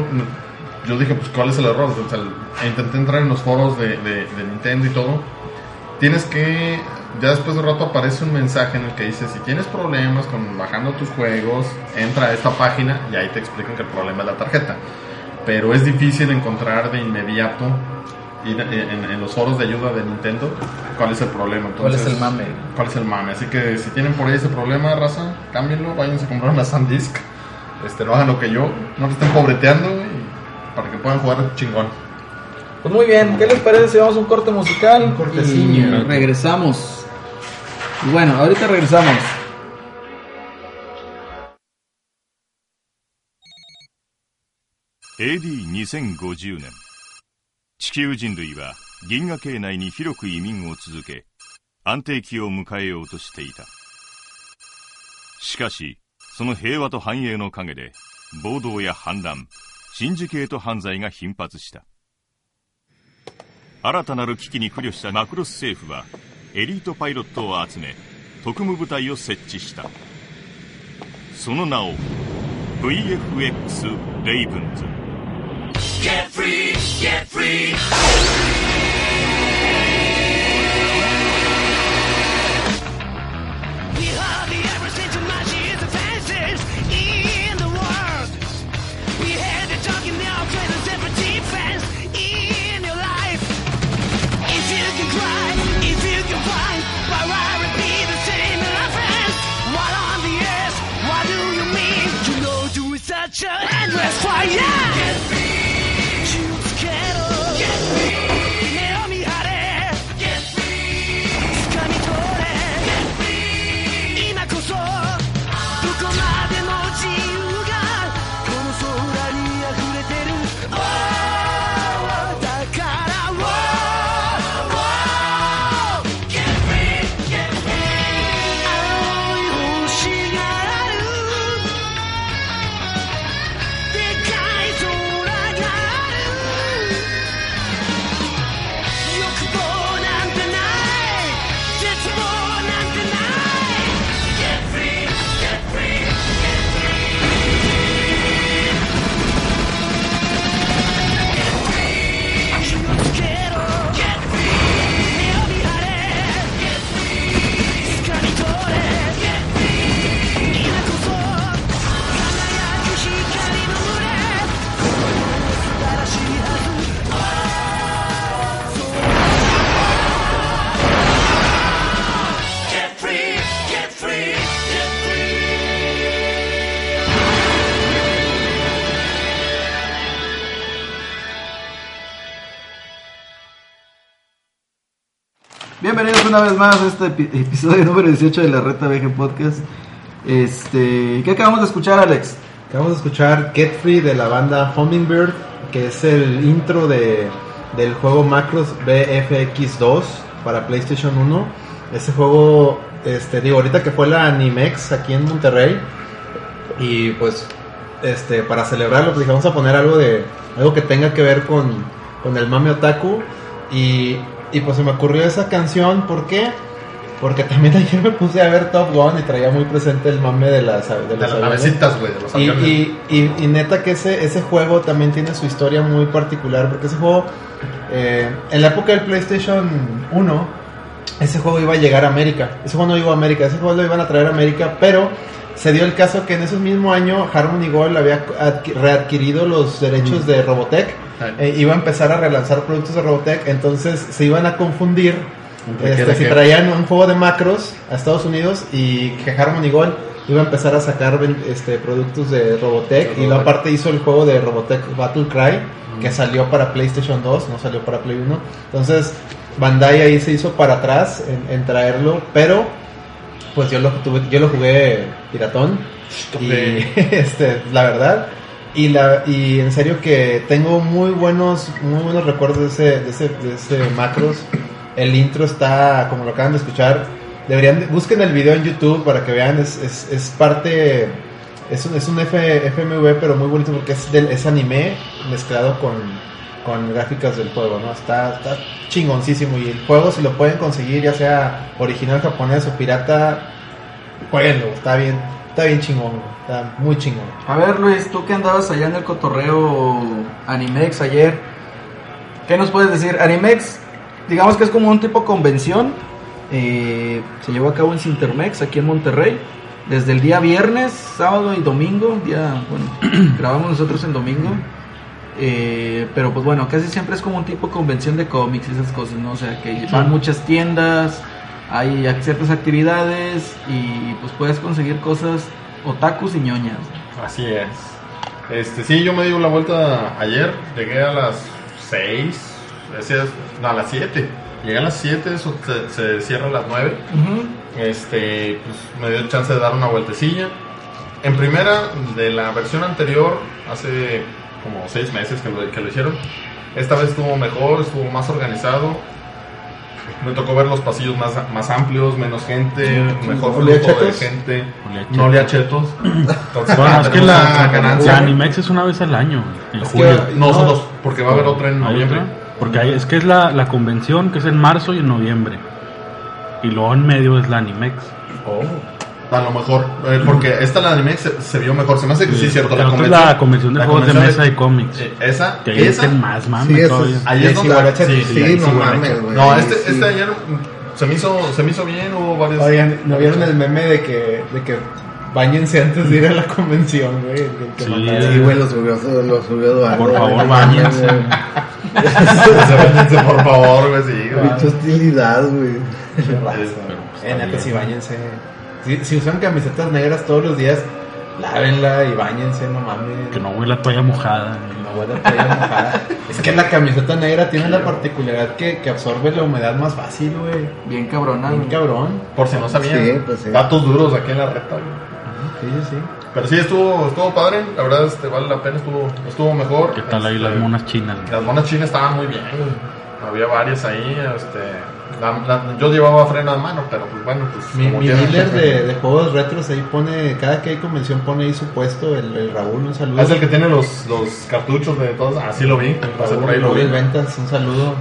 Speaker 3: yo dije, pues, ¿cuál es el error? O sea, el- intenté entrar en los foros de, de- de Nintendo y todo. Tienes que, ya después de un rato aparece un mensaje en el que dice, si tienes problemas con bajando tus juegos, entra a esta página y ahí te explican que el problema es la tarjeta. Pero es difícil encontrar de inmediato ir en, en los foros de ayuda de Nintendo cuál es el problema.
Speaker 2: ¿Cuál es
Speaker 3: Entonces,
Speaker 2: el mame?
Speaker 3: cuál es el mame. Así que si tienen por ahí ese problema, raza, cámbienlo, váyanse a comprar una SanDisk. Este, no hagan lo que yo, no te estén pobreteando y para que puedan jugar chingón.
Speaker 2: Pues muy bien, ¿qué les parece si vamos a un corte musical?
Speaker 8: Y regresamos. Y bueno, ahorita regresamos.
Speaker 9: AD2050 年地球人類は銀河系内に広く移民を続け安定期を迎えようとしていたしかしその平和と繁栄の陰で暴動や反乱シンジケート犯罪が頻発した新たなる危機に苦慮したマクロス政府はエリートパイロットを集め特務部隊を設置したその名を VFX レイブンズ
Speaker 7: We are the average international advances in the world. We had the talking now, playing a separate defense in your life. If you can cry, if you can fight, why why repeat the same elephants? What on the earth? What do you mean? You know you is such an endless fire. Get me, choose kettle. Get me, Naomi Hare. Get me, Skami Tore. 今こそどこまでも自由がこの空に溢れてる Oh, 大
Speaker 10: una vez más a este epi- episodio número 18 de la Reta VG Podcast. Este, ¿Qué acabamos de escuchar, Alex?
Speaker 6: Acabamos de escuchar Get Free de la banda Hummingbird, que es el intro de, del juego Macros BFX2 para PlayStation 1. Ese juego, este, digo, ahorita que fue la Animex aquí en Monterrey, y pues este, para celebrarlo, pues dije, vamos a poner algo de algo que tenga que ver con, con el mame otaku. Y, y pues se me ocurrió esa canción, ¿por qué? Porque también ayer me puse a ver Top Gun y traía muy presente el mame de las, de
Speaker 3: De
Speaker 6: los
Speaker 3: las
Speaker 6: aviones.
Speaker 3: navecitas, güey, de los
Speaker 6: Y,
Speaker 3: aviones.
Speaker 6: y- y- y neta que ese, ese juego también tiene su historia muy particular, porque ese juego, eh, en la época del PlayStation 1, ese juego iba a llegar a América. Ese juego no llegó a América, ese juego lo iban a traer a América, pero se dio el caso que en ese mismo año Harmony Gold había adqui- readquirido los derechos de Robotech, eh, iba a empezar a relanzar productos de Robotech, entonces se iban a confundir
Speaker 3: Entre que
Speaker 6: este,
Speaker 3: era
Speaker 6: si
Speaker 3: que-
Speaker 6: traían un juego de macros a Estados Unidos y que Harmony Gold iba a empezar a sacar ven- este, productos de Robotech y luego aparte hizo el juego de Robotech Battle Cry que salió para PlayStation 2, no salió para Play 1. Entonces Bandai ahí se hizo para atrás en, en traerlo, pero pues yo lo, tuve, yo lo jugué piratón y este, la verdad. Y, la, y en serio que tengo muy buenos, muy buenos recuerdos de ese, de ese, de ese macros. El intro está, como lo acaban de escuchar, deberían, de- busquen el video en YouTube para que vean, es, es, es parte, es un, es un F- FMV pero muy bonito porque es, del, es anime mezclado con, con gráficas del juego, ¿no? Está, está chingoncísimo y el juego si lo pueden conseguir, ya sea original japonés o pirata, jueguenlo, está bien, está bien chingón, güey, está muy chingón.
Speaker 10: A ver, Luis, tú que andabas allá en el cotorreo Animex ayer, ¿qué nos puedes decir? Animex, digamos que es como un tipo convención, eh, se llevó a cabo en Cintermex, aquí en Monterrey, desde el día viernes, sábado y domingo, día, bueno, grabamos nosotros el domingo, eh, pero pues bueno, casi siempre es como un tipo convención de cómics y esas cosas, ¿no? O sea, que van muchas tiendas, hay ciertas actividades y pues puedes conseguir cosas otakus y ñoñas.
Speaker 3: Así es. Este, sí, yo me di la vuelta ayer, llegué a las 6, no, a las 7. Llegué a las 7, eso se, se cierra a las 9. Este, pues me dio chance de dar una vueltecilla. En primera, de la versión anterior, hace como 6 meses que lo, que lo hicieron. Esta vez estuvo mejor, estuvo más organizado. Me tocó ver los pasillos más, más amplios, menos gente, mejor
Speaker 6: olía
Speaker 3: flujo de
Speaker 6: chetos.
Speaker 3: gente.
Speaker 5: Olía chetos.
Speaker 3: No le achetos. Entonces,
Speaker 5: Bueno, es que
Speaker 3: tenemos
Speaker 5: la,
Speaker 3: una ganancia.
Speaker 5: la Animex es una vez al año, güey, en
Speaker 3: Es que
Speaker 5: julio.
Speaker 3: no, son dos, porque va a haber otra en
Speaker 5: ¿Hay
Speaker 3: noviembre.
Speaker 5: otra? Porque hay- es que es la, la convención que es en marzo y en noviembre. Y luego en medio es la Animex.
Speaker 3: A lo mejor, eh, porque esta la anime se, se vio mejor. Se me hace que sí es cierto.
Speaker 5: La otra es la convención de
Speaker 3: la
Speaker 5: juegos de
Speaker 3: convención
Speaker 5: mesa y cómics.
Speaker 3: eh, esa,
Speaker 5: que ahí
Speaker 3: esa,
Speaker 5: estén más
Speaker 4: Sí,
Speaker 5: mames
Speaker 4: eso
Speaker 5: todavía.
Speaker 4: es-
Speaker 3: ayer
Speaker 4: Sí,
Speaker 3: no
Speaker 4: sí,
Speaker 3: la-
Speaker 4: guaracha,
Speaker 3: sí,
Speaker 4: sí,
Speaker 3: sí,
Speaker 4: no
Speaker 3: sí,
Speaker 4: mames,
Speaker 3: guaracha.
Speaker 4: güey,
Speaker 3: No, este,
Speaker 4: sí.
Speaker 3: este ayer mm, se me hizo, se me hizo bien, hubo varios.
Speaker 6: Oigan, ¿no vieron el meme de que, de que bañense antes de ir a la convención, güey? El que
Speaker 5: Sí.
Speaker 6: mandaron.
Speaker 4: Sí, güey, lo subió, lo subió Eduardo.
Speaker 5: Por favor,
Speaker 4: güey,
Speaker 5: bañense.
Speaker 4: güey.
Speaker 3: por favor, güey, sí, güey.
Speaker 4: Pinche hostilidad, güey.
Speaker 6: Qué raza,
Speaker 3: Sí,
Speaker 6: güey.
Speaker 3: pero, pues,
Speaker 6: eh,
Speaker 3: está
Speaker 6: neta,
Speaker 3: bien.
Speaker 6: sí, bañense. Si, si usan camisetas negras todos los días, lávenla y bañense, no mames.
Speaker 5: Que no huele a toalla mojada.
Speaker 6: No huele a toalla mojada. es que la camiseta negra tiene la particularidad que, que absorbe la humedad más fácil, güey.
Speaker 10: Bien cabrona.
Speaker 6: Bien cabrón.
Speaker 3: Por si no sabían,
Speaker 4: Sí, pues sí.
Speaker 3: datos duros aquí en la recta, güey.
Speaker 6: Sí, sí, sí.
Speaker 3: Pero sí, estuvo, estuvo padre. La verdad, este, vale la pena, estuvo, estuvo mejor.
Speaker 5: ¿Qué tal ahí
Speaker 3: Este,
Speaker 5: las monas chinas? güey?
Speaker 3: Las monas chinas estaban muy bien, güey. Había varias ahí, este. la- la- yo llevaba freno de mano, pero pues bueno, pues.
Speaker 6: Mi,
Speaker 3: como
Speaker 6: mi
Speaker 3: quieran.
Speaker 6: dealer de, de juegos retros ahí pone, cada que hay convención pone ahí su puesto, el, el Raúl, un saludo.
Speaker 3: Ah, Es el que tiene los, los cartuchos de todos. Así lo vi. Pasé por ahí lo vi.
Speaker 6: Raúl Ventas, un saludo.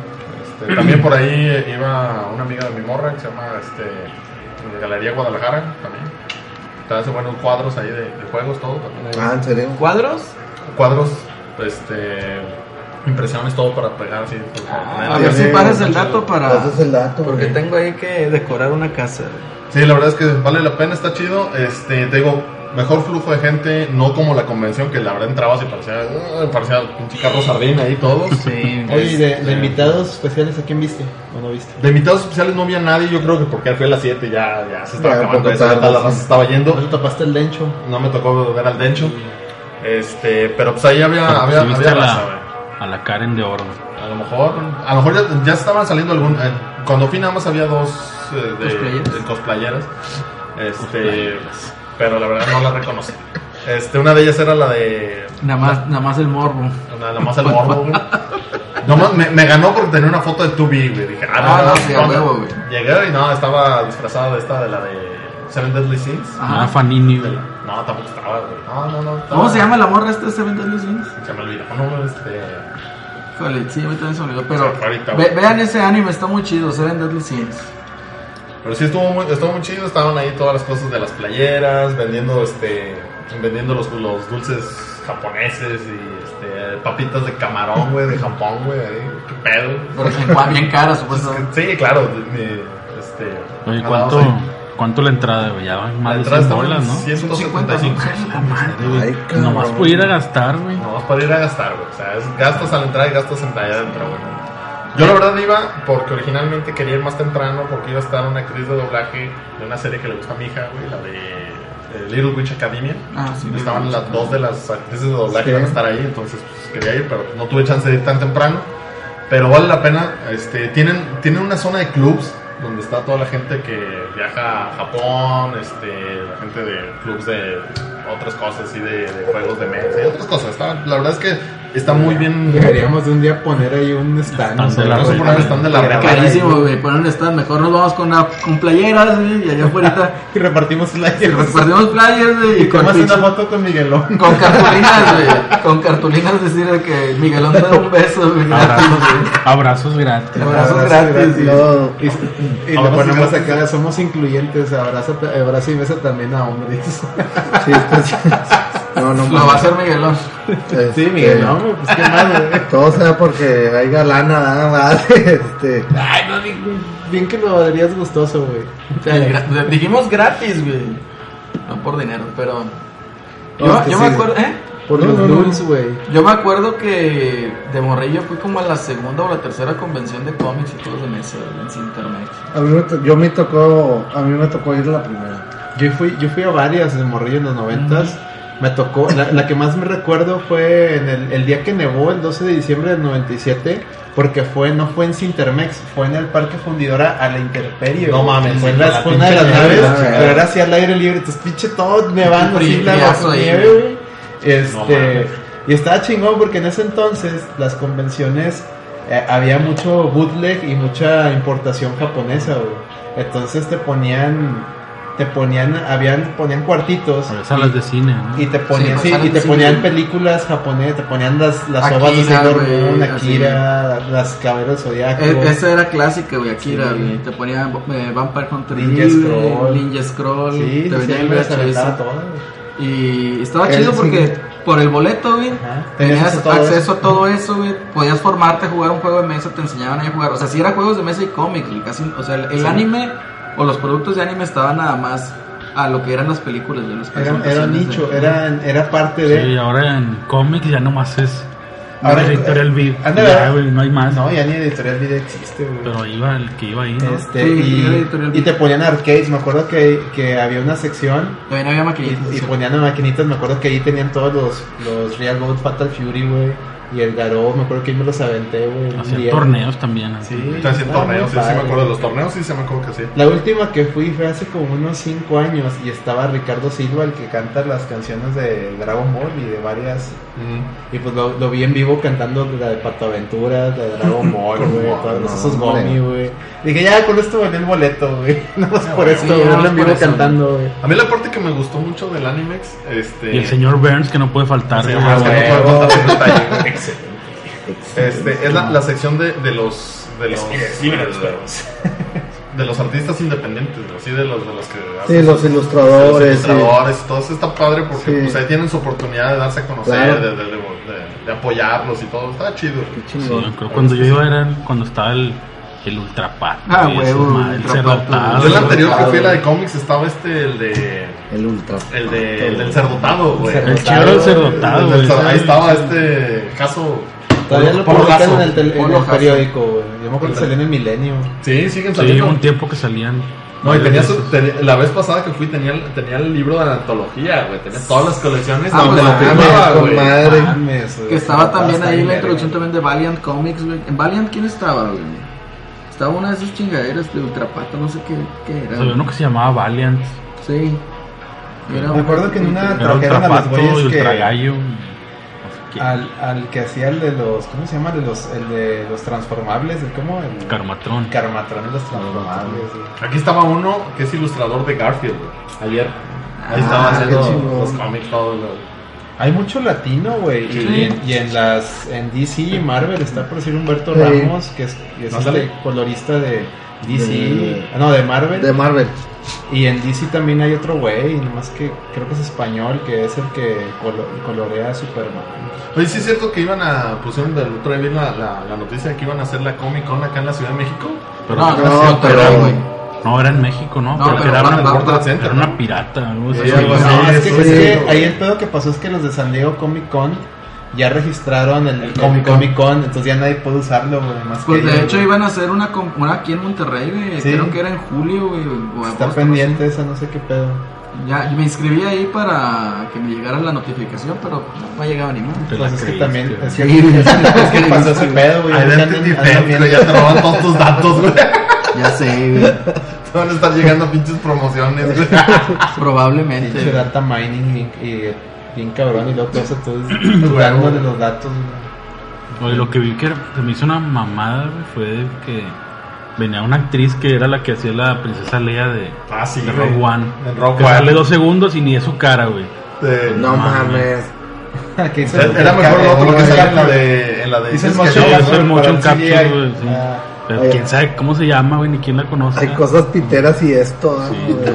Speaker 3: Este, también por ahí iba una amiga de mi morra que se llama este, Galería Guadalajara también. Te hace buenos cuadros ahí de, de juegos, todo. También hay
Speaker 4: Ah, en serio.
Speaker 10: ¿Cuadros?
Speaker 3: cuadros, este. Impresiones, todo para pegar así. pues,
Speaker 2: Ah.
Speaker 10: A
Speaker 3: poner.
Speaker 10: ver si pagas el dato para.
Speaker 4: Pasas Pues el dato,
Speaker 10: Porque
Speaker 4: güey.
Speaker 10: tengo ahí que decorar una casa.
Speaker 3: Sí, la verdad es que vale la pena, está chido. Este, te digo, mejor flujo de gente, no como la convención que la verdad entrabas y parecía, uh, parecía un carro sardina ahí todos.
Speaker 10: Sí.
Speaker 6: Oye, ¿y de,
Speaker 3: Este,
Speaker 6: de invitados especiales, ¿a quién viste? ¿O no viste?
Speaker 3: De invitados especiales no había nadie, yo creo que porque fue a las 7 ya, ya se estaba
Speaker 4: Ya, un
Speaker 3: acabando
Speaker 4: poco
Speaker 3: eso, ya
Speaker 4: tarde,
Speaker 3: toda la
Speaker 4: sí.
Speaker 3: raza estaba
Speaker 6: ¿No te
Speaker 3: yendo.
Speaker 6: tapaste el lencho?
Speaker 3: No me tocó ver al Dencho. Este, pero pues ahí había,
Speaker 5: Pero, pues,
Speaker 3: había,
Speaker 5: sí viste
Speaker 3: había
Speaker 5: a la-
Speaker 3: raza, güey.
Speaker 5: A la Karen de Oro. güey.
Speaker 3: A lo mejor, a lo mejor ya, ya estaban saliendo algún. eh, cuando fui nada más había dos eh, de,
Speaker 2: Cosplayeras.
Speaker 3: de cosplayeras. Este, pero la verdad no la reconocí. Este, una de ellas era la de
Speaker 2: Nada más, nada más el morbo.
Speaker 3: Nada más el morbo, güey. Nomás me, me ganó porque tenía una foto de Tubi, güey. Dije, ah, no,
Speaker 2: Ah,
Speaker 3: no,
Speaker 2: no, sí, a
Speaker 3: no,
Speaker 2: huevo,
Speaker 3: no.
Speaker 2: güey.
Speaker 3: Llegué y no, estaba disfrazada de esta, de la de Seven Deadly Sins.
Speaker 5: Ah, Fanini,
Speaker 3: De
Speaker 5: güey.
Speaker 3: la- No, tampoco estaba, güey. No, no, no. estaba-
Speaker 2: ¿Cómo se llama la morra esta de Seven Deadly Sins?
Speaker 3: Se me olvidó. No, este.
Speaker 2: Híjole, sí, a mí también se me olvidó,
Speaker 3: Sí,
Speaker 2: pero
Speaker 3: ahorita,
Speaker 2: ve-
Speaker 3: güey.
Speaker 2: vean ese anime, está muy chido, Seven Deadly Sins.
Speaker 3: Pero sí estuvo muy, estuvo muy chido, estaban ahí todas las cosas de las playeras, vendiendo este vendiendo los, los dulces japoneses y este, papitas de camarón, güey, de Japón, güey, ahí, qué pedo.
Speaker 2: Pero en cua- ah, bien cara, supuestamente.
Speaker 3: Sí, claro, mi- este
Speaker 5: Oye,
Speaker 3: andábamos
Speaker 5: ¿cuánto,
Speaker 3: ahí.
Speaker 5: ¿cuánto la entrada, güey? Ya van más de
Speaker 3: Atrás
Speaker 5: 100
Speaker 3: estaban
Speaker 5: bolas, ¿no?
Speaker 3: 175.
Speaker 4: Ay, cabrón.
Speaker 5: Nomás pudiera gastar, güey.
Speaker 3: Nomás para ir a gastar, güey. O sea, es gastos a la entrada y gastos en allá adentro, güey. Yo la verdad iba porque originalmente quería ir más temprano porque iba a estar una actriz de doblaje de una serie que le gusta a mi hija, güey, la de eh, Little Witch Academia.
Speaker 2: Ah, sí,
Speaker 3: Estaban las dos de las actrices de doblaje
Speaker 4: Sí.
Speaker 3: que van a estar ahí, entonces pues, quería ir, pero no tuve chance de ir tan temprano. Pero vale la pena. Este, tienen, tienen una zona de clubs donde está toda la gente que viaja a Japón, este, la gente de clubs de otras cosas y de, de juegos de mesa y otras cosas. Está- la verdad es que está muy bien.
Speaker 6: Deberíamos de un día poner ahí un stand.
Speaker 5: Stand de la
Speaker 3: Vamos a poner el stand de la verdad.
Speaker 2: Carísimo, güey, pero no están, mejor nos vamos con, la, con playeras, güey, y allá afuera
Speaker 6: Y repartimos flyers.
Speaker 2: perdemos playas, güey, y con,
Speaker 6: Tomas una
Speaker 2: pinche-
Speaker 6: foto con Miguelón.
Speaker 2: con cartulinas, güey, con cartulinas decir de que Miguelón te da un beso, güey,
Speaker 5: Abrazos, abrazos gratis.
Speaker 2: Abrazos
Speaker 4: Abrazos
Speaker 2: gratis,
Speaker 4: gratis,
Speaker 2: sí.
Speaker 4: luego-
Speaker 6: Y, y lo
Speaker 3: Abrazos
Speaker 6: ponemos
Speaker 3: gratis.
Speaker 6: acá, somos incluyentes, abraza, abraza y besa también a hombres.
Speaker 4: Sí, está- No, no,
Speaker 2: lo va a hacer Miguelón.
Speaker 4: este,
Speaker 6: Sí, Miguelón, güey, pues qué mal, güey.
Speaker 4: Todo sea porque hay galana, nada más. Este,
Speaker 6: Ay, no, bien, bien que lo darías gustoso, güey.
Speaker 2: O sea, gra- dijimos gratis, güey, no por dinero, pero...
Speaker 4: No,
Speaker 2: Yo,
Speaker 4: es que
Speaker 2: yo me
Speaker 4: sí.
Speaker 2: acuerdo, ¿eh?
Speaker 6: Por
Speaker 4: No,
Speaker 6: los
Speaker 4: no, no.
Speaker 6: nudes, güey.
Speaker 2: Yo me acuerdo que de morrillo fui como a la segunda o la tercera convención de cómics y todos de mesa güey, en internet.
Speaker 4: a mí me to- yo me tocó, a mí me tocó ir la primera.
Speaker 6: Yo fui, yo fui a varias de morrillo en los noventas. Me tocó, la, la que más me recuerdo fue en el, el día que nevó, el 12 de diciembre del 97, porque fue, no fue en Cintermex, fue en el Parque Fundidora a la Interperio.
Speaker 3: No mames,
Speaker 6: fue, en
Speaker 3: la
Speaker 6: la, fue una de las
Speaker 3: pinche
Speaker 6: naves,
Speaker 4: nieve, la
Speaker 6: pero era así al aire libre, entonces pinche todo nevando,
Speaker 2: Pinche
Speaker 6: así
Speaker 2: frillazo
Speaker 6: la
Speaker 2: ahí,
Speaker 6: nieve,
Speaker 2: güey.
Speaker 6: güey. Este, y estaba chingón porque en ese entonces las convenciones eh, había mucho bootleg y mucha importación japonesa, güey. Entonces te ponían, te ponían, habían, ponían cuartitos.
Speaker 5: A ver, Salas de cine, ¿no?
Speaker 6: Y te ponían,
Speaker 2: Sí,
Speaker 6: sí,
Speaker 2: pasaron
Speaker 6: y te
Speaker 2: sí,
Speaker 6: ponían
Speaker 2: güey.
Speaker 6: películas japonesas, te ponían las, las ovas de
Speaker 2: Akira,
Speaker 6: Sailor
Speaker 2: güey,
Speaker 6: Moon,
Speaker 2: así.
Speaker 6: Akira, las caberas zodiaco.
Speaker 2: E- esa era clásica, güey, Akira,
Speaker 6: Ah, Sí.
Speaker 2: güey. Te ponía eh, Vampire Hunter
Speaker 6: Ninja
Speaker 2: D,
Speaker 6: Scroll.
Speaker 2: Ninja Scroll,
Speaker 6: Sí,
Speaker 2: te
Speaker 6: sí,
Speaker 2: venía
Speaker 6: sí,
Speaker 2: el
Speaker 6: me las
Speaker 2: VHS.
Speaker 6: aventaba todas.
Speaker 2: Y estaba
Speaker 4: El-
Speaker 2: chido porque
Speaker 4: sí.
Speaker 2: por el boleto, güey,
Speaker 6: Ajá.
Speaker 2: tenías
Speaker 6: Tenías todo
Speaker 2: acceso a todo eso, güey. Podías formarte, jugar un juego de mesa, te enseñaban ahí a jugar. O sea, si era juegos de mesa y cómics, güey, casi, o sea, el, el anime o los productos de anime estaban nada más a lo que eran las películas, güey, las
Speaker 6: Era, era
Speaker 2: presentaciones de-
Speaker 6: nicho, era, era parte de...
Speaker 5: Sí, ahora en cómics ya nomás es
Speaker 6: Ahora-
Speaker 5: una editorial VIP.
Speaker 6: Ándale,
Speaker 5: Ya,
Speaker 6: ¿verdad?
Speaker 5: güey, no hay más.
Speaker 6: No, ya ni editorial video existe, güey.
Speaker 5: Pero iba el que iba ahí, ¿no?
Speaker 6: Este,
Speaker 2: Sí,
Speaker 6: y-
Speaker 2: era editorial
Speaker 6: y,
Speaker 2: video.
Speaker 6: te ponían arcades, me acuerdo que, que había una sección
Speaker 2: También había maquinitas.
Speaker 6: y, y ponían maquinitas, me acuerdo que ahí tenían todos los, los Real Gold Fatal Fury, güey, y el Garou, me acuerdo que ahí me los aventé, güey. un
Speaker 5: Hacían
Speaker 6: día.
Speaker 5: torneos también. ¿no?
Speaker 6: Sí,
Speaker 3: Está haciendo
Speaker 6: no,
Speaker 3: eh, torneos, sí,
Speaker 6: muy
Speaker 3: sí me
Speaker 6: padre.
Speaker 3: acuerdo de los torneos, sí, se me acuerdo que sí.
Speaker 6: La última que fui fue hace como unos 5 años y estaba Ricardo Silva, el que canta las canciones de Dragon Ball y de varias. Y pues lo, lo vi en vivo cantando la de Pato Aventuras, la de Dragon Ball, güey, todos
Speaker 4: no,
Speaker 6: esos
Speaker 4: hombre.
Speaker 6: gomi, güey. Dije, ya con esto valió el boleto, güey. No más por
Speaker 2: güey,
Speaker 6: esto,
Speaker 2: sí,
Speaker 6: güey,
Speaker 2: nada más
Speaker 6: verlo en
Speaker 2: por
Speaker 6: vivo
Speaker 2: eso,
Speaker 6: cantando, güey.
Speaker 3: A mí la parte que me gustó mucho del Animex, este...
Speaker 5: Y el señor Burns que no puede faltar.
Speaker 3: Sí, ah,
Speaker 5: güey.
Speaker 3: más que no puedo
Speaker 6: huevo.
Speaker 3: contar un detalle. Este, es la, la sección de, de los de los de los artistas independientes, ¿no? sí, de los de los que
Speaker 4: Sí,
Speaker 3: hacen-
Speaker 4: los ilustradores.
Speaker 3: los ilustradores, todo eso está padre porque
Speaker 4: Sí.
Speaker 3: pues, ahí tienen su oportunidad de darse a conocer,
Speaker 4: Claro.
Speaker 3: de, de- de- de apoyarlos y todo, está chido.
Speaker 4: sí, qué
Speaker 5: Sí,
Speaker 4: chingón.
Speaker 5: yo creo que cuando yo iba era el- cuando estaba el, el Ultrapat.
Speaker 2: Ah,
Speaker 5: güey,
Speaker 2: huevo,
Speaker 5: esa madre, el
Speaker 2: Ultrapat,
Speaker 5: Cerdotado,
Speaker 3: Yo en la
Speaker 5: güey.
Speaker 3: anterior que fui la de cómics estaba este el de
Speaker 4: El ultra.
Speaker 3: el de el del cerdotado, güey.
Speaker 5: El chero Cerdotado,
Speaker 3: El del
Speaker 5: güey.
Speaker 3: Cer- ahí estaba este caso
Speaker 6: Todavía lo
Speaker 3: Polo
Speaker 6: publican
Speaker 3: Jasso.
Speaker 6: en el, tel- en
Speaker 2: Polo
Speaker 6: el
Speaker 2: Jasso.
Speaker 6: periódico, güey. Yo me acuerdo que salió en el milenio.
Speaker 3: Sí, siguen
Speaker 5: Sí,
Speaker 3: saliendo.
Speaker 5: hubo un tiempo que salían.
Speaker 3: No, y tenía
Speaker 5: varios
Speaker 3: su-
Speaker 5: de esos.
Speaker 3: tenía- la vez pasada que fui tenía, el- tenía el libro de la antología, güey. Tenía todas las colecciones
Speaker 2: Ah,
Speaker 3: donde
Speaker 2: pues,
Speaker 3: la
Speaker 2: mames,
Speaker 3: firmaba,
Speaker 4: con
Speaker 3: güey.
Speaker 4: madre.
Speaker 6: Mames, güey.
Speaker 2: Que estaba también
Speaker 6: Está
Speaker 2: ahí
Speaker 6: bien
Speaker 2: la
Speaker 6: verga.
Speaker 2: introducción también de Valiant Comics, güey. ¿En Valiant quién estaba, güey?
Speaker 10: Estaba una de esas chingaderas de ultrapata, no sé qué, qué era.
Speaker 5: Había uno que se llamaba Valiant.
Speaker 10: Sí. Era
Speaker 6: Me acuerdo que en una
Speaker 5: Era
Speaker 6: trajeron a los
Speaker 5: Ultrapato y
Speaker 6: güeyes que.
Speaker 5: Ultragallo.
Speaker 6: Al, al que hacía el de los. ¿Cómo se llama? El de los, el de los transformables. El, ¿Cómo? El
Speaker 5: Carmatrón.
Speaker 6: Carmatrón de los transformables. güey.
Speaker 3: Aquí estaba uno que es ilustrador de Garfield, güey. Ayer. Ahí estaba
Speaker 4: Ah, qué
Speaker 3: haciendo
Speaker 4: chingón.
Speaker 3: los cómics, todo. güey.
Speaker 6: Hay mucho latino, güey. y- Y, en- y en las en DC y Marvel está por decir Humberto
Speaker 4: Sí.
Speaker 6: Ramos, que es, que es
Speaker 3: Ándale.
Speaker 6: este colorista de DC,
Speaker 4: De-
Speaker 6: ah, no, de Marvel.
Speaker 4: De Marvel.
Speaker 6: y en DC también hay otro güey, nomás que creo que es español, que es el que colo- colorea a Superman.
Speaker 3: Oye, sí es cierto que iban a. Pusieron del otro día vi la, la, la noticia de que iban a hacer la Comic Con acá en la Ciudad de México. Ah,
Speaker 5: Pero,
Speaker 10: No,
Speaker 5: no,
Speaker 10: no,
Speaker 4: No,
Speaker 10: pero,
Speaker 4: pero-
Speaker 10: güey.
Speaker 5: era en México, ¿no?
Speaker 10: No,
Speaker 5: pero,
Speaker 10: pero
Speaker 5: era,
Speaker 10: van
Speaker 5: una,
Speaker 10: al
Speaker 5: era
Speaker 3: World Trade Center,
Speaker 5: una pirata, algo así.
Speaker 3: Sí, algo así.
Speaker 6: No, es que,
Speaker 4: sí,
Speaker 6: es que
Speaker 4: güey.
Speaker 6: ahí el pedo que pasó es que los de San Diego Comic Con ya registraron el, el Comic,
Speaker 10: Comic-Con.
Speaker 6: Con. entonces ya nadie puede usarlo, güey. Más
Speaker 10: Pues
Speaker 6: que
Speaker 10: de
Speaker 6: ellos,
Speaker 10: hecho
Speaker 6: güey.
Speaker 10: iban a hacer una, com- una aquí en Monterrey, güey.
Speaker 6: Sí.
Speaker 10: Creo que era en julio, güey. o
Speaker 6: Está
Speaker 10: agosto,
Speaker 6: pendiente esa, no sé qué pedo.
Speaker 10: Ya, yo me inscribí ahí para que me llegara la notificación, pero no ha llegado ni más.
Speaker 5: Te la
Speaker 6: Pues es que
Speaker 5: creíste,
Speaker 6: también.
Speaker 5: güey.
Speaker 6: Es que, es que pasó ese pedo, güey. Andan-
Speaker 3: Identity
Speaker 6: andan
Speaker 3: Theft,
Speaker 6: bien-
Speaker 3: güey, ya te roban todos tus datos, güey. Te
Speaker 10: Ya sé, güey.
Speaker 3: van a estar llegando pinches promociones, güey.
Speaker 10: Probablemente.
Speaker 6: Pinche data mining y, y bien cabrón y luego todo eso todo es dándole los datos. güey.
Speaker 5: Oye, lo que vi que, era- que me hizo una mamada, güey, fue de que venía una actriz que era la que hacía la princesa Leia de,
Speaker 3: Ah, sí.
Speaker 5: de
Speaker 3: güey.
Speaker 5: Rogue One.
Speaker 3: En Rogue
Speaker 5: Que sale
Speaker 3: One.
Speaker 5: dos segundos y ni es su cara, güey.
Speaker 3: Eh,
Speaker 4: No mames.
Speaker 6: Que hizo el-
Speaker 3: Era mejor lo otro que
Speaker 6: el-
Speaker 3: sale en la de. En la de
Speaker 6: Hizo el
Speaker 3: Jessica
Speaker 6: motion
Speaker 5: Sí,
Speaker 3: Jones,
Speaker 5: hizo el
Speaker 3: güey,
Speaker 5: motion
Speaker 3: para
Speaker 5: capture,
Speaker 3: CGI.
Speaker 5: güey, sí.
Speaker 6: Ah,
Speaker 5: Pero
Speaker 4: oye.
Speaker 5: quién sabe cómo se llama, güey, ni quién la conoce.
Speaker 4: Hay cosas piteras y esto. ah,
Speaker 5: Sí.
Speaker 4: güey.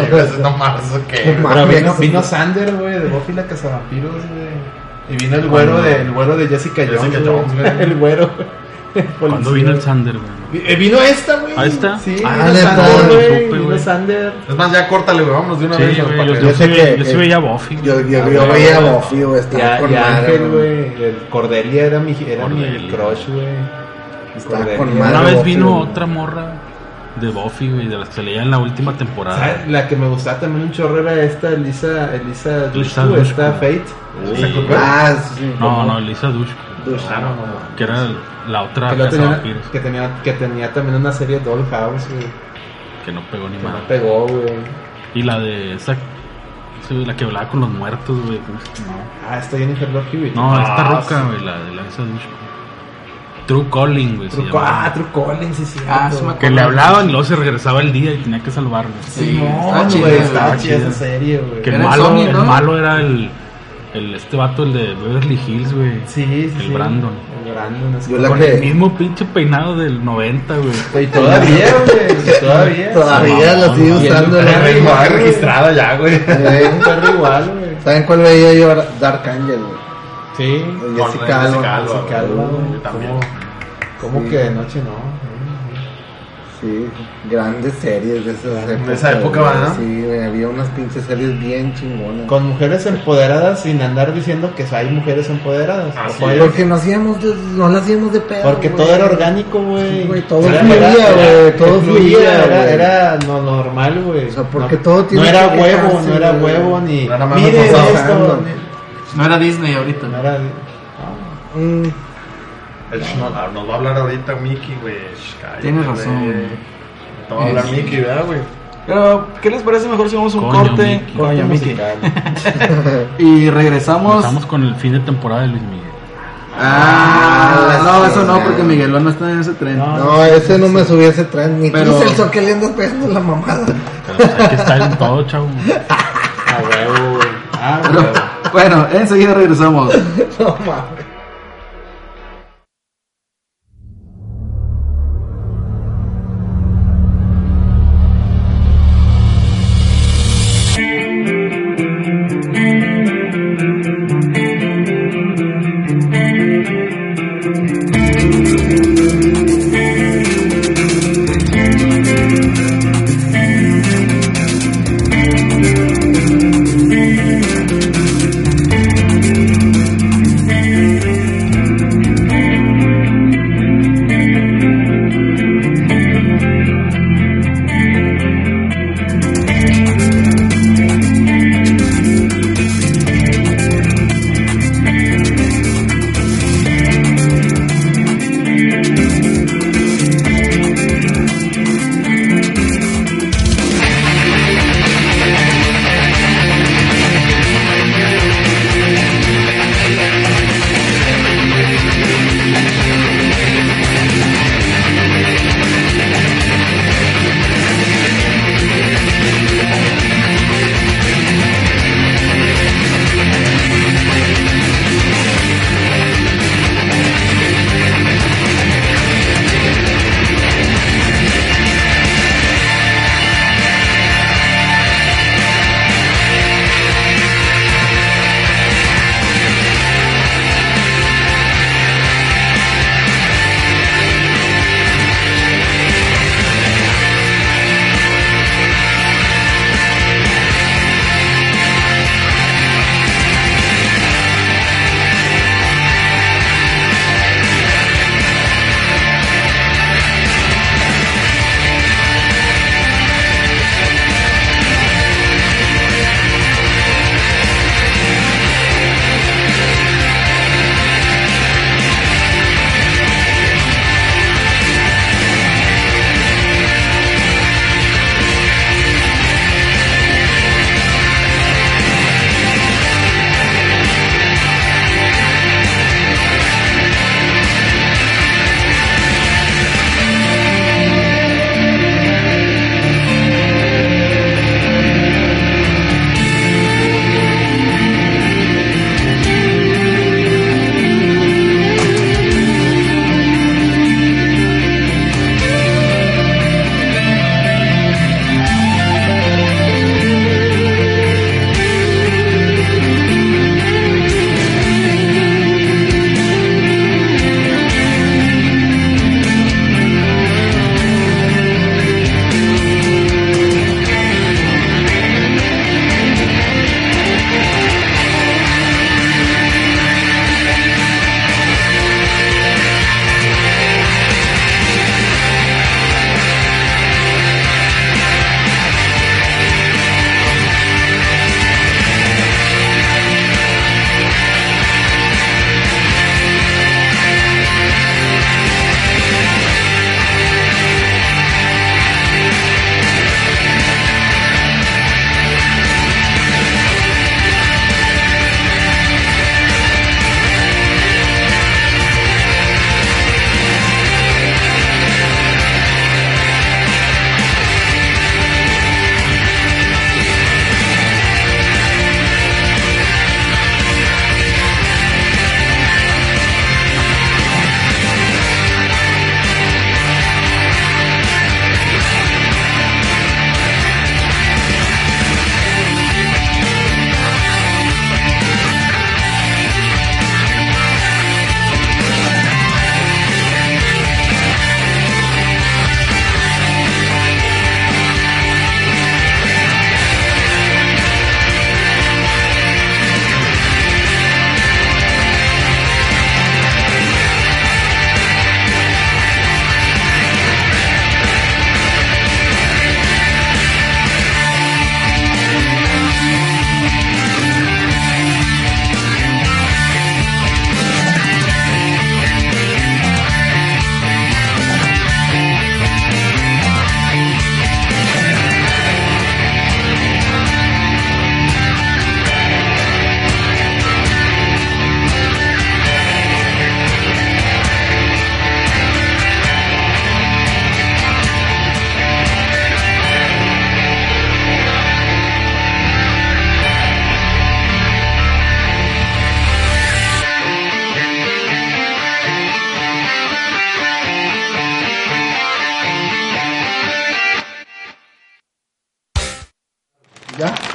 Speaker 3: Sí, pues, no mames, eso qué, güey.
Speaker 6: Pero
Speaker 4: Mames.
Speaker 6: vino, vino Sander, güey, de Buffy la Cazavampiros, güey. Y vino el güero, de, el güero de Jessica,
Speaker 3: Jessica Jones,
Speaker 6: Jones. güey.
Speaker 3: güey.
Speaker 6: el güero.
Speaker 5: Cuando vino el Sander, güey.
Speaker 6: Eh, Vino esta, güey.
Speaker 5: Ahí está.
Speaker 6: Sí,
Speaker 4: Ah,
Speaker 6: vino
Speaker 4: neta.
Speaker 6: Sander,
Speaker 5: No
Speaker 6: güey.
Speaker 5: supe,
Speaker 6: Vino
Speaker 5: güey.
Speaker 6: Sander.
Speaker 3: Es más, ya córtale, güey. Vámonos de una
Speaker 5: Sí,
Speaker 3: vez.
Speaker 5: güey,
Speaker 3: para
Speaker 5: yo,
Speaker 3: que-
Speaker 5: yo sí,
Speaker 4: sé
Speaker 5: ve-
Speaker 4: que-
Speaker 5: yo sí
Speaker 4: eh,
Speaker 5: veía a Buffy. güey.
Speaker 4: Yo, yo,
Speaker 6: Ah,
Speaker 4: yo
Speaker 6: güey.
Speaker 4: veía a Buffy, güey,
Speaker 6: Ya,
Speaker 4: estaba con
Speaker 6: y
Speaker 4: madre.
Speaker 6: Ah, Ángel,
Speaker 4: güey.
Speaker 6: güey. El Cordelia era mi, era mi
Speaker 5: Cordelia.
Speaker 6: crush, güey.
Speaker 4: Estaba
Speaker 6: Cordelia.
Speaker 4: con
Speaker 5: Una
Speaker 4: madre.
Speaker 5: vez
Speaker 4: Buffy,
Speaker 5: vino
Speaker 4: güey.
Speaker 5: otra morra de Buffy, güey, de las que leía en la última temporada.
Speaker 6: ¿Sabes? Ah, La que me gustaba también un chorro era esta Elisa, Elisa
Speaker 5: Elisa
Speaker 6: Dushku,
Speaker 5: Dushku.
Speaker 6: esta Fate.
Speaker 5: Sí.
Speaker 6: ¿Se acuerdan?
Speaker 4: Ah, sí.
Speaker 5: No, no, Lisa Dushku,
Speaker 6: Ah, no, no, no.
Speaker 5: que era la otra
Speaker 6: Que, la tenía,
Speaker 5: cazavampiros,
Speaker 6: que, tenía, que tenía también una serie Dollhouse, güey.
Speaker 5: que no pegó ni
Speaker 6: Que no
Speaker 5: mal.
Speaker 6: pegó, güey.
Speaker 5: Y la de esa, sí, la que hablaba con los muertos, güey. ¿cómo se llama?
Speaker 6: Ah, esta Jennifer Love Hewitt.
Speaker 5: No, esta
Speaker 3: Ah,
Speaker 5: roca,
Speaker 3: sí.
Speaker 5: güey, la de la Lisa Dushku. True Calling, güey, se
Speaker 6: Truco,
Speaker 5: llamaba.
Speaker 6: ah, True Collins, sí, sí.
Speaker 10: Ah, sí me acuerdo.
Speaker 5: Que le hablaban y luego se regresaba el día y tenía que salvarlo.
Speaker 10: Sí,
Speaker 6: No,
Speaker 10: estaba chido,
Speaker 6: güey,
Speaker 10: güey.
Speaker 6: estaba
Speaker 5: estaba
Speaker 6: chida esa
Speaker 5: chida.
Speaker 6: serie, güey.
Speaker 5: Que el
Speaker 10: Era
Speaker 5: malo,
Speaker 10: Sony, ¿no?
Speaker 5: el malo era el, el- este vato, el de Beverly Hills, güey.
Speaker 6: Sí, sí.
Speaker 5: El
Speaker 6: sí.
Speaker 5: Brandon.
Speaker 6: El Brandon, es
Speaker 4: Yo la
Speaker 5: Con el
Speaker 4: que
Speaker 5: mismo pinche peinado del 90, güey.
Speaker 6: Y todavía, güey. Todavía.
Speaker 4: todavía la sigue
Speaker 5: Y el
Speaker 4: usando.
Speaker 3: Ay, güey,
Speaker 4: güey.
Speaker 3: no, hay registrada ya, güey.
Speaker 4: Eh,
Speaker 6: Un perro igual, güey.
Speaker 4: ¿Saben cuál veía yo? ahora? Dark Angel, güey.
Speaker 6: Sí.
Speaker 4: De
Speaker 3: Con
Speaker 4: Jessica Alba.
Speaker 3: Alba,
Speaker 6: Jessica
Speaker 3: güey.
Speaker 6: Alba, güey.
Speaker 3: Yo también.
Speaker 6: ¿Cómo
Speaker 4: Sí.
Speaker 6: que de noche no?
Speaker 4: Sí, grandes series de esas épocas.
Speaker 3: esa época,
Speaker 4: güey.
Speaker 3: ¿verdad?
Speaker 4: Sí, güey, había unas pinches series bien chingonas.
Speaker 6: Con mujeres empoderadas sin andar diciendo que hay mujeres empoderadas.
Speaker 3: Así
Speaker 6: Ojo,
Speaker 3: es.
Speaker 6: porque
Speaker 4: Porque no hacíamos, de- no la hacíamos de pedo.
Speaker 6: porque
Speaker 4: güey.
Speaker 6: todo era orgánico, güey.
Speaker 4: Sí, güey, todo
Speaker 6: Era-
Speaker 4: fluía,
Speaker 6: era-
Speaker 4: güey,
Speaker 6: era-
Speaker 4: todo fluía,
Speaker 6: Era,
Speaker 4: güey.
Speaker 6: era lo normal, güey.
Speaker 4: O sea, porque
Speaker 6: no,
Speaker 4: todo tiene
Speaker 6: No era
Speaker 4: que
Speaker 6: huevo,
Speaker 4: dejarse,
Speaker 6: no era
Speaker 4: güey.
Speaker 6: huevo, ni.
Speaker 3: Nada más
Speaker 6: Miren
Speaker 3: nos
Speaker 6: esto.
Speaker 4: forzando.
Speaker 10: No era Disney ahorita.
Speaker 6: No era.
Speaker 4: Mm,
Speaker 3: El Schnodar nos va a hablar ahorita Mickey, güey. Sh, cállate,
Speaker 10: Tienes razón,
Speaker 3: güey.
Speaker 10: güey.
Speaker 3: Te va a hablar Mickey, ¿verdad, güey?
Speaker 10: Pero, ¿qué les parece mejor si vamos a un
Speaker 5: Coño,
Speaker 10: corte?
Speaker 5: Mickey.
Speaker 10: Coño,
Speaker 6: Coño,
Speaker 10: Mickey.
Speaker 6: musical.
Speaker 10: Y regresamos.
Speaker 5: Estamos con el fin de temporada de Luis Miguel.
Speaker 10: Ah,
Speaker 4: Ah,
Speaker 10: no,
Speaker 4: sí,
Speaker 10: eso no,
Speaker 4: güey.
Speaker 10: porque Miguelón no está en ese tren.
Speaker 6: No.
Speaker 4: no, ese no me subí a ese tren. Ni
Speaker 10: Pero-
Speaker 4: tú, Celso, que le andas pegando la mamada.
Speaker 5: Pero pues, hay que estar en todo, chavo.
Speaker 6: A huevo, güey. Ah,
Speaker 10: Pero,
Speaker 6: huevo.
Speaker 10: bueno, enseguida regresamos.
Speaker 4: No mames.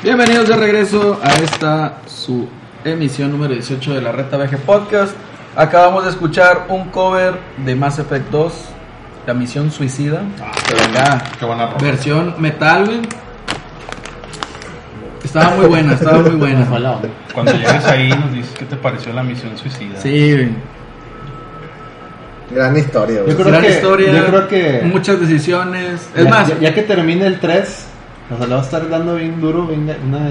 Speaker 2: Bienvenidos de regreso a esta su emisión número 18 de la Reta VG Podcast. Acabamos de escuchar un cover de Mass Effect 2, La Misión Suicida.
Speaker 6: Ah,
Speaker 2: Pero acá,
Speaker 3: Qué buena rola.
Speaker 2: versión metal, güey. Estaba muy buena, estaba muy buena.
Speaker 6: Cuando llegues ahí nos dices qué te pareció la misión suicida.
Speaker 2: Sí, güey.
Speaker 4: Gran historia, güey.
Speaker 6: Yo creo
Speaker 2: gran
Speaker 6: que-
Speaker 2: historia,
Speaker 6: yo creo que-
Speaker 2: muchas decisiones. Es
Speaker 6: ya,
Speaker 2: más,
Speaker 6: ya, ya que termine el 3, nos la va a estar dando bien duro, bien, de- una,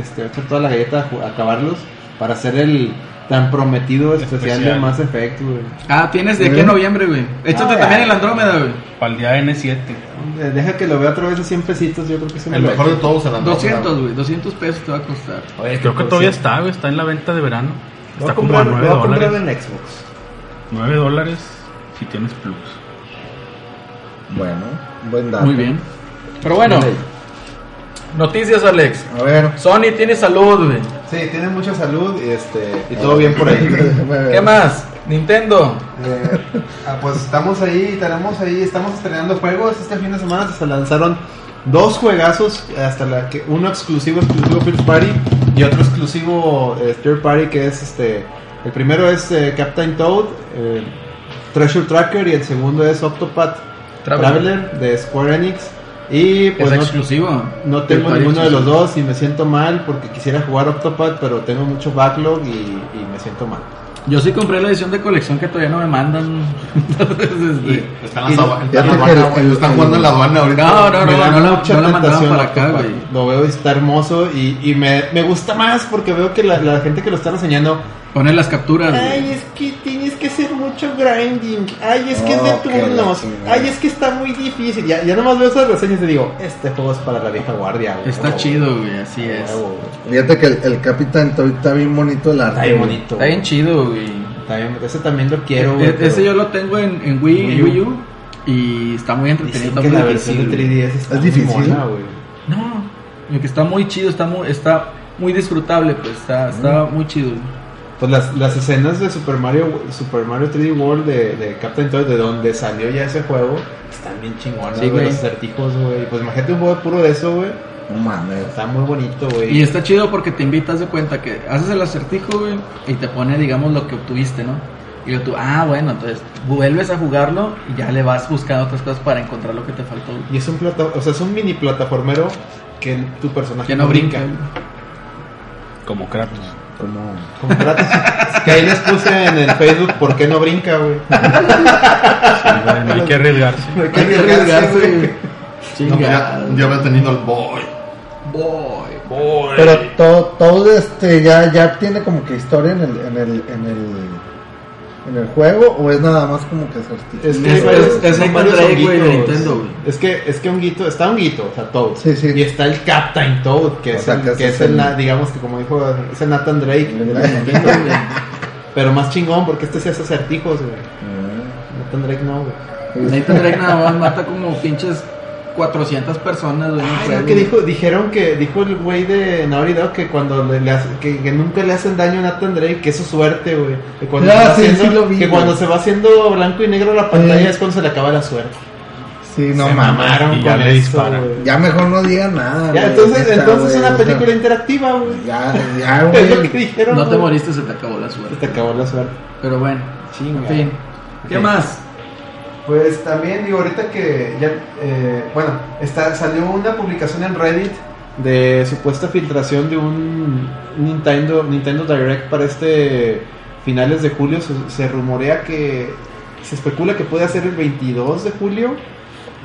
Speaker 6: este, echar toda la galleta a ju- a acabarlos para hacer el tan prometido especial, de
Speaker 3: Especial.
Speaker 6: Mass Effect, güey.
Speaker 2: ah, tienes de aquí a noviembre, güey. Échate
Speaker 6: Ah,
Speaker 2: también
Speaker 6: ya.
Speaker 2: el Andrómeda, güey.
Speaker 5: Para el día N7.
Speaker 6: Eh, Deja que lo vea otra vez a 100 pesitos, yo creo que se me
Speaker 3: El
Speaker 6: lo-
Speaker 3: mejor de todos el Andrómeda.
Speaker 2: 200, güey. 200 pesos te va a costar.
Speaker 5: Creo que todavía está, güey. Está en la venta de verano.
Speaker 6: Lo voy
Speaker 5: Está
Speaker 6: a
Speaker 5: como a
Speaker 6: comprar,
Speaker 5: 9
Speaker 6: lo voy a comprar
Speaker 5: dólares.
Speaker 6: en Xbox.
Speaker 5: 9 dólares si tienes plus.
Speaker 4: Bueno, buen dato.
Speaker 2: Muy bien. Pero bueno, noticias, Alex.
Speaker 4: A ver.
Speaker 2: Sony tiene salud, güey.
Speaker 6: Sí, tiene mucha salud y, este, y
Speaker 4: Ah.
Speaker 6: todo bien por ahí.
Speaker 4: déjame ver.
Speaker 2: ¿Qué más? Nintendo.
Speaker 6: Eh, ah, pues estamos ahí, tenemos ahí, estamos estrenando juegos. Este fin de semana se lanzaron dos juegazos, hasta la que uno exclusivo, exclusivo first party y otro exclusivo eh, third party que es este. El primero es eh, Captain Toad, eh, Treasure Tracker y el segundo es Octopath
Speaker 2: Traveler.
Speaker 6: Traveler de Square Enix. Y
Speaker 2: Es
Speaker 6: pues no-
Speaker 2: exclusivo.
Speaker 6: no tengo
Speaker 2: Virtual
Speaker 6: ninguno de los
Speaker 2: exclusivo.
Speaker 6: dos y me siento mal porque quisiera jugar Octopath, pero tengo mucho backlog y, y me siento mal.
Speaker 2: Yo sí compré la edición de colección que todavía no me mandan. Entonces, este,
Speaker 3: Están en la aduana,
Speaker 4: Ya
Speaker 3: están en la
Speaker 4: dije,
Speaker 3: aduana, güey.
Speaker 4: el-
Speaker 3: Están
Speaker 4: el-
Speaker 3: jugando en la aduana ahorita.
Speaker 2: No, no, no,
Speaker 6: me
Speaker 2: no,
Speaker 6: da
Speaker 2: no la,
Speaker 6: mucha
Speaker 2: no la mandaron
Speaker 6: tentación
Speaker 2: para acá,
Speaker 6: Octopath.
Speaker 2: güey.
Speaker 6: Lo veo y está hermoso y, y me, me gusta más porque veo que la, la gente que lo está reseñando.
Speaker 2: Ponen las capturas,
Speaker 6: Ay,
Speaker 2: güey.
Speaker 6: es que tienes que hacer mucho grinding. Ay, es que
Speaker 4: Oh,
Speaker 6: es
Speaker 4: qué
Speaker 6: de turnos.
Speaker 4: lástima.
Speaker 6: Ay, es que está muy difícil. Ya, ya nomás veo esas reseñas y digo, este juego es para la vieja guardia. güey.
Speaker 2: Está
Speaker 6: Huevo,
Speaker 2: chido, güey, así
Speaker 6: güey,
Speaker 2: es.
Speaker 6: huevo, güey.
Speaker 4: Fíjate que el, el Capitán Toy está bien bonito el arte.
Speaker 6: Está bien
Speaker 4: güey.
Speaker 6: bonito.
Speaker 2: Está bien
Speaker 6: güey.
Speaker 2: chido, güey.
Speaker 6: Está bien- ese también lo quiero.
Speaker 2: E-
Speaker 6: güey, pero-
Speaker 2: Ese yo lo tengo en, en Wii, en Wii U y está muy entretenido.
Speaker 6: Dicen
Speaker 2: está
Speaker 6: que
Speaker 2: muy
Speaker 6: la versión de
Speaker 2: difícil, güey.
Speaker 6: 3DS está
Speaker 4: Es
Speaker 6: muy
Speaker 4: difícil.
Speaker 6: mona, güey.
Speaker 2: No, lo que está muy chido, está muy, está muy disfrutable, pues está, está
Speaker 6: Mm.
Speaker 2: muy chido.
Speaker 6: Pues las, las escenas de Super Mario Super Mario 3D World de, de Captain Toad, de donde salió ya ese juego, están bien chingonas,
Speaker 2: Sí,
Speaker 6: güey.
Speaker 2: güey.
Speaker 6: Los acertijos, güey. Pues imagínate un juego puro de eso, güey.
Speaker 4: No mames.
Speaker 6: Está muy bonito, güey.
Speaker 2: Y está chido porque te invitas de cuenta que haces el acertijo, güey, y te pone, digamos, lo que obtuviste, ¿no? Y luego tú, ah, bueno, entonces vuelves a jugarlo y ya le vas buscando otras cosas para encontrar lo que te faltó. güey.
Speaker 6: Y es un plata, o sea, es un mini plataformero que tu personaje
Speaker 2: Que no brinca.
Speaker 5: Como Kratos.
Speaker 4: Como...
Speaker 6: Como Kratos. que ahí les puse en el Facebook por qué no brinca, güey.
Speaker 5: No hay que arriesgarse.
Speaker 6: No hay que
Speaker 2: Hay que
Speaker 6: arriesgarse,
Speaker 2: arriesgarse,
Speaker 6: güey.
Speaker 2: güey.
Speaker 3: No, pues
Speaker 2: Chinga.
Speaker 3: ya, ya había tenido el boy.
Speaker 2: Voy.
Speaker 6: Pues-
Speaker 4: Pero todo, todo este ya, ya tiene como que historia en el, en el, en el, en el juego o es nada más como que acertijo.
Speaker 6: Es que
Speaker 2: Es-
Speaker 6: güey,
Speaker 2: es- es
Speaker 6: son
Speaker 2: Nathan
Speaker 6: varios
Speaker 2: Drake, güey, de
Speaker 6: honguitos.
Speaker 2: Nintendo, güey.
Speaker 6: Es que, es que honguito, está honguito, o sea, Toad.
Speaker 4: Sí, sí.
Speaker 6: Y está el Captain Toad, que
Speaker 4: O
Speaker 6: es,
Speaker 4: sea,
Speaker 6: el,
Speaker 4: que
Speaker 6: que
Speaker 4: ese
Speaker 6: es
Speaker 4: es
Speaker 6: el,
Speaker 4: el-
Speaker 6: na- digamos que como dijo, es el Nathan Drake.
Speaker 4: El
Speaker 6: de
Speaker 4: Nathan
Speaker 6: Nintendo, güey. Pero más chingón, porque este se hace acertijos, güey.
Speaker 4: Ah.
Speaker 6: Nathan Drake no, güey.
Speaker 2: Nathan Drake nada más mata como pinches 400 personas, güey. no
Speaker 6: Ay,
Speaker 2: creo,
Speaker 6: no, que
Speaker 2: güey.
Speaker 6: dijo, dijeron que dijo el güey de Naughty Dog que cuando le, le hace- que, que nunca le hacen daño a Nathan Drake, que eso es suerte, güey. Que cuando,
Speaker 4: Ah,
Speaker 6: se va
Speaker 4: sí,
Speaker 6: haciendo-
Speaker 4: sí lo vi,
Speaker 6: que
Speaker 4: güey. Eh.
Speaker 6: cuando se va haciendo blanco y negro la pantalla
Speaker 4: Sí.
Speaker 6: es cuando se le acaba la suerte.
Speaker 4: Sí, no
Speaker 6: se
Speaker 4: mames.
Speaker 6: mamaron
Speaker 5: Y ya
Speaker 6: con
Speaker 5: le
Speaker 6: eso,
Speaker 5: disparan.
Speaker 6: güey.
Speaker 4: Ya mejor no digan nada.
Speaker 6: Ya,
Speaker 4: güey,
Speaker 6: entonces,
Speaker 4: neta,
Speaker 6: entonces es
Speaker 4: güey,
Speaker 6: una
Speaker 4: o sea,
Speaker 6: película interactiva, güey.
Speaker 4: Ya, ya,
Speaker 6: Es lo que
Speaker 4: güey.
Speaker 6: dijeron.
Speaker 2: No te
Speaker 6: güey.
Speaker 2: moriste, se te acabó la
Speaker 6: Se
Speaker 2: suerte.
Speaker 6: te acabó la suerte.
Speaker 2: Pero bueno, en
Speaker 6: Chinga.
Speaker 2: fin. ¿Qué
Speaker 6: Ok.
Speaker 2: más?
Speaker 6: Pues también digo, ahorita que ya, eh, bueno, está, salió una publicación en Reddit de supuesta filtración de un Nintendo, Nintendo Direct para este finales de julio. Se, se rumorea que, se especula que puede ser el 22 de julio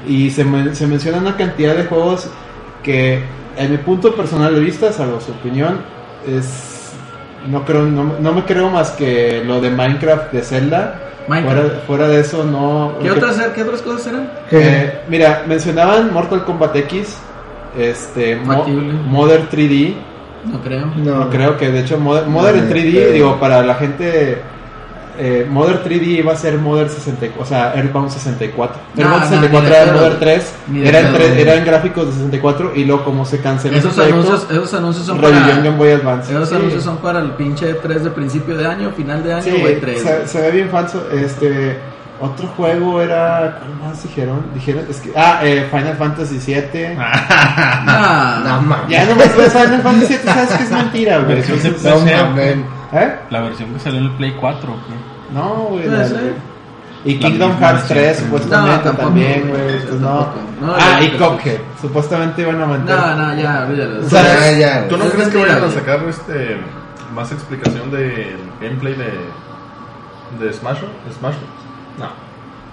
Speaker 6: y se, men- se menciona una cantidad de juegos que en mi punto personal de vista, salvo su opinión, es... No, creo, no, no me creo más que lo de Minecraft de Zelda.
Speaker 2: Minecraft.
Speaker 6: Fuera, fuera de eso, no.
Speaker 2: ¿Qué
Speaker 6: porque-
Speaker 2: otras, qué otras cosas eran?
Speaker 4: Que-
Speaker 6: eh, mira, mencionaban Mortal Kombat X, este, Mo-
Speaker 2: Factible.
Speaker 6: Modern 3D.
Speaker 2: No creo.
Speaker 6: No, creo que, de hecho, Modern, Modern en
Speaker 4: Ah. No,
Speaker 6: 3D,
Speaker 4: pero-
Speaker 6: digo, para la gente. Eh, Modern 3D iba a ser Modern 64, o sea, Airbound 64.
Speaker 2: No,
Speaker 6: Airbound
Speaker 2: no,
Speaker 6: 64
Speaker 2: ni de
Speaker 6: era
Speaker 2: pedo.
Speaker 6: Modern 3,
Speaker 2: Ni de
Speaker 6: era en,
Speaker 2: pedo,
Speaker 6: tres-
Speaker 2: güey.
Speaker 6: era en gráficos de 64 y luego como se canceló
Speaker 2: Esos
Speaker 6: ese proyecto,
Speaker 2: anuncios, esos anuncios son
Speaker 6: revivió en
Speaker 2: para.
Speaker 6: Game Boy Advance.
Speaker 2: Esos
Speaker 6: Sí.
Speaker 2: anuncios son para el pinche 3 de principio de año, final de año
Speaker 6: Sí,
Speaker 2: o E3.
Speaker 6: se, se ve bien falso. Este, Otro juego era. ¿Cuál más dijeron? Dijeron. Es que, ah, eh, Final Fantasy VII.
Speaker 5: Ah.
Speaker 2: Ah,
Speaker 4: No mames.
Speaker 6: Ya no me puedes Final Fantasy VII, sabes que es mentira, güey.
Speaker 5: Versión de
Speaker 6: No
Speaker 5: PC.
Speaker 6: mames. ¿Eh?
Speaker 5: La versión que salió en el Play 4, ¿o qué?
Speaker 6: No, güey.
Speaker 2: Puede
Speaker 6: la-
Speaker 2: ser.
Speaker 6: Y
Speaker 5: La
Speaker 6: Kingdom
Speaker 5: misma
Speaker 6: Hearts
Speaker 5: versión.
Speaker 6: 3, supuestamente,
Speaker 2: No, tampoco.
Speaker 6: también, güey. pues, no.
Speaker 2: Tampoco. No,
Speaker 6: ah,
Speaker 2: yo
Speaker 6: y
Speaker 2: creo que-
Speaker 6: Cuphead. Supuestamente iban a mantener.
Speaker 2: No, no, ya, olvídalo.
Speaker 4: O sea, ya, ya.
Speaker 3: ¿Tú no
Speaker 2: Es
Speaker 3: crees que
Speaker 2: mentira,
Speaker 3: vayan a
Speaker 2: güey.
Speaker 3: sacar este más explicación del gameplay de de Smash? Smash? No.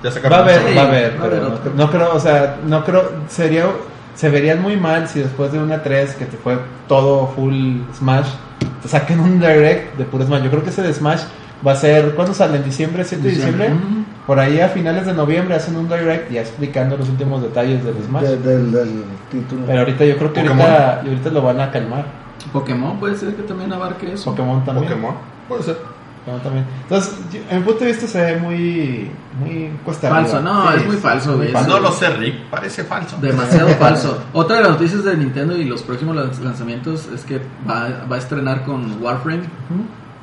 Speaker 3: Ya sacaron.
Speaker 6: Va a haber,
Speaker 2: Sí,
Speaker 6: va a haber,
Speaker 2: va a
Speaker 6: pero
Speaker 2: haber
Speaker 6: no,
Speaker 2: otro.
Speaker 6: no creo, o sea, no creo, sería, se verían muy mal si después de una 3 que te fue todo full Smash, te saquen un direct de puro Smash. Yo creo que ese de Smash va a ser, ¿cuándo sale? ¿En diciembre? ¿7 de diciembre? Por ahí a finales de noviembre hacen un direct ya explicando los últimos detalles del Smash.
Speaker 4: De- del, del título.
Speaker 6: Pero ahorita yo creo que ahorita, y ahorita lo van a calmar.
Speaker 2: Pokémon puede ser que también abarque eso.
Speaker 6: Pokémon también.
Speaker 3: Pokémon. Puede ser.
Speaker 6: Pokémon también. Entonces, yo- en mi punto de vista se ve muy, muy cuesta
Speaker 2: Falso,
Speaker 6: arriba.
Speaker 2: no,
Speaker 6: Sí,
Speaker 2: es muy falso, güey.
Speaker 3: Ah, No lo sé, Rick, parece falso.
Speaker 2: Demasiado falso. Otra de las noticias de Nintendo y los próximos lanz- lanzamientos es que va, va a estrenar con Warframe.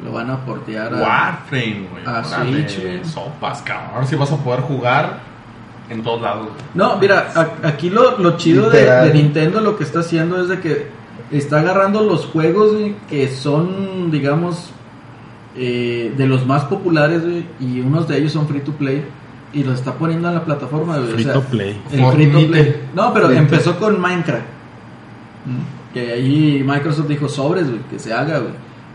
Speaker 2: Lo van a portear a.
Speaker 3: Warframe, güey.
Speaker 2: Ah,
Speaker 3: Órale,
Speaker 2: Switch, güey.
Speaker 3: Sopas, cabrón. Ahora sí vas a poder jugar en todos lados.
Speaker 2: No, mira, a- aquí lo, lo chido de,
Speaker 4: Literal.
Speaker 2: de Nintendo lo que está haciendo es de que está agarrando los juegos güey, que son, digamos, eh, de los más populares güey, y unos de ellos son free to play y los está poniendo en la plataforma. güey, o
Speaker 5: Free
Speaker 2: sea,
Speaker 5: to play.
Speaker 2: El free to play. No, pero empezó con Minecraft. ¿Mm? Que ahí Microsoft dijo sobres, güey, que se haga, güey.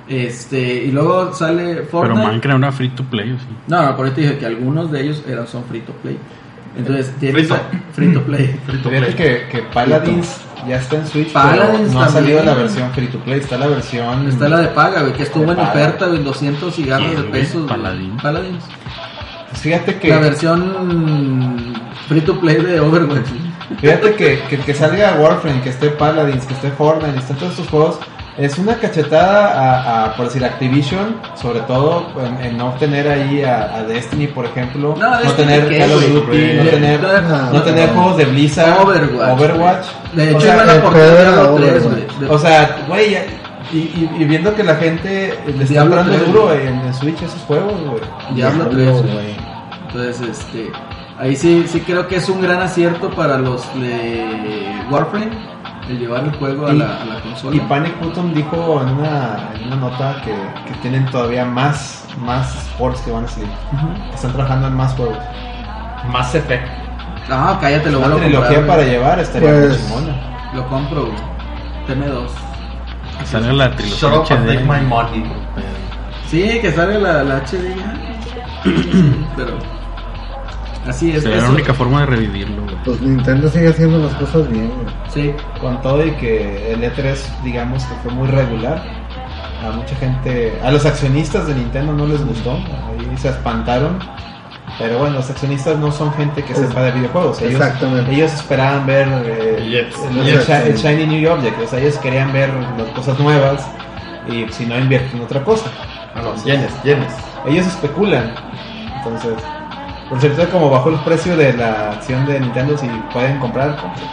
Speaker 2: Este, y luego sale
Speaker 5: Pero
Speaker 2: Fortnite.
Speaker 5: Minecraft era free to play, ¿o sí?
Speaker 2: no, no, por eso te dije que algunos de ellos eran son free to play.
Speaker 6: Eh,
Speaker 2: Entonces, tienes
Speaker 3: Frito.
Speaker 2: free to play.
Speaker 3: Free to
Speaker 6: Fíjate
Speaker 3: play.
Speaker 6: que, que Paladins ya está en Switch,
Speaker 2: Paladins
Speaker 6: pero no ha salido
Speaker 2: también.
Speaker 6: la versión free to play, está la versión.
Speaker 2: Está la de paga, güey, que estuvo
Speaker 6: De
Speaker 2: en
Speaker 6: paga.
Speaker 2: oferta, güey, 200 cigarros de
Speaker 5: ¿Quién, güey?
Speaker 2: pesos. güey.
Speaker 5: Paladín.
Speaker 2: Paladins.
Speaker 6: pues Fíjate
Speaker 2: La
Speaker 6: que,
Speaker 2: versión free to play de Overwatch.
Speaker 6: fíjate que, que, que salga Warframe, que esté Paladins, que esté Fortnite, que estén todos estos juegos. Es una cachetada a, a, por decir, Activision, sobre todo en, en no tener ahí a, a Destiny, por ejemplo.
Speaker 2: No, Destiny,
Speaker 6: tener
Speaker 2: ¿qué,
Speaker 6: Call of
Speaker 2: güey?
Speaker 6: Duty, no
Speaker 2: Güey,
Speaker 6: tener,
Speaker 2: no,
Speaker 6: no tener
Speaker 4: no.
Speaker 6: juegos de Blizzard,
Speaker 2: Overwatch,
Speaker 6: Overwatch.
Speaker 2: De
Speaker 6: O
Speaker 2: hecho,
Speaker 6: sea, eh,
Speaker 2: iban a
Speaker 4: el
Speaker 2: portar
Speaker 4: pedo era
Speaker 2: Diablo 3,
Speaker 4: Overwatch.
Speaker 2: güey. De-
Speaker 6: O sea, güey, ya- y, y, y viendo que la gente le está
Speaker 2: Diablo
Speaker 6: hablando
Speaker 2: tres,
Speaker 6: duro
Speaker 2: güey.
Speaker 6: en, en Switch esos juegos, güey.
Speaker 2: Diablo
Speaker 4: Diablo,
Speaker 2: 3, güey.
Speaker 4: güey.
Speaker 2: Entonces, este, ahí sí, sí creo que es un gran acierto para los de Warframe el llevar el juego a
Speaker 6: Y-
Speaker 2: la, a la consola.
Speaker 6: Y Panic Button dijo en una, en una nota que, que tienen todavía más, más ports que van a salir. Que Están trabajando en más juegos.
Speaker 3: Más Effect.
Speaker 2: Ah, cállate, lo
Speaker 6: Una
Speaker 2: vuelvo a
Speaker 6: trilogía
Speaker 2: comprar.
Speaker 6: para
Speaker 2: güey.
Speaker 6: llevar estaría muy
Speaker 4: Pues-
Speaker 6: chingona.
Speaker 2: Lo compro, güey. TM2.
Speaker 5: Salió la
Speaker 3: Shut up and take my
Speaker 5: trilogía HD.
Speaker 3: money.
Speaker 2: Sí, que sale la, la HD ya. Pero así es.
Speaker 5: Sería la
Speaker 2: eso.
Speaker 5: única forma de revivirlo, güey.
Speaker 4: Pues Nintendo sigue haciendo las cosas bien, güey.
Speaker 2: Sí.
Speaker 6: Con todo y que el E3, digamos que fue muy regular. A mucha gente, a los accionistas de Nintendo no les gustó. Ahí se espantaron. Pero bueno, los accionistas no son gente que sepa de videojuegos. Ellos,
Speaker 4: Exactamente.
Speaker 6: ellos esperaban ver eh,
Speaker 3: Billetes.
Speaker 6: el, el shi- el Shiny New Object. O sea, ellos querían ver las cosas nuevas. Y si no invierten en otra cosa.
Speaker 3: A los yenes, yenes.
Speaker 6: Ellos especulan. Entonces, por cierto, como bajó el precio de la acción de Nintendo, si pueden comprar, compren.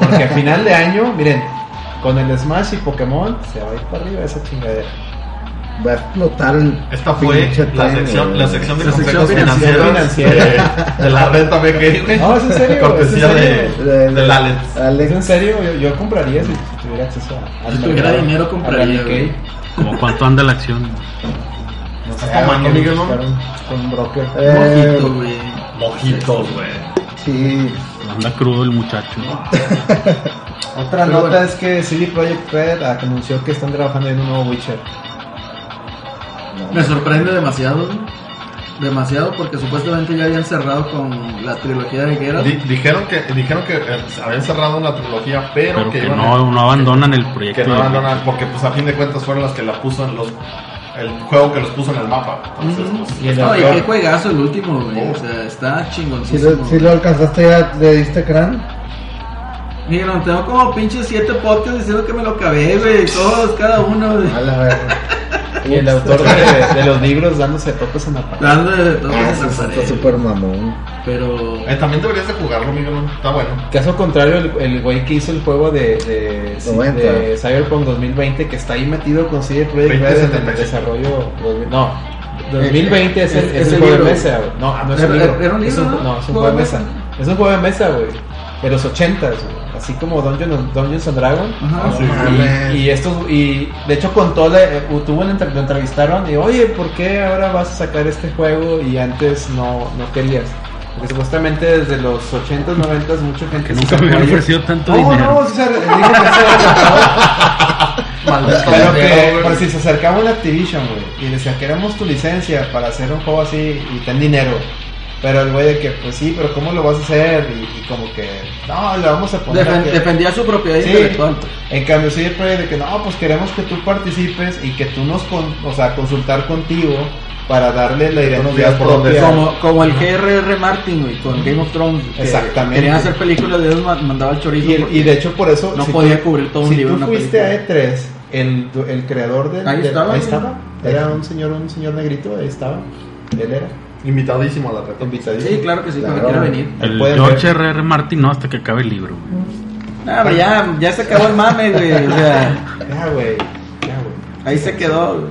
Speaker 6: porque a final de año, miren, con el Smash y Pokémon se va a ir para arriba esa chingadera.
Speaker 4: Va a explotar el.
Speaker 3: Esta fue
Speaker 4: pinche
Speaker 3: la
Speaker 4: time,
Speaker 3: sección,
Speaker 4: güey.
Speaker 3: la sección de
Speaker 2: La sección
Speaker 3: consejos financieros
Speaker 6: financiera.
Speaker 3: de, de la renta BG, güey.
Speaker 6: No, es en serio,
Speaker 3: Cortesía
Speaker 6: es en
Speaker 3: de,
Speaker 6: serio.
Speaker 3: de, del Alex.
Speaker 6: Es en
Speaker 4: Alex.
Speaker 6: serio, yo, yo compraría si si tuviera acceso a. al
Speaker 2: Si tuviera
Speaker 6: mercado,
Speaker 2: dinero,
Speaker 6: a la
Speaker 2: compraría,
Speaker 6: Nikkei.
Speaker 2: güey.
Speaker 5: Como cuánto anda la acción.
Speaker 6: No sé,
Speaker 3: ¿Estás tomando,
Speaker 6: hay que
Speaker 3: Miguel, no?
Speaker 6: buscar un- Con un broker.
Speaker 4: Eh,
Speaker 2: Mojito, güey.
Speaker 3: Mojitos, güey.
Speaker 4: sí.
Speaker 5: Anda crudo el muchacho.
Speaker 6: Otra
Speaker 4: Pero
Speaker 6: nota
Speaker 4: bueno.
Speaker 6: es que CD Projekt Red anunció que están trabajando en un nuevo Witcher.
Speaker 2: Me sorprende demasiado. güey. Demasiado porque supuestamente ya habían cerrado con la trilogía de Geralt.
Speaker 3: Di- dijeron que, dijeron que eh, habían cerrado una trilogía, pero,
Speaker 5: Pero que
Speaker 3: iban a-
Speaker 5: no, no abandonan el proyecto.
Speaker 3: que no
Speaker 5: de-
Speaker 3: abandonan, porque pues a fin de cuentas fueron las que la puso en los el juego que los puso en el mapa. Entonces, pues,
Speaker 6: Y el
Speaker 2: No, y
Speaker 6: autor-
Speaker 2: qué juegazo el último,
Speaker 4: Oh.
Speaker 2: güey. O sea, está
Speaker 4: Si lo,
Speaker 2: chingoncísimo.
Speaker 4: si lo alcanzaste ya, le diste crán.
Speaker 2: Dijeron, tengo como pinches siete podcasts diciendo que me lo acabé, güey. Todos, cada uno, güey.
Speaker 4: A la verga.
Speaker 6: Y el autor de, de los libros dándose topes en la pared.
Speaker 2: Dando de todo
Speaker 4: Ah,
Speaker 2: por
Speaker 4: eso
Speaker 2: la
Speaker 4: está
Speaker 2: pared.
Speaker 4: súper mamón.
Speaker 2: Pero.
Speaker 3: eh, también deberías de jugarlo, Miguel. Está bueno.
Speaker 6: Caso contrario, el, el güey que hizo el juego de, de, sí,
Speaker 4: 90.
Speaker 6: de Cyberpunk 2020, que está ahí metido con CD Projekt Red en el
Speaker 3: 2075.
Speaker 6: desarrollo. 2000 No, 2020 es, el-
Speaker 2: Es-
Speaker 6: es
Speaker 2: es
Speaker 6: el
Speaker 2: el
Speaker 6: juego de
Speaker 2: libro.
Speaker 6: mesa, güey. No, no es
Speaker 2: Era-
Speaker 6: un libro.
Speaker 2: era un libro,
Speaker 6: es un,
Speaker 2: ¿no?
Speaker 6: no, es un juego de mesa. Es un juego de mesa, güey. De los 80 Así como Dungeon- Dungeons and Dragons.
Speaker 2: Ajá.
Speaker 6: Y-
Speaker 4: mames.
Speaker 6: y, estos, y de hecho con todo, tuvo una entre- lo entrevistaron y oye, ¿por qué ahora vas a sacar este juego y antes no, no querías? Porque supuestamente desde los 80s, 90s, mucha gente...
Speaker 5: Que
Speaker 6: se
Speaker 5: nunca me
Speaker 6: sacó
Speaker 5: habían
Speaker 6: ahí.
Speaker 5: ofrecido tanto
Speaker 6: No,
Speaker 5: dinero.
Speaker 6: no, o sea, digo que
Speaker 11: Maldito
Speaker 6: Claro
Speaker 11: dinero,
Speaker 6: que,
Speaker 11: güey.
Speaker 6: por si se acercaba un Activision, güey, y le decía, queremos tu licencia para hacer un juego así y ten dinero. Pero el güey de que, pues sí, pero ¿cómo lo vas a hacer? Y, y como que, no, le vamos a poner...
Speaker 2: Defen-
Speaker 6: que-
Speaker 2: defendía su propiedad
Speaker 6: Sí.
Speaker 2: intelectual.
Speaker 6: En cambio, sí, el proyecto de que, no, pues queremos que tú participes y que tú nos, con- o sea, consultar contigo para darle la
Speaker 3: nos
Speaker 6: identidad
Speaker 3: digas por dónde
Speaker 6: propia.
Speaker 2: Como, como el GRR Martin, güey, con Game of Thrones. que
Speaker 6: Exactamente.
Speaker 2: Querían hacer películas de ellos, ma- mandaba el chorizo.
Speaker 6: Y, el-
Speaker 2: porque
Speaker 6: y de hecho, por eso...
Speaker 2: no
Speaker 6: si
Speaker 2: podía cubrir todo un
Speaker 6: si
Speaker 2: libro.
Speaker 6: tú
Speaker 2: una
Speaker 6: fuiste
Speaker 2: película.
Speaker 6: a E3, el, du- el creador del...
Speaker 2: Ahí
Speaker 6: del-
Speaker 2: estaba,
Speaker 6: ahí
Speaker 2: ¿no?
Speaker 6: estaba. Era un señor, un señor negrito, ahí estaba. Él era.
Speaker 3: Invitadísimo a la reta.
Speaker 6: Invitadísimo.
Speaker 2: Sí, claro que sí, cuando quiera venir.
Speaker 5: El
Speaker 6: Pueden
Speaker 5: George
Speaker 6: ver.
Speaker 5: R.R. Martin no hasta que acabe el libro. güey.
Speaker 2: No, hombre, ya, ya se acabó el mame, güey. O sea,
Speaker 6: Ya, güey. Ya, güey.
Speaker 2: ahí se quedó.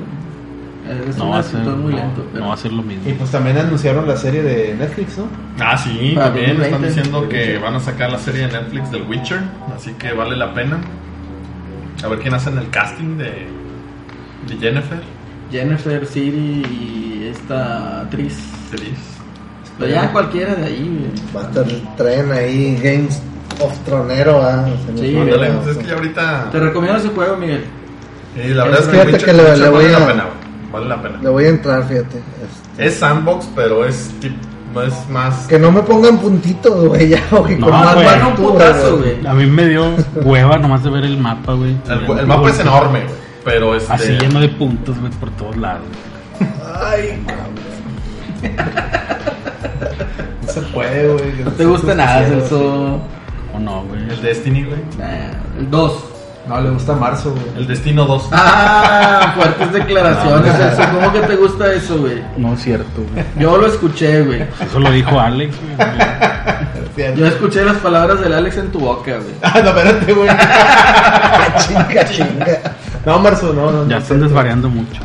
Speaker 2: Es
Speaker 5: No
Speaker 2: un
Speaker 5: va a ser,
Speaker 2: escritor muy
Speaker 5: no,
Speaker 2: lento. pero-
Speaker 5: no va a ser lo mismo.
Speaker 6: Y pues también anunciaron la serie de Netflix, ¿no?
Speaker 3: Ah, sí,
Speaker 2: Para
Speaker 3: también están
Speaker 2: 2020.
Speaker 3: diciendo que van a sacar la serie de Netflix del Witcher, así que vale la pena. A ver quién hace en el casting de, de Jennifer.
Speaker 2: Jennifer City y esta actriz.
Speaker 3: Feliz.
Speaker 2: Pero ya cualquiera de ahí, güey.
Speaker 4: Va a estar el tren ahí, Games of Tronero. ah, se me
Speaker 2: Sí,
Speaker 4: fue.
Speaker 3: Ándale, pues es que ya ahorita.
Speaker 2: Te recomiendo ese juego, Miguel.
Speaker 3: Y la verdad es que,
Speaker 4: Fíjate
Speaker 3: Witcher,
Speaker 4: que le-
Speaker 3: Witcher
Speaker 4: le voy
Speaker 3: vale la
Speaker 4: a-
Speaker 3: pena, güey. vale la pena.
Speaker 4: Le voy a entrar, fíjate. Este,
Speaker 3: Es sandbox, pero es tip- no es más.
Speaker 4: Que no me pongan puntitos, güey, ya, güey,
Speaker 5: No,
Speaker 4: con más
Speaker 5: güey.
Speaker 2: Bueno,
Speaker 4: mano
Speaker 2: un
Speaker 4: tú,
Speaker 2: putazo,
Speaker 4: güey.
Speaker 2: güey.
Speaker 5: A mí me dio hueva nomás de ver el mapa, güey.
Speaker 3: El, el mapa es enorme, güey, pero este.
Speaker 5: Así lleno de puntos, güey, por todos lados.
Speaker 6: No se puede, güey.
Speaker 2: No te gusta nada, Celso.
Speaker 5: ¿O no, güey?
Speaker 3: El Destiny, güey.
Speaker 2: Nah, El 2.
Speaker 6: No, le gusta marzo, güey.
Speaker 3: El Destino 2.
Speaker 2: Ah, fuertes declaraciones, Celso. ¿Cómo que te gusta eso, güey?
Speaker 5: No es cierto, güey.
Speaker 2: Yo lo escuché, güey.
Speaker 5: Eso lo dijo Alex, güey.
Speaker 2: Yo escuché las palabras del Alex en tu boca, güey.
Speaker 6: Ah, no, espérate, güey.
Speaker 4: Chinga, chinga.
Speaker 6: No, marzo, no, no.
Speaker 5: Ya
Speaker 6: no.
Speaker 5: están desvariando mucho.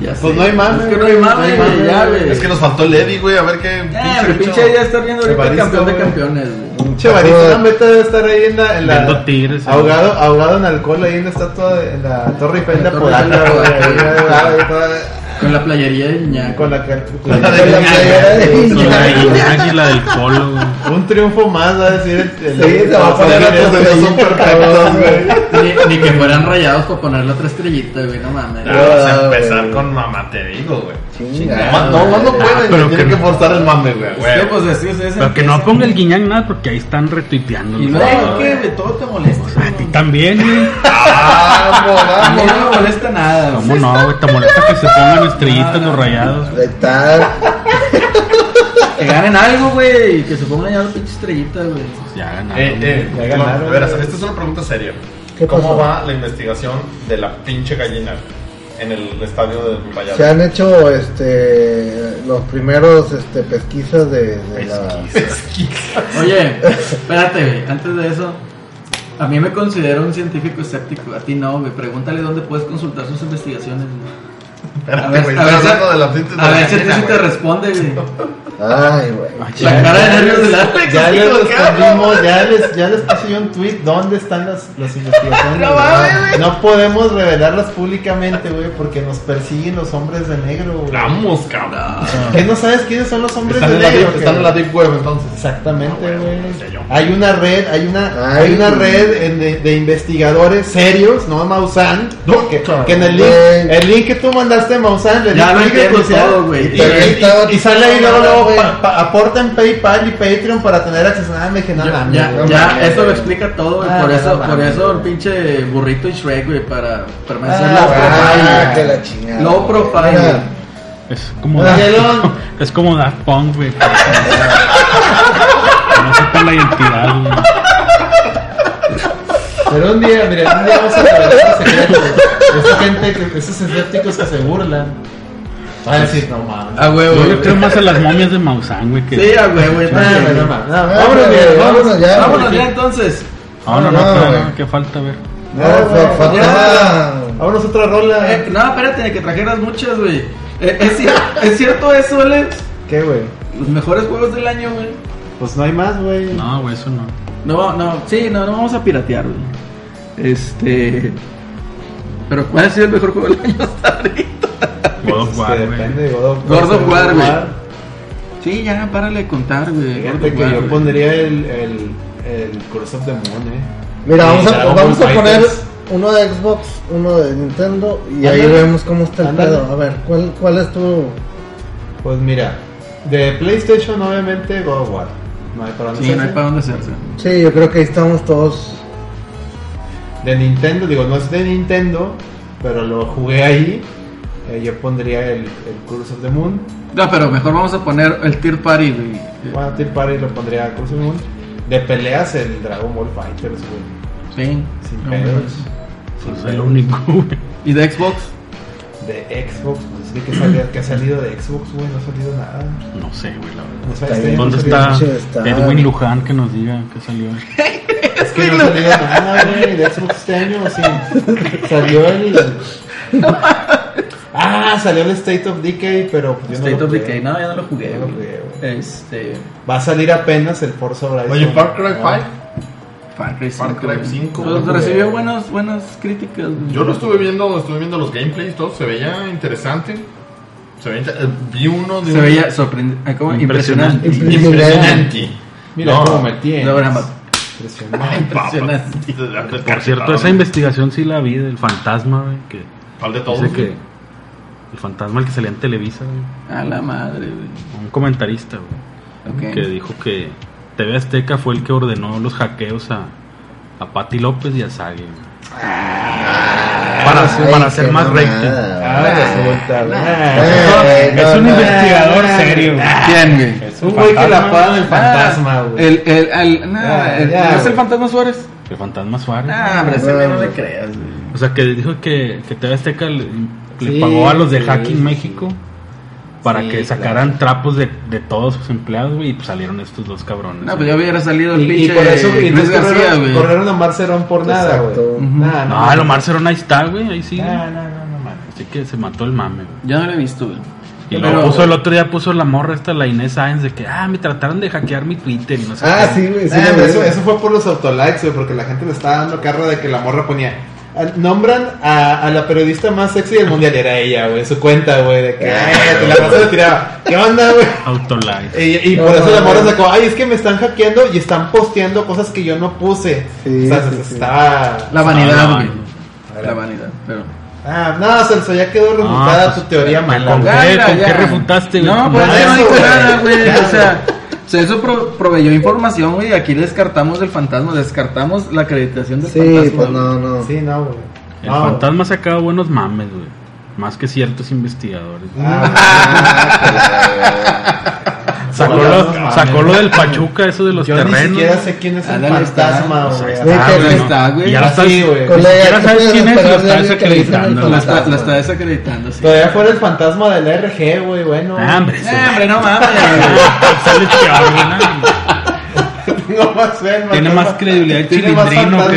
Speaker 2: Ya sé.
Speaker 6: Pues no hay mame,
Speaker 2: Es que no hay mame,
Speaker 6: no hay mame,
Speaker 2: Ah, güey. Ya,
Speaker 6: güey.
Speaker 2: güey.
Speaker 3: Es que nos faltó el Eddie, güey, a ver qué.
Speaker 2: Eh, pero
Speaker 3: bicho.
Speaker 2: pinche ya está viendo ahorita el
Speaker 6: Evaristo,
Speaker 2: campeón de
Speaker 6: güey.
Speaker 2: campeones, güey.
Speaker 6: Pinche varito,
Speaker 3: Ah,
Speaker 6: la meta debe estar ahí en la. En
Speaker 5: Viendo
Speaker 6: la
Speaker 5: tigres,
Speaker 6: ahogado, ahogado en alcohol, ahí en la estatua, de- en la Torre Eiffel de
Speaker 2: La Torre Eiffel de
Speaker 6: Polanco, güey.
Speaker 2: Polanco.
Speaker 6: Ahí, ahí, ahí, toda-
Speaker 2: Con la playería de Iñaco.
Speaker 6: Con la cal-
Speaker 3: La de
Speaker 6: con la
Speaker 3: Guiñac,
Speaker 6: playera de
Speaker 5: Con
Speaker 6: Guiñac.
Speaker 5: la Iñaki y la del Colo, güey.
Speaker 6: Un triunfo más, va a decir el. el-
Speaker 4: Sí, se va a poner
Speaker 6: el-
Speaker 4: otros
Speaker 6: el-
Speaker 4: tres
Speaker 6: el-
Speaker 4: supercabros, güey.
Speaker 2: Ni, ni que fueran rayados para ponerle otra estrellita, güey, no mames.
Speaker 3: Ya vamos a
Speaker 4: Ah,
Speaker 3: empezar
Speaker 4: güey.
Speaker 3: con mamá, te digo, güey.
Speaker 4: Chinga.
Speaker 3: No, no, no, no pueden,
Speaker 5: pero
Speaker 3: tienen
Speaker 5: que-
Speaker 3: que, forzar el mame, güey. a
Speaker 2: Sí,
Speaker 3: huevo.
Speaker 2: pues así ustedes
Speaker 5: Pero que no
Speaker 2: empiezan.
Speaker 5: ponga el guiñac nada porque ahí están retuiteando.
Speaker 2: Y luego, ¿qué? De todo te molesta.
Speaker 5: A ti también, güey.
Speaker 2: A mí no me molesta nada, güey.
Speaker 5: ¿Cómo no, güey? Te molesta que se pongan estrellitas los rayados.
Speaker 4: Ahí está.
Speaker 2: Que ganen algo, güey. y Que se pongan ya la pinche estrellita, güey.
Speaker 5: Ya ganaron.
Speaker 3: Eh, eh,
Speaker 6: Ya ganaron,
Speaker 3: no, de veras,
Speaker 6: güey.
Speaker 3: esta es una pregunta seria.
Speaker 4: ¿Qué
Speaker 3: ¿Cómo
Speaker 4: pasó?
Speaker 3: va la investigación de la pinche gallina en el estadio del
Speaker 4: Se
Speaker 3: Valladolid?
Speaker 4: han hecho este los primeros este, pesquisas de, de la.
Speaker 2: Oye, espérate, güey. Antes de eso, a mí me considero un científico escéptico. A ti no, güey. Pregúntale dónde puedes consultar sus investigaciones, güey. A
Speaker 3: Espérate,
Speaker 2: ver,
Speaker 3: güey,
Speaker 2: a
Speaker 3: estoy
Speaker 2: ver,
Speaker 3: hablando
Speaker 2: a-
Speaker 3: de la pinche
Speaker 2: A ver si a ti
Speaker 3: gallina,
Speaker 2: sí te
Speaker 3: güey.
Speaker 2: responde, güey.
Speaker 4: Ay, güey.
Speaker 2: La cara de nervios del Alex.
Speaker 6: Ya
Speaker 2: así
Speaker 6: les
Speaker 2: como que, ah,
Speaker 6: respondimos, ya les, ya les puse yo un tweet dónde están las, las investigaciones.
Speaker 2: No
Speaker 6: ¿verdad?
Speaker 2: mames, güey.
Speaker 6: No podemos revelarlas públicamente, güey, porque nos persiguen los hombres de negro, güey.
Speaker 3: Vamos, cabrón.
Speaker 6: ¿Qué no sabes quiénes son los hombres
Speaker 3: Están
Speaker 6: de
Speaker 3: en la
Speaker 6: negro?
Speaker 3: deep- están en la
Speaker 6: cabrón?
Speaker 3: deep web, entonces.
Speaker 6: Exactamente,
Speaker 3: Ah,
Speaker 6: güey.
Speaker 3: bueno, sé yo.
Speaker 6: Hay una red, hay una, hay
Speaker 4: Ay,
Speaker 6: una
Speaker 4: güey.
Speaker 6: red en de, de investigadores serios, no Mausan, que, que en el link,
Speaker 4: güey.
Speaker 6: el link que tú mandaste Mausan, le
Speaker 2: Ya
Speaker 6: di
Speaker 2: lo
Speaker 6: clic
Speaker 2: entiendo
Speaker 6: crucial,
Speaker 2: todo, güey.
Speaker 6: Y, y- y sale ahí luego, luego
Speaker 4: güey.
Speaker 6: pa- pa- aporten PayPal y Patreon para tener acceso a me dije, no,
Speaker 2: Ya,
Speaker 6: mames,
Speaker 2: ya,
Speaker 6: no
Speaker 2: ya,
Speaker 6: mames,
Speaker 2: eso lo
Speaker 6: güey.
Speaker 2: explica todo, güey.
Speaker 6: Ah,
Speaker 2: por
Speaker 6: no
Speaker 2: eso, por
Speaker 6: mames,
Speaker 2: eso el
Speaker 6: güey.
Speaker 2: pinche burrito y Shrek, güey, para permanecer
Speaker 6: Ah,
Speaker 2: low
Speaker 6: güey.
Speaker 4: Ah, que
Speaker 2: profile.
Speaker 4: la chingada.
Speaker 2: Low profile,
Speaker 4: Mira,
Speaker 2: güey.
Speaker 5: Es como
Speaker 6: Hola,
Speaker 5: Daft-
Speaker 6: Elon.
Speaker 5: Es como Daft Punk, güey. Que No sepa la identidad, güey.
Speaker 6: Pero un día, mira, un día vamos a hablar de esos secretos, de esa gente, que- esos escépticos que se burlan. Van a decir, no mames.
Speaker 2: A huevo.
Speaker 5: Yo le creo más a las momias de Maussan, güey. Que...
Speaker 2: Sí, a huevo,
Speaker 6: No,
Speaker 2: entonces.
Speaker 6: no, no, mames, no,
Speaker 4: Vámonos,
Speaker 6: güey,
Speaker 4: güey,
Speaker 6: vamos.
Speaker 4: vámonos ya.
Speaker 2: Vámonos
Speaker 4: güey.
Speaker 2: ya entonces.
Speaker 5: Ah, no, no,
Speaker 4: No,
Speaker 5: espera,
Speaker 4: güey.
Speaker 5: no, que falta, a ver.
Speaker 4: No, fa-
Speaker 6: Ya,
Speaker 4: faltaba.
Speaker 6: Vámonos otra rola.
Speaker 2: Eh, no, espérate, que trajeras muchas, güey. Eh, ¿Es, cier- ¿Es cierto eso, Alex?
Speaker 6: ¿Qué, güey?
Speaker 2: Los mejores juegos del año, güey.
Speaker 6: Pues no hay más, güey.
Speaker 5: No, güey, eso no.
Speaker 2: No, no,
Speaker 10: Sí, no, no vamos a piratear, güey. Este.
Speaker 2: pero ¿cuál ha sido el mejor juego del año?
Speaker 5: God
Speaker 6: Pues,
Speaker 5: of War,
Speaker 6: que
Speaker 5: güey.
Speaker 6: depende de God of
Speaker 2: God of War, güey.
Speaker 6: War.
Speaker 2: Sí, ya, párale de contar, güey.
Speaker 6: Fíjate que yo pondría el, el, el Curse of the Moon, eh.
Speaker 4: Mira, vamos a,
Speaker 6: Dragon
Speaker 4: vamos
Speaker 6: Ball
Speaker 4: a poner
Speaker 6: Fighters.
Speaker 4: uno de Xbox, uno de Nintendo y ahí
Speaker 6: Ándale.
Speaker 4: vemos cómo está el
Speaker 6: Ándale.
Speaker 4: pedo. A ver, ¿cuál, cuál es tu...?
Speaker 6: Pues mira, de PlayStation obviamente God of War. No hay para dónde
Speaker 2: Sí, no hay
Speaker 6: hacerse.
Speaker 2: para dónde hacerse.
Speaker 4: Sí, yo creo que ahí estamos todos...
Speaker 6: De Nintendo, digo, no es de Nintendo, pero lo jugué ahí. Eh, yo pondría el, el Curse of the Moon.
Speaker 2: No, pero mejor vamos a poner el Tier Party, güey.
Speaker 6: Bueno, Tear Party lo pondría Curse of the Moon. De peleas, el Dragon Ball Fighters, güey.
Speaker 2: Sí.
Speaker 6: Sin
Speaker 2: No,
Speaker 6: pedos.
Speaker 5: Pues es el único, güey.
Speaker 2: ¿Y de Xbox?
Speaker 6: De Xbox, pues sí que, salía- que ha salido de Xbox, güey, no ha salido nada.
Speaker 5: No sé, güey, la verdad.
Speaker 6: No sabes,
Speaker 4: Está
Speaker 6: este,
Speaker 4: bien.
Speaker 6: no
Speaker 5: ¿Dónde
Speaker 6: ha salido-
Speaker 5: está
Speaker 4: sí, está.
Speaker 5: Edwin Luján que nos diga que salió?
Speaker 6: Es que no ha salido nada, güey, de Xbox este año, sí. Salió el. Ah, salió el State of Decay, pero yo no
Speaker 10: State
Speaker 6: lo
Speaker 10: of
Speaker 6: jugué.
Speaker 10: Decay, no, ya no lo jugué,
Speaker 6: Yo no lo
Speaker 10: güey.
Speaker 6: jugué, güey.
Speaker 10: Este.
Speaker 6: Va a salir apenas el Forza Horizon.
Speaker 3: Oye, Far Cry 5.
Speaker 6: Ah.
Speaker 2: Far Cry 5.
Speaker 3: Far Cry
Speaker 2: güey.
Speaker 3: 5.
Speaker 2: Pues recibió buenas, buenas críticas, güey.
Speaker 3: Yo lo estuve viendo, estuve viendo los gameplays, todo se veía interesante. Se veía, inter- eh, vi uno de
Speaker 2: Se
Speaker 3: un-
Speaker 2: veía sorprendente. Impresionante.
Speaker 5: Impresionante.
Speaker 3: impresionante.
Speaker 6: Mira
Speaker 3: No.
Speaker 6: cómo me tienes.
Speaker 2: No, ahora más.
Speaker 6: Impresionante.
Speaker 2: Impresionante.
Speaker 5: Por
Speaker 3: Ah,
Speaker 5: cierto, esa investigación sí la vi del fantasma, güey. Que
Speaker 3: ¿Cuál de todos?
Speaker 5: dice que. El fantasma, el que salía en Televisa, güey.
Speaker 2: A la madre, güey.
Speaker 5: Un comentarista, güey.
Speaker 2: Ok.
Speaker 5: que dijo que TV Azteca fue el que ordenó los hackeos a, a Patti López y a Sage. güey. Para,
Speaker 4: Ay,
Speaker 5: para ser
Speaker 4: qué
Speaker 5: más recto.
Speaker 4: mamada.
Speaker 6: Ah, resulta.
Speaker 4: Eh,
Speaker 5: Es
Speaker 4: no,
Speaker 5: un
Speaker 4: no,
Speaker 5: investigador serio. güey.
Speaker 2: ¿Quién, güey?
Speaker 6: Es un güey que la paga el fantasma,
Speaker 2: Ah,
Speaker 6: güey.
Speaker 2: El, el, el, nah,
Speaker 6: Ya,
Speaker 2: el-
Speaker 6: ya,
Speaker 2: ¿no es el
Speaker 6: güey.
Speaker 2: fantasma Suárez?
Speaker 5: El fantasma Suárez.
Speaker 2: Ah, hombre, ese güey no le creas, güey.
Speaker 5: O sea, que dijo que, que TV Azteca le, le
Speaker 6: Sí,
Speaker 5: pagó a los de
Speaker 6: sí,
Speaker 5: Hacking
Speaker 6: sí.
Speaker 5: México para
Speaker 6: Sí,
Speaker 5: que sacaran trapos de, de todos sus empleados, güey, y pues salieron estos dos cabrones.
Speaker 2: No, pues ya hubiera salido el
Speaker 6: Y, y
Speaker 2: pinche
Speaker 6: por eso y no
Speaker 2: Luis García,
Speaker 6: corrieron,
Speaker 2: güey.
Speaker 6: corrieron a Marcerón por nada, güey.
Speaker 4: Exacto.
Speaker 6: Nah,
Speaker 5: No, lo Marcerón ahí está, güey, ahí sí.
Speaker 6: No, no, no, no mames.
Speaker 5: Así que se mató el mame, güey.
Speaker 2: Yo no lo he visto, güey.
Speaker 5: Y
Speaker 2: Pero-
Speaker 5: luego puso el otro día puso la morra esta, la Inés Sáenz, de que ah, me trataron de hackear mi Twitter y no sé
Speaker 4: Ah,
Speaker 5: qué.
Speaker 4: sí, güey. sí,
Speaker 6: Nah,
Speaker 4: lo
Speaker 6: pero
Speaker 4: vi.
Speaker 6: eso, eso fue por los autolikes, güey, porque la gente le estaba dando carro de que la morra ponía. "Ah, Nombran a, a la periodista más sexy del mundial, era ella, güey, su cuenta, güey, de que "Ay, te la pasó le tiraba. ¿Qué onda, güey?
Speaker 5: Autolive.
Speaker 6: Y, y
Speaker 4: No,
Speaker 6: por eso
Speaker 4: no,
Speaker 6: la morra
Speaker 4: no.
Speaker 6: sacó, ay, es que me están hackeando y están posteando cosas que yo no puse.
Speaker 4: Sí,
Speaker 6: o sea,
Speaker 4: sí,
Speaker 6: se-
Speaker 4: sí.
Speaker 6: estaba...
Speaker 2: La vanidad,
Speaker 5: Ah,
Speaker 2: güey.
Speaker 6: no.
Speaker 2: La vanidad, pero.
Speaker 6: Ah, no, Celso, ya quedó remontada
Speaker 5: pues,
Speaker 6: tu teoría mala.
Speaker 5: con-
Speaker 6: güey.
Speaker 5: qué-
Speaker 2: Mira,
Speaker 5: con
Speaker 2: ya.
Speaker 5: qué refutaste, güey?
Speaker 2: No,
Speaker 5: Con
Speaker 2: pues es que
Speaker 6: nada,
Speaker 2: no dijo
Speaker 6: güey.
Speaker 2: nada, güey.
Speaker 6: Ya,
Speaker 2: O sea, o sea, eso pro- proveyó información, güey. Aquí descartamos el fantasma, descartamos la acreditación del
Speaker 4: Sí,
Speaker 2: fantasma. güey.
Speaker 4: pues no, no.
Speaker 6: Sí, no, güey.
Speaker 5: El
Speaker 6: No,
Speaker 5: fantasma ha sacado buenos mames, güey. Más que ciertos investigadores.
Speaker 6: güey. Ah,
Speaker 5: Sacó,
Speaker 6: Hola,
Speaker 5: lo,
Speaker 6: no mames.
Speaker 5: sacó lo del Pachuca, eso de los
Speaker 6: Yo ni
Speaker 5: terrenos.
Speaker 6: siquiera sé quién es el
Speaker 2: Ándale, está. pues,
Speaker 6: fantasma,
Speaker 5: O sea,
Speaker 6: güey.
Speaker 5: está,
Speaker 4: Güey, que
Speaker 5: güey,
Speaker 4: ahí
Speaker 5: ¿no?
Speaker 2: está, güey.
Speaker 5: Y ya lo estás-
Speaker 6: Así, güey.
Speaker 5: ni
Speaker 4: Colega,
Speaker 5: siquiera
Speaker 4: ¿qué
Speaker 5: sabes
Speaker 4: puedes
Speaker 5: quién es,
Speaker 4: esperar
Speaker 5: lo
Speaker 4: de
Speaker 5: estás
Speaker 4: alguien que le dicen el
Speaker 5: acreditando.
Speaker 2: La
Speaker 5: güey.
Speaker 2: está, la está desacreditando, sí.
Speaker 6: Todavía fuera el fantasma del RG, güey, bueno.
Speaker 5: Ah, hombre, eso.
Speaker 2: Eh, hombre, no mames, güey.
Speaker 5: Sale peor, güey, ¿no?
Speaker 6: Tengo más fe, el
Speaker 5: Tiene
Speaker 6: fantasma-
Speaker 5: más credibilidad el
Speaker 6: Tiene más
Speaker 5: chilindrino que.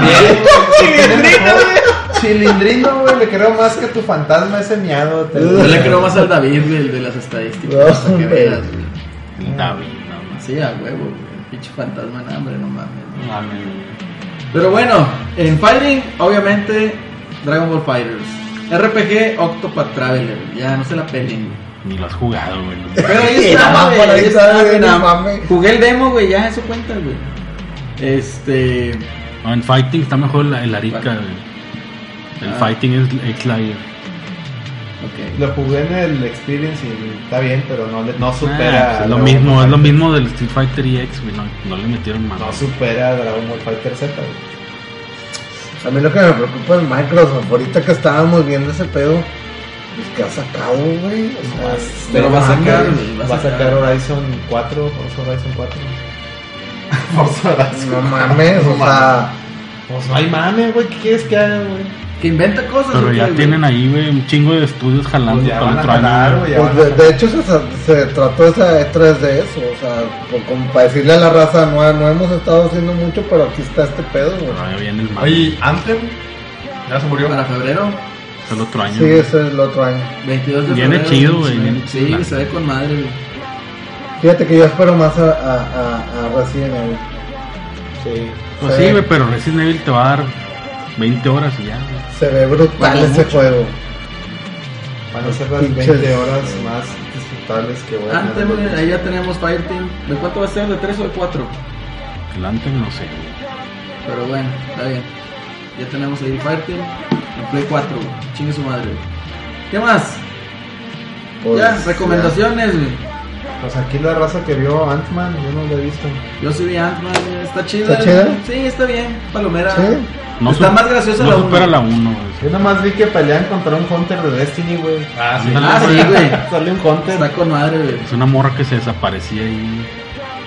Speaker 6: Bien, güey. Chilindrino, güey. Chilindrino, güey, le creo más que tu fantasma ese miado. te
Speaker 2: Yo
Speaker 6: digo.
Speaker 2: le creo más al David, güey, el de las estadísticas.
Speaker 4: No,
Speaker 2: hasta que
Speaker 4: hombre.
Speaker 2: veas, güey.
Speaker 5: El David, no mames.
Speaker 2: Sí, a huevo, güey. Pinche fantasma, no, hombre, no mames.
Speaker 5: No mames, güey.
Speaker 2: Pero bueno, en Fighting, obviamente, Dragon Ball Fighters. RPG Octopath Traveler, ya no se la peleen. güey.
Speaker 5: Ni lo has jugado, güey.
Speaker 2: Pero ahí
Speaker 4: Sí,
Speaker 2: está,
Speaker 4: no,
Speaker 2: güey,
Speaker 4: por
Speaker 2: ahí
Speaker 4: ahí
Speaker 2: está,
Speaker 4: está,
Speaker 2: güey,
Speaker 4: no
Speaker 2: no.
Speaker 4: mames.
Speaker 2: Jugué el demo, güey, ya eso cuenta, güey. Este.
Speaker 5: No, en Fighting está mejor la- el Arica, güey. El
Speaker 2: Ah.
Speaker 5: Fighting es es Slayer.
Speaker 2: Ok.
Speaker 6: Lo jugué en el Experience y está bien, pero no, le- no supera.
Speaker 5: Ah,
Speaker 6: a
Speaker 5: es lo
Speaker 6: Dragon
Speaker 5: mismo,
Speaker 6: Ball
Speaker 5: es lo
Speaker 6: Fighter.
Speaker 5: mismo del Street Fighter EX, güey. No, no le metieron más.
Speaker 6: No supera a Dragon Ball Fighter Z, güey.
Speaker 4: A mí lo que me preocupa es Microsoft. Ahorita que estábamos viendo ese pedo, pues que ha sacado, güey. O sea,
Speaker 2: Pero
Speaker 4: no
Speaker 2: va a
Speaker 4: mames.
Speaker 2: sacar,
Speaker 6: Este, Va a sacar Horizon 4, Forza Horizon 4. Forza Horizon.
Speaker 4: No mames, o sea.
Speaker 6: Pues no hay mames, güey. ¿Qué quieres que haga, güey?
Speaker 2: Que inventa cosas,
Speaker 5: Pero
Speaker 2: güey,
Speaker 5: ya
Speaker 2: güey.
Speaker 5: tienen ahí, güey, un chingo de estudios jalando
Speaker 6: Pues ya
Speaker 5: para
Speaker 6: van a
Speaker 5: otro año,
Speaker 6: jalar,
Speaker 5: güey.
Speaker 6: güey.
Speaker 4: Pues de, de hecho se, se trató esa E3 de eso, o sea, por- como para decirle a la raza, no, no hemos estado haciendo mucho, pero aquí está este pedo, güey.
Speaker 5: Pero ahí viene el mal.
Speaker 3: Oye, Anthem ya se murió.
Speaker 2: Para febrero.
Speaker 5: hasta el otro año.
Speaker 4: Sí, ese es el otro año.
Speaker 2: 22 de
Speaker 5: Viene
Speaker 2: febrero,
Speaker 5: chido, güey,
Speaker 2: sí,
Speaker 5: viene
Speaker 2: Sí,
Speaker 5: chulada.
Speaker 2: se ve con madre, güey.
Speaker 4: Fíjate que yo espero más a, a, a, a Resident Evil.
Speaker 12: Sí.
Speaker 5: Pues
Speaker 4: Sí.
Speaker 2: Eh.
Speaker 5: sí, güey, pero Resident Evil te va a dar 20 horas y ya, güey.
Speaker 4: Se ve brutal
Speaker 2: Bueno,
Speaker 4: ese
Speaker 2: mucho.
Speaker 4: juego.
Speaker 6: Van a ser las 20 horas más disfrutables que voy a
Speaker 2: Ah,
Speaker 6: tener.
Speaker 2: también, ahí ya tenemos Fireteam. ¿De cuánto va a ser? ¿De 3 o de 4?
Speaker 5: El Anthem no sé, güey.
Speaker 2: Pero bueno, está bien. Ya tenemos ahí Fireteam. En Play 4, güey. Chingue su madre, güey. ¿Qué más?
Speaker 4: Pues,
Speaker 2: ya, recomendaciones, güey.
Speaker 6: Pues aquí la raza que vio Ant-Man, yo no lo he visto.
Speaker 2: Yo soy Ant-Man, güey. está chida.
Speaker 4: ¿Está chida?
Speaker 2: Sí, está bien. Palomera.
Speaker 4: Sí.
Speaker 5: No
Speaker 2: está
Speaker 5: su-
Speaker 2: más graciosa
Speaker 5: no
Speaker 2: la
Speaker 5: supera
Speaker 2: 1.
Speaker 5: la 1, güey.
Speaker 6: Yo nomás vi que pelean contra un Hunter de Destiny, güey.
Speaker 3: Ah, sí.
Speaker 2: Ah, sí, güey.
Speaker 6: Sale un Hunter.
Speaker 2: Está con madre, güey.
Speaker 5: Es una morra que se desaparecía ahí.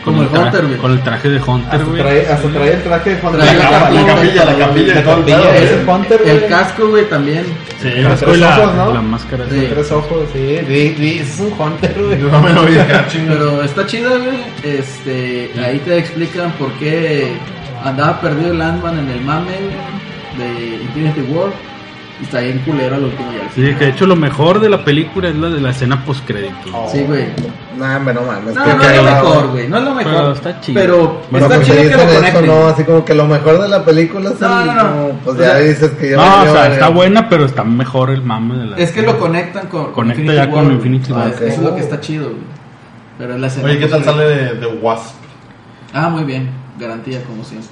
Speaker 2: Como el
Speaker 5: traje-
Speaker 2: Hunter, güey. Ah,
Speaker 5: Con el traje de Hunter,
Speaker 6: Hasta
Speaker 5: güey.
Speaker 6: trae, hasta trae el traje de Hunter.
Speaker 2: Trae
Speaker 6: La
Speaker 2: la
Speaker 6: capa-
Speaker 2: capilla,
Speaker 6: la capilla de
Speaker 3: todo el
Speaker 6: Hunter.
Speaker 3: pedo.
Speaker 6: Es el Hunter,
Speaker 2: El
Speaker 6: güey.
Speaker 2: casco, güey, también.
Speaker 3: Sí,
Speaker 5: El casco y
Speaker 6: tres
Speaker 5: la,
Speaker 6: ojos, ¿no?
Speaker 5: la
Speaker 4: Pues,
Speaker 5: máscara.
Speaker 2: Sí.
Speaker 6: Tres ojos, sí. Sí, sí, es un Hunter, güey.
Speaker 3: no me lo vi acá, chingo.
Speaker 2: Pero está chida, güey. Este, ahí te explican por qué andaba perdido el Landman en el mame güey, de Infinity War. Y está bien culero al último ya.
Speaker 5: Sí, que de hecho lo mejor de la película es la de la escena postcrédito.
Speaker 2: Sí, güey.
Speaker 4: Nah, hombre, no mames.
Speaker 2: No,
Speaker 4: qué
Speaker 2: no es lo
Speaker 4: cagado.
Speaker 2: mejor, güey. No es lo mejor.
Speaker 5: Pero está chido.
Speaker 2: Pero
Speaker 4: Bueno,
Speaker 2: está
Speaker 4: pues
Speaker 2: chido
Speaker 4: si
Speaker 2: que lo
Speaker 4: dicen eso,
Speaker 2: conecten.
Speaker 4: ¿no? Así como que lo mejor de la película es
Speaker 2: No,
Speaker 4: el-
Speaker 2: no, no.
Speaker 4: como, pues
Speaker 2: O sea,
Speaker 4: ya dices que ya
Speaker 5: No, o
Speaker 4: valió
Speaker 5: sea,
Speaker 4: verga.
Speaker 5: está buena, pero está mejor el mame de la.
Speaker 2: Es que lo conectan con. con
Speaker 5: Conecta ya con
Speaker 2: güey.
Speaker 5: Infinity
Speaker 2: Ah,
Speaker 5: War.
Speaker 2: Eso es lo que está chido, güey. Pero es la escena.
Speaker 3: Oye, ¿qué tal
Speaker 2: post-credit.
Speaker 3: sale de, de Wasp?
Speaker 2: Ah, muy bien. Garantía, como siempre.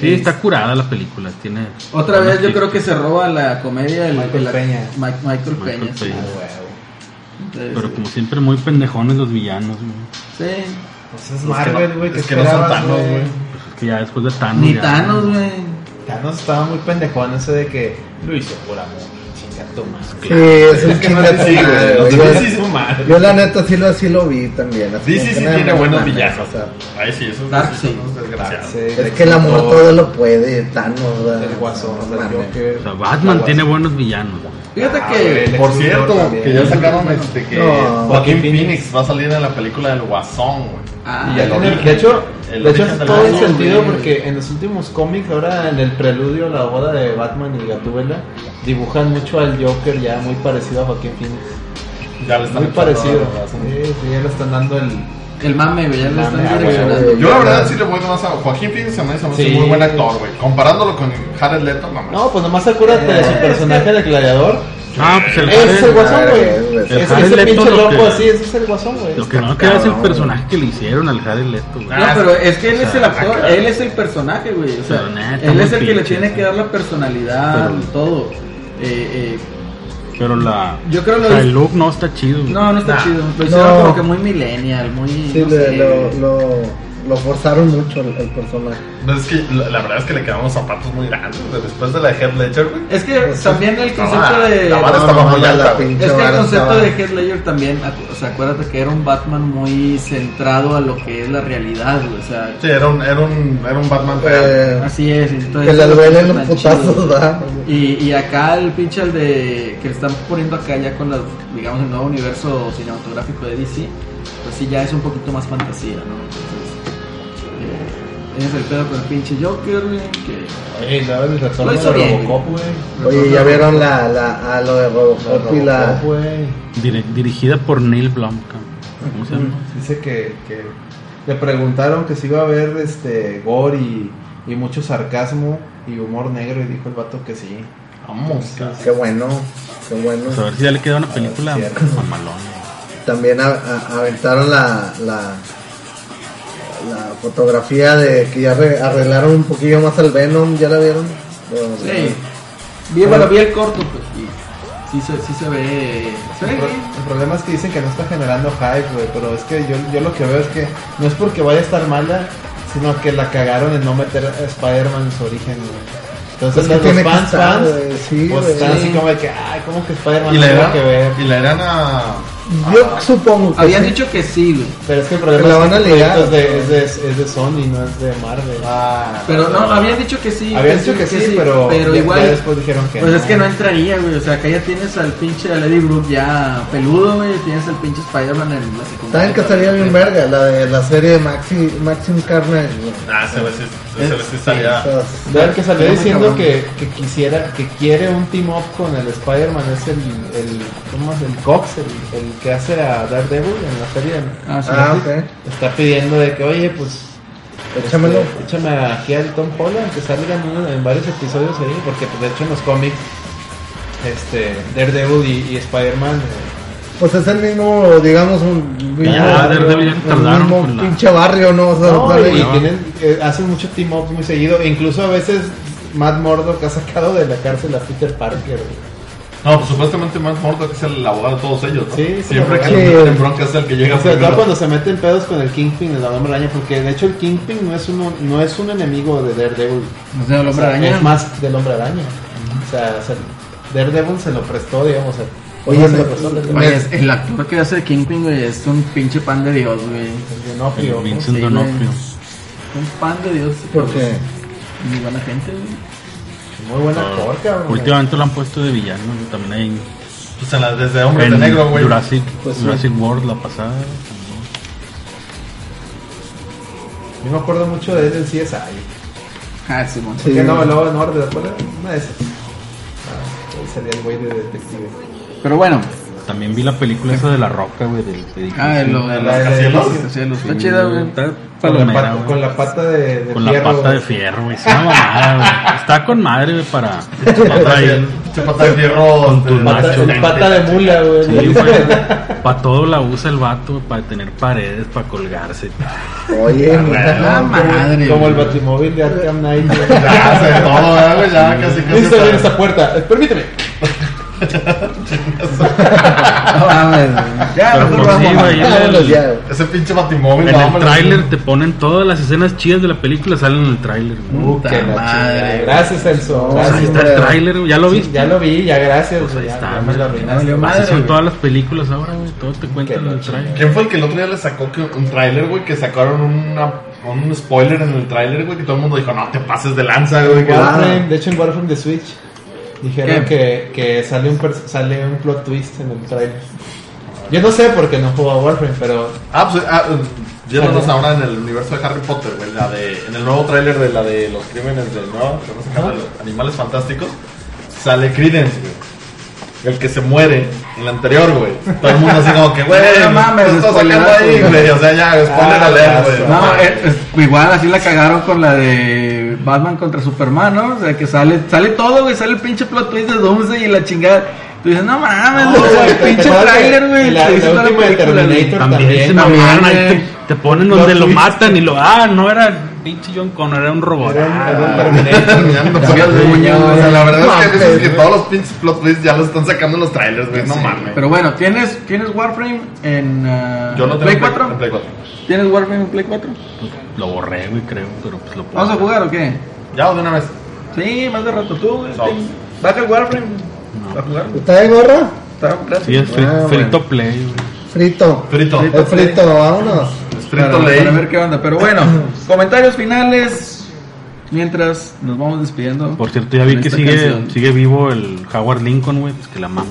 Speaker 5: Sí, está curada la película. Tiene.
Speaker 2: Otra
Speaker 5: buenos
Speaker 2: vez yo creo que
Speaker 5: chistes,
Speaker 2: se roba la comedia del
Speaker 6: Michael
Speaker 2: la-
Speaker 6: Peña.
Speaker 2: Ma- Michael
Speaker 5: Michael
Speaker 2: Peña. sí.
Speaker 5: Peña.
Speaker 2: Entonces,
Speaker 5: pues, Pero como siempre, muy pendejones los villanos, güey.
Speaker 2: Sí.
Speaker 6: Pues es Marvel, güey.
Speaker 3: Es
Speaker 6: ¿qué
Speaker 3: que no son
Speaker 6: esperabas,
Speaker 3: Thanos, güey.
Speaker 5: Pues es que ya después de Thanos.
Speaker 2: Ni
Speaker 5: ya-
Speaker 2: Thanos, güey.
Speaker 6: Thanos estaba muy pendejón ese de que lo hizo por amor. Chinga tu madre.
Speaker 4: Sí, es un chingate
Speaker 6: Sí, güey,
Speaker 4: madre,
Speaker 6: los
Speaker 4: güey.
Speaker 6: demás
Speaker 4: Yo-
Speaker 6: sí son madre.
Speaker 4: Yo la neta sí lo, sí lo vi también. así
Speaker 3: Sí, sí,
Speaker 4: como que
Speaker 3: sí,
Speaker 4: nada,
Speaker 3: tiene
Speaker 4: no
Speaker 3: buenos
Speaker 4: mames,
Speaker 3: villanos.
Speaker 4: o sea,
Speaker 3: Ahí sí, esos
Speaker 2: Dark
Speaker 3: esos
Speaker 2: Side.
Speaker 3: son unos desgraciados.
Speaker 6: Sí,
Speaker 4: es que el amor todo lo puede, Thanos, ¿verdad?
Speaker 6: El guasón,
Speaker 4: No
Speaker 6: del
Speaker 4: mames.
Speaker 6: Joker.
Speaker 5: O sea, Batman tiene buenos villanos, güey.
Speaker 2: Fíjate
Speaker 6: Ah,
Speaker 2: que.
Speaker 6: güey.
Speaker 3: Por
Speaker 6: Lex
Speaker 3: cierto,
Speaker 6: Luthor también.
Speaker 3: que ya sacaron este que
Speaker 4: No.
Speaker 3: Joaquín Phoenix va a salir en la película del Guasón, güey.
Speaker 2: Ah,
Speaker 3: Y el origen-
Speaker 6: De hecho,
Speaker 3: el
Speaker 6: de hecho
Speaker 3: origen del
Speaker 6: todo el
Speaker 3: Guasón,
Speaker 6: sentido
Speaker 2: güey.
Speaker 6: porque en los últimos cómics, ahora en el preludio a la boda de Batman y Gatúbela, dibujan mucho al Joker ya muy parecido a Joaquín Phoenix.
Speaker 3: Ya le están
Speaker 6: Muy
Speaker 3: echando
Speaker 6: parecido.
Speaker 3: la razón.
Speaker 6: Sí, sí, ya le están dando el...
Speaker 2: El mame, güey. Ya le
Speaker 6: Mame, ah,
Speaker 2: están
Speaker 6: güey,
Speaker 2: direccionando.
Speaker 4: güey.
Speaker 3: Yo la verdad sí le voy más a Joaquín Phoenix, se me hace
Speaker 6: Sí.
Speaker 3: un muy buen actor, güey. Comparándolo con Jared Leto, no mames.
Speaker 6: No, pues nomás acuérdate de su personaje de gladiador.
Speaker 5: Ah, pues el
Speaker 6: Ese es el
Speaker 5: Jared-
Speaker 6: guasón, güey.
Speaker 4: Ah, güey,
Speaker 6: Ese-
Speaker 5: Jared
Speaker 6: Ese
Speaker 5: Leto
Speaker 6: pinche
Speaker 5: lo que-
Speaker 6: loco así, ese es el guasón, güey.
Speaker 5: Lo que no queda es el
Speaker 4: cabrón,
Speaker 5: personaje que le hicieron al Jared Leto, güey.
Speaker 2: No, pero es que él
Speaker 5: O
Speaker 2: es
Speaker 5: sea,
Speaker 2: el actor,
Speaker 5: acá.
Speaker 2: él es el personaje, güey. O sea,
Speaker 5: Ah, Pero neta,
Speaker 2: él
Speaker 5: muy
Speaker 2: es el que le
Speaker 5: pinche,
Speaker 2: tiene que dar la personalidad,
Speaker 5: Pero-
Speaker 2: todo. Eh, eh,
Speaker 5: Pero la.
Speaker 2: Yo creo
Speaker 5: o
Speaker 2: lo-
Speaker 5: sea, el look no está chido. güey.
Speaker 2: no, no está
Speaker 5: Nah.
Speaker 2: chido. Lo hicieron
Speaker 4: No.
Speaker 2: como que muy millennial, muy.
Speaker 4: Sí,
Speaker 2: no
Speaker 4: le-
Speaker 2: sé.
Speaker 4: lo, lo, lo forzaron mucho el, el personaje.
Speaker 3: Pero es que la, la verdad es que le quedaron los zapatos muy grandes güey, después de la de Heath Ledger, güey.
Speaker 2: Es que también el concepto
Speaker 3: la-
Speaker 2: de.
Speaker 3: la vara
Speaker 4: No,
Speaker 3: estaba
Speaker 4: no,
Speaker 3: muy
Speaker 4: ya
Speaker 3: alta,
Speaker 4: la
Speaker 3: güey.
Speaker 4: pinche
Speaker 2: Es que el
Speaker 4: vara
Speaker 2: concepto
Speaker 4: estaba-
Speaker 2: de Heath Ledger también, acu- o sea, acuérdate que era un Batman muy centrado a lo que es la realidad, güey, o sea,
Speaker 3: Sí, era un, era un, era un Batman real.
Speaker 4: eh,
Speaker 2: así es. Entonces,
Speaker 4: que le
Speaker 2: eso
Speaker 4: duelen
Speaker 2: es
Speaker 4: los
Speaker 2: tan chido.
Speaker 4: putazos, ¿verdad?
Speaker 2: Y, y acá el pinche el de que le están poniendo acá ya con las, digamos, el nuevo universo cinematográfico de DC, pues sí ya es un poquito más fantasía, ¿no? Entonces, eh, ese es el pedo con el pinche Joker, güey, que
Speaker 6: Oye, ¿sabes el
Speaker 2: Lo
Speaker 6: retorno
Speaker 2: hizo
Speaker 6: de
Speaker 2: bien,
Speaker 6: Robocop, güey?
Speaker 4: Oye, ya vieron la, la, a lo de Robocop y la...
Speaker 6: Robocop, güey.
Speaker 5: Dire- dirigida por Neil Blomkamp. ¿Cómo se llama?
Speaker 6: Dice que, que le preguntaron que si iba a haber este gore y, y mucho sarcasmo y humor negro y dijo el vato que sí.
Speaker 3: Vamos, güey.
Speaker 4: Qué bueno, qué bueno.
Speaker 5: Pues a ver si ya le queda una película
Speaker 6: cierto.
Speaker 5: mamalona.
Speaker 4: También a- a- aventaron la, la, la fotografía de que ya re- arreglaron un poquillo más al Venom, ¿ya la vieron? Lo-
Speaker 2: Sí. Vi, bueno, vi el corto, pues, y sí se, sí se ve... Se ve
Speaker 6: El, pro-
Speaker 2: bien.
Speaker 6: el problema es que dicen que no está generando hype, güey, pero es que yo, yo lo que veo es que no es porque vaya a estar mala, sino que la cagaron en no meter a Spider-Man en su origen, güey. Entonces
Speaker 4: pues Es que
Speaker 6: los
Speaker 4: tiene que
Speaker 6: fans,
Speaker 4: estar,
Speaker 6: fans,
Speaker 4: güey, sí,
Speaker 6: pues
Speaker 4: güey.
Speaker 6: están así como de que, ay, ¿cómo que Spider-Man
Speaker 3: Y
Speaker 6: no
Speaker 3: la
Speaker 6: tiene
Speaker 3: irán,
Speaker 6: que ver?
Speaker 3: y la irán a,
Speaker 4: Yo supongo que
Speaker 2: Habían
Speaker 4: sí.
Speaker 2: dicho que sí, güey.
Speaker 6: Pero es que el problema
Speaker 4: La van a
Speaker 6: es que el
Speaker 4: ligar.
Speaker 6: proyecto es, de, es, de, es de Sony, no es de Marvel.
Speaker 3: Ah,
Speaker 2: Pero no, habían dicho que sí.
Speaker 6: Habían dicho que sí, pero, ya-
Speaker 2: igual.
Speaker 6: ya después dijeron que
Speaker 2: Pues es que no entraría, güey. O sea, acá ya tienes al pinche Lady Brook ya peludo, güey. Tienes al pinche Spider-Man en la secundaria.
Speaker 4: Saben que estaría bien verga la de la serie de Maxi, Maxim Carnage. güey.
Speaker 3: Ah, se ve si se ve si salía.
Speaker 4: Todas.
Speaker 6: Ver que salió
Speaker 2: Está muy
Speaker 6: diciendo
Speaker 2: cabrón.
Speaker 6: que, que quisiera, que quiere un team up con el Spider-Man, es el, el, ¿cómo es? El Cox, el, el que hace a Daredevil en la serie.
Speaker 2: Ah, sí.
Speaker 4: Ah, ok.
Speaker 6: Está pidiendo de que, oye, pues,
Speaker 4: Échamelo.
Speaker 6: este, échame aquí al Tom Holland, que salgan uno- en varios episodios ahí, porque pues de hecho en los cómics, este, Daredevil y, y Spider-Man, eh,
Speaker 4: Pues es el mismo, digamos, un mismo,
Speaker 5: Daredevil ya se
Speaker 4: un
Speaker 5: tardaron
Speaker 4: mismo
Speaker 5: con la-
Speaker 4: pinche barrio, ¿no? O sea,
Speaker 6: no,
Speaker 4: sale-
Speaker 6: y tienen, eh, hacen mucho team up muy seguido, e incluso a veces Matt Murdock ha sacado de la cárcel a Peter Parker. güey.
Speaker 3: No, pues supuestamente Matt Murdock es el abogado de todos ellos, ¿no?
Speaker 6: Sí, sí,
Speaker 3: Siempre que
Speaker 4: sí.
Speaker 3: le meten bronca es el que llega
Speaker 6: Sobre todo
Speaker 3: primero.
Speaker 6: cuando se meten pedos con el Kingpin el hombre araña, porque de hecho el Kingpin no es uno, no es un enemigo de Daredevil.
Speaker 2: O sea, el
Speaker 6: O
Speaker 2: hombre
Speaker 6: sea,
Speaker 2: araña.
Speaker 6: Es más del hombre araña. O sea, o sea, Daredevil se lo prestó, digamos. a-
Speaker 4: Oye,
Speaker 6: se
Speaker 4: me-
Speaker 6: lo prestó a Daredevil.
Speaker 2: Oye, es- el actor que hace de Kingpin, güey, es un pinche pan de Dios, güey.
Speaker 6: El D'Onofrio, ¿no?
Speaker 5: Vincent
Speaker 2: Sí,
Speaker 5: Donofrio.
Speaker 2: Un pan de Dios.
Speaker 4: Porque
Speaker 2: Muy buena gente, güey.
Speaker 6: Muy buen actor, cabrón.
Speaker 5: Últimamente lo han puesto de villano, también hay en-
Speaker 3: Pues en la- desde Hombre de
Speaker 5: en
Speaker 3: Negro, güey.
Speaker 5: Jurassic,
Speaker 6: Pues sí.
Speaker 5: Jurassic World la pasada.
Speaker 6: Yo me acuerdo mucho de él en CSI.
Speaker 2: Ah, Simón.
Speaker 6: ¿Por
Speaker 4: Sí.
Speaker 6: qué no lo en orden? ¿Te acuerdas? Una de esas. Ah, él sería el güey de detective.
Speaker 2: Pero bueno,
Speaker 5: También vi la película esa de La Roca, güey, del edificio.
Speaker 2: ah, de lo de
Speaker 3: ¿Los
Speaker 2: los
Speaker 3: casielos?
Speaker 2: cielos. Está
Speaker 5: Sí,
Speaker 2: chida, güey.
Speaker 5: Está
Speaker 6: Con la,
Speaker 5: palomera,
Speaker 6: pata,
Speaker 5: güey.
Speaker 6: con la pata de, de
Speaker 5: Con la
Speaker 6: fierro,
Speaker 5: pata de
Speaker 6: güey.
Speaker 5: fierro, güey. Es una mamada, güey. Está con madre, güey, para. para ir.
Speaker 3: Pinche pata de fierro. Con
Speaker 5: tu
Speaker 6: Pata-
Speaker 5: macho.
Speaker 6: pata de mula, güey.
Speaker 5: para todo la usa el vato, güey, para tener paredes, para colgarse.
Speaker 6: Pues
Speaker 4: Oye,
Speaker 2: La
Speaker 4: mira,
Speaker 2: madre.
Speaker 6: Como el
Speaker 2: güey.
Speaker 6: batimóvil de Arkham Knight. güey.
Speaker 3: Ya hace todo, ¿eh, güey, ya casi casi.
Speaker 6: Listo, abre
Speaker 3: está-
Speaker 6: esta puerta. Eh, Permíteme.
Speaker 2: No mames, güey. Ya,
Speaker 5: Pero
Speaker 2: mejor
Speaker 5: por sí,
Speaker 2: vamos.
Speaker 5: güey, en
Speaker 4: vámonos
Speaker 5: el-
Speaker 4: ya. güey.
Speaker 3: Ese pinche batimóvil.
Speaker 5: en
Speaker 3: no,
Speaker 5: el
Speaker 3: hombre,
Speaker 5: tráiler te ponen todas las escenas chidas de la película, salen en el tráiler. güey.
Speaker 6: Uh, que la chingada. Gracias, Elson.
Speaker 4: No,
Speaker 5: Pues, Ahí
Speaker 6: Gracias.
Speaker 5: está el
Speaker 4: hombre.
Speaker 5: tráiler, güey, ya lo
Speaker 6: Sí,
Speaker 5: viste.
Speaker 6: ya lo vi, ya gracias.
Speaker 5: Pues ahí
Speaker 6: ya,
Speaker 5: está,
Speaker 6: ya me lo arruinaste.
Speaker 2: Valió madre,
Speaker 5: Así son
Speaker 2: güey.
Speaker 5: todas las películas ahora, güey. Todo te cuenta
Speaker 6: Qué la
Speaker 5: en el tráiler.
Speaker 3: ¿Quién fue el que el otro día le sacó que- un tráiler, güey? Que sacaron una, un spoiler en el tráiler, güey. Que todo el mundo dijo, no te pases de lanza, güey. que-
Speaker 6: Warframe, de hecho en Warframe de Switch dijeron que, que sale un pers- sale un plot twist en el trailer. Yo no sé por qué no juego a Warframe, pero
Speaker 3: Ah, pues ah, eh, yéndonos ahora en el universo de Harry Potter, güey, la de, en el nuevo tráiler de la de los crímenes del nuevo, que van a sacar de los animales fantásticos, sale Credence, güey. El que se muere en la anterior, güey. Todo el mundo así como que, güey,
Speaker 2: No mames,
Speaker 3: ¿qué estás sacando
Speaker 2: spoilerazo,
Speaker 3: ahí, güey. O sea, ya, spoiler
Speaker 6: Ah,
Speaker 3: alert, güey.
Speaker 6: caso.
Speaker 2: No, eh, eh, igual así la cagaron con la de Batman contra Superman, ¿no? O sea, que sale, sale todo, güey, sale el pinche plot twist de Doomsday y la chingada. Tú dices, no mames,
Speaker 6: No,
Speaker 2: güey,
Speaker 6: güey,
Speaker 2: el pinche
Speaker 6: ¿te acuerdas
Speaker 2: tráiler,
Speaker 6: de-
Speaker 2: güey.
Speaker 6: la-
Speaker 2: te dice
Speaker 6: la
Speaker 2: toda
Speaker 6: última de
Speaker 2: película, güey.
Speaker 6: Terminator?
Speaker 5: También se
Speaker 6: También,
Speaker 5: mamaron, ahí
Speaker 2: también,
Speaker 5: te,
Speaker 2: güey.
Speaker 5: te ponen
Speaker 6: Lo
Speaker 5: donde lo
Speaker 6: viste.
Speaker 5: matan y lo. Ah, no era pinche John Connor, era un robot.
Speaker 6: era un,
Speaker 5: Ah,
Speaker 6: era un Terminator.
Speaker 3: Terminando por las uñas, güey. O sea, la verdad es que, hay veces
Speaker 4: Mames,
Speaker 3: que
Speaker 4: güey.
Speaker 3: todos los pinches plot twists ya los están sacando en los trailers, güey. No mames.
Speaker 2: Pero bueno, ¿tienes, ¿tienes Warframe en eh,
Speaker 3: Yo no tengo
Speaker 2: Play 4?
Speaker 3: en Play 4.
Speaker 2: ¿Tienes Warframe en Play 4?
Speaker 5: pues, Lo borré, güey, creo, pero pues lo pongo.
Speaker 2: ¿Vamos a jugar o qué?
Speaker 3: Ya, de una vez.
Speaker 2: Sí, más de rato tú, güey.
Speaker 3: No.
Speaker 2: ten- Baja el Warframe.
Speaker 5: No.
Speaker 2: A jugar.
Speaker 4: ¿Está de gorra?
Speaker 2: Está gratis.
Speaker 5: Sí, es free,
Speaker 4: Ah,
Speaker 5: free
Speaker 4: bueno.
Speaker 5: to play, güey.
Speaker 4: Frito.
Speaker 3: Frito.
Speaker 4: Es frito, vámonos.
Speaker 3: Frito
Speaker 2: para,
Speaker 3: Lay.
Speaker 2: para ver qué onda. Pero bueno, comentarios finales. Mientras nos vamos despidiendo.
Speaker 5: Por cierto, ya vi
Speaker 2: con
Speaker 5: que
Speaker 2: esta
Speaker 5: sigue,
Speaker 2: canción.
Speaker 5: sigue vivo el Howard Lincoln, güey, pues que la mame.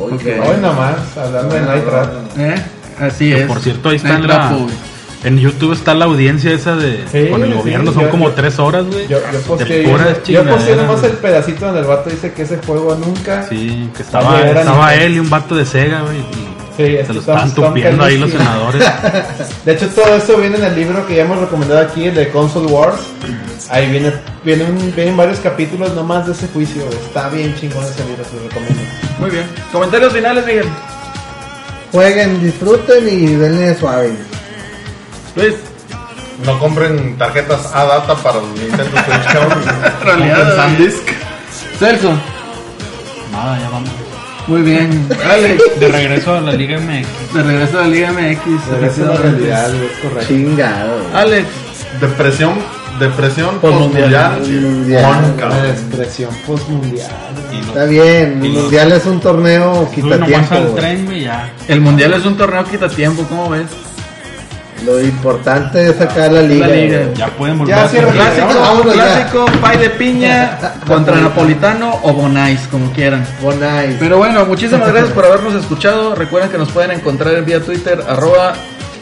Speaker 2: Ok.
Speaker 6: Hoy nomás, hablando de Night Rat.
Speaker 2: ¿Eh? Así
Speaker 5: Que,
Speaker 2: es.
Speaker 5: por cierto, ahí está
Speaker 2: Night
Speaker 5: en
Speaker 2: Trap,
Speaker 5: la-
Speaker 2: güey.
Speaker 5: En YouTube está la audiencia esa de
Speaker 6: Sí,
Speaker 5: con el
Speaker 6: sí,
Speaker 5: gobierno, son
Speaker 6: yo-
Speaker 5: como
Speaker 6: yo-
Speaker 5: tres horas, güey.
Speaker 6: Yo, yo posteé,
Speaker 5: de puras
Speaker 6: yo, yo posteé
Speaker 5: chingaderas,
Speaker 6: nomás
Speaker 5: güey.
Speaker 6: el pedacito donde el vato dice que ese juego nunca.
Speaker 5: Sí, que
Speaker 6: Ah,
Speaker 5: estaba,
Speaker 6: ya eran-
Speaker 5: estaba él y un vato de Sega, güey. y
Speaker 6: Sí,
Speaker 5: se
Speaker 6: este
Speaker 5: lo
Speaker 6: Tom-
Speaker 5: estaban
Speaker 6: Tom
Speaker 5: tupiendo ahí los
Speaker 6: Kalinowski.
Speaker 5: senadores.
Speaker 6: De hecho, todo esto viene en el libro que ya hemos recomendado aquí, el de Console Wars. Ahí viene, vienen, vienen varios capítulos nomás de ese juicio. Está bien chingón ese libro, se lo recomiendo.
Speaker 2: Muy bien. Comentarios finales, Miguel.
Speaker 4: Jueguen, disfruten y denle suave.
Speaker 2: Luis.
Speaker 3: No compren tarjetas A-Data para el Nintendo Switch, cabrón.
Speaker 2: realidad, eh.
Speaker 3: Compren SanDisk.
Speaker 2: Celso.
Speaker 5: Nada, ya vamos.
Speaker 2: Muy bien. Alex.
Speaker 5: De regreso a la Liga MX.
Speaker 2: De regreso a la Liga MX.
Speaker 6: Pero esa es la realidad, güey, es correcto.
Speaker 4: Chingado.
Speaker 2: Alex.
Speaker 3: Depresión Depresión
Speaker 4: Postmundial.
Speaker 3: postmundial.
Speaker 4: Mundial.
Speaker 3: Monca.
Speaker 4: Una expresión postmundial.
Speaker 5: Y no-
Speaker 4: Está bien,
Speaker 5: y
Speaker 4: el
Speaker 5: no-
Speaker 4: mundial es un torneo
Speaker 5: Sube nomás
Speaker 4: quitatiempo.
Speaker 5: al
Speaker 4: Ah, güey.
Speaker 5: tren, güey, ya.
Speaker 2: El mundial es un torneo quitatiempo, ¿cómo ves?
Speaker 4: Lo importante es sacar la liga.
Speaker 2: La liga.
Speaker 4: güey.
Speaker 5: Ya pueden volver.
Speaker 6: Ya
Speaker 5: a-
Speaker 6: cierra.
Speaker 2: Clásico,
Speaker 4: Vámonos ya.
Speaker 2: clásico, pay de piña contra napolitano o bonais, como quieran.
Speaker 4: Bonai.
Speaker 2: Pero bueno, muchísimas gracias por habernos escuchado. Recuerden que nos pueden encontrar en vía Twitter, arroba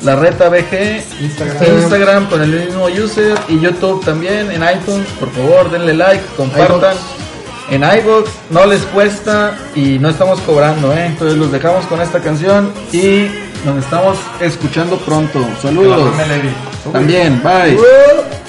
Speaker 2: la reta BG, Instagram. con el mismo user y YouTube también, en iTunes, por favor, denle like, compartan. En iBox no les cuesta y no estamos cobrando, ¿eh? entonces los dejamos con esta canción y nos estamos escuchando pronto. Saludos. También, bye.
Speaker 4: Uh.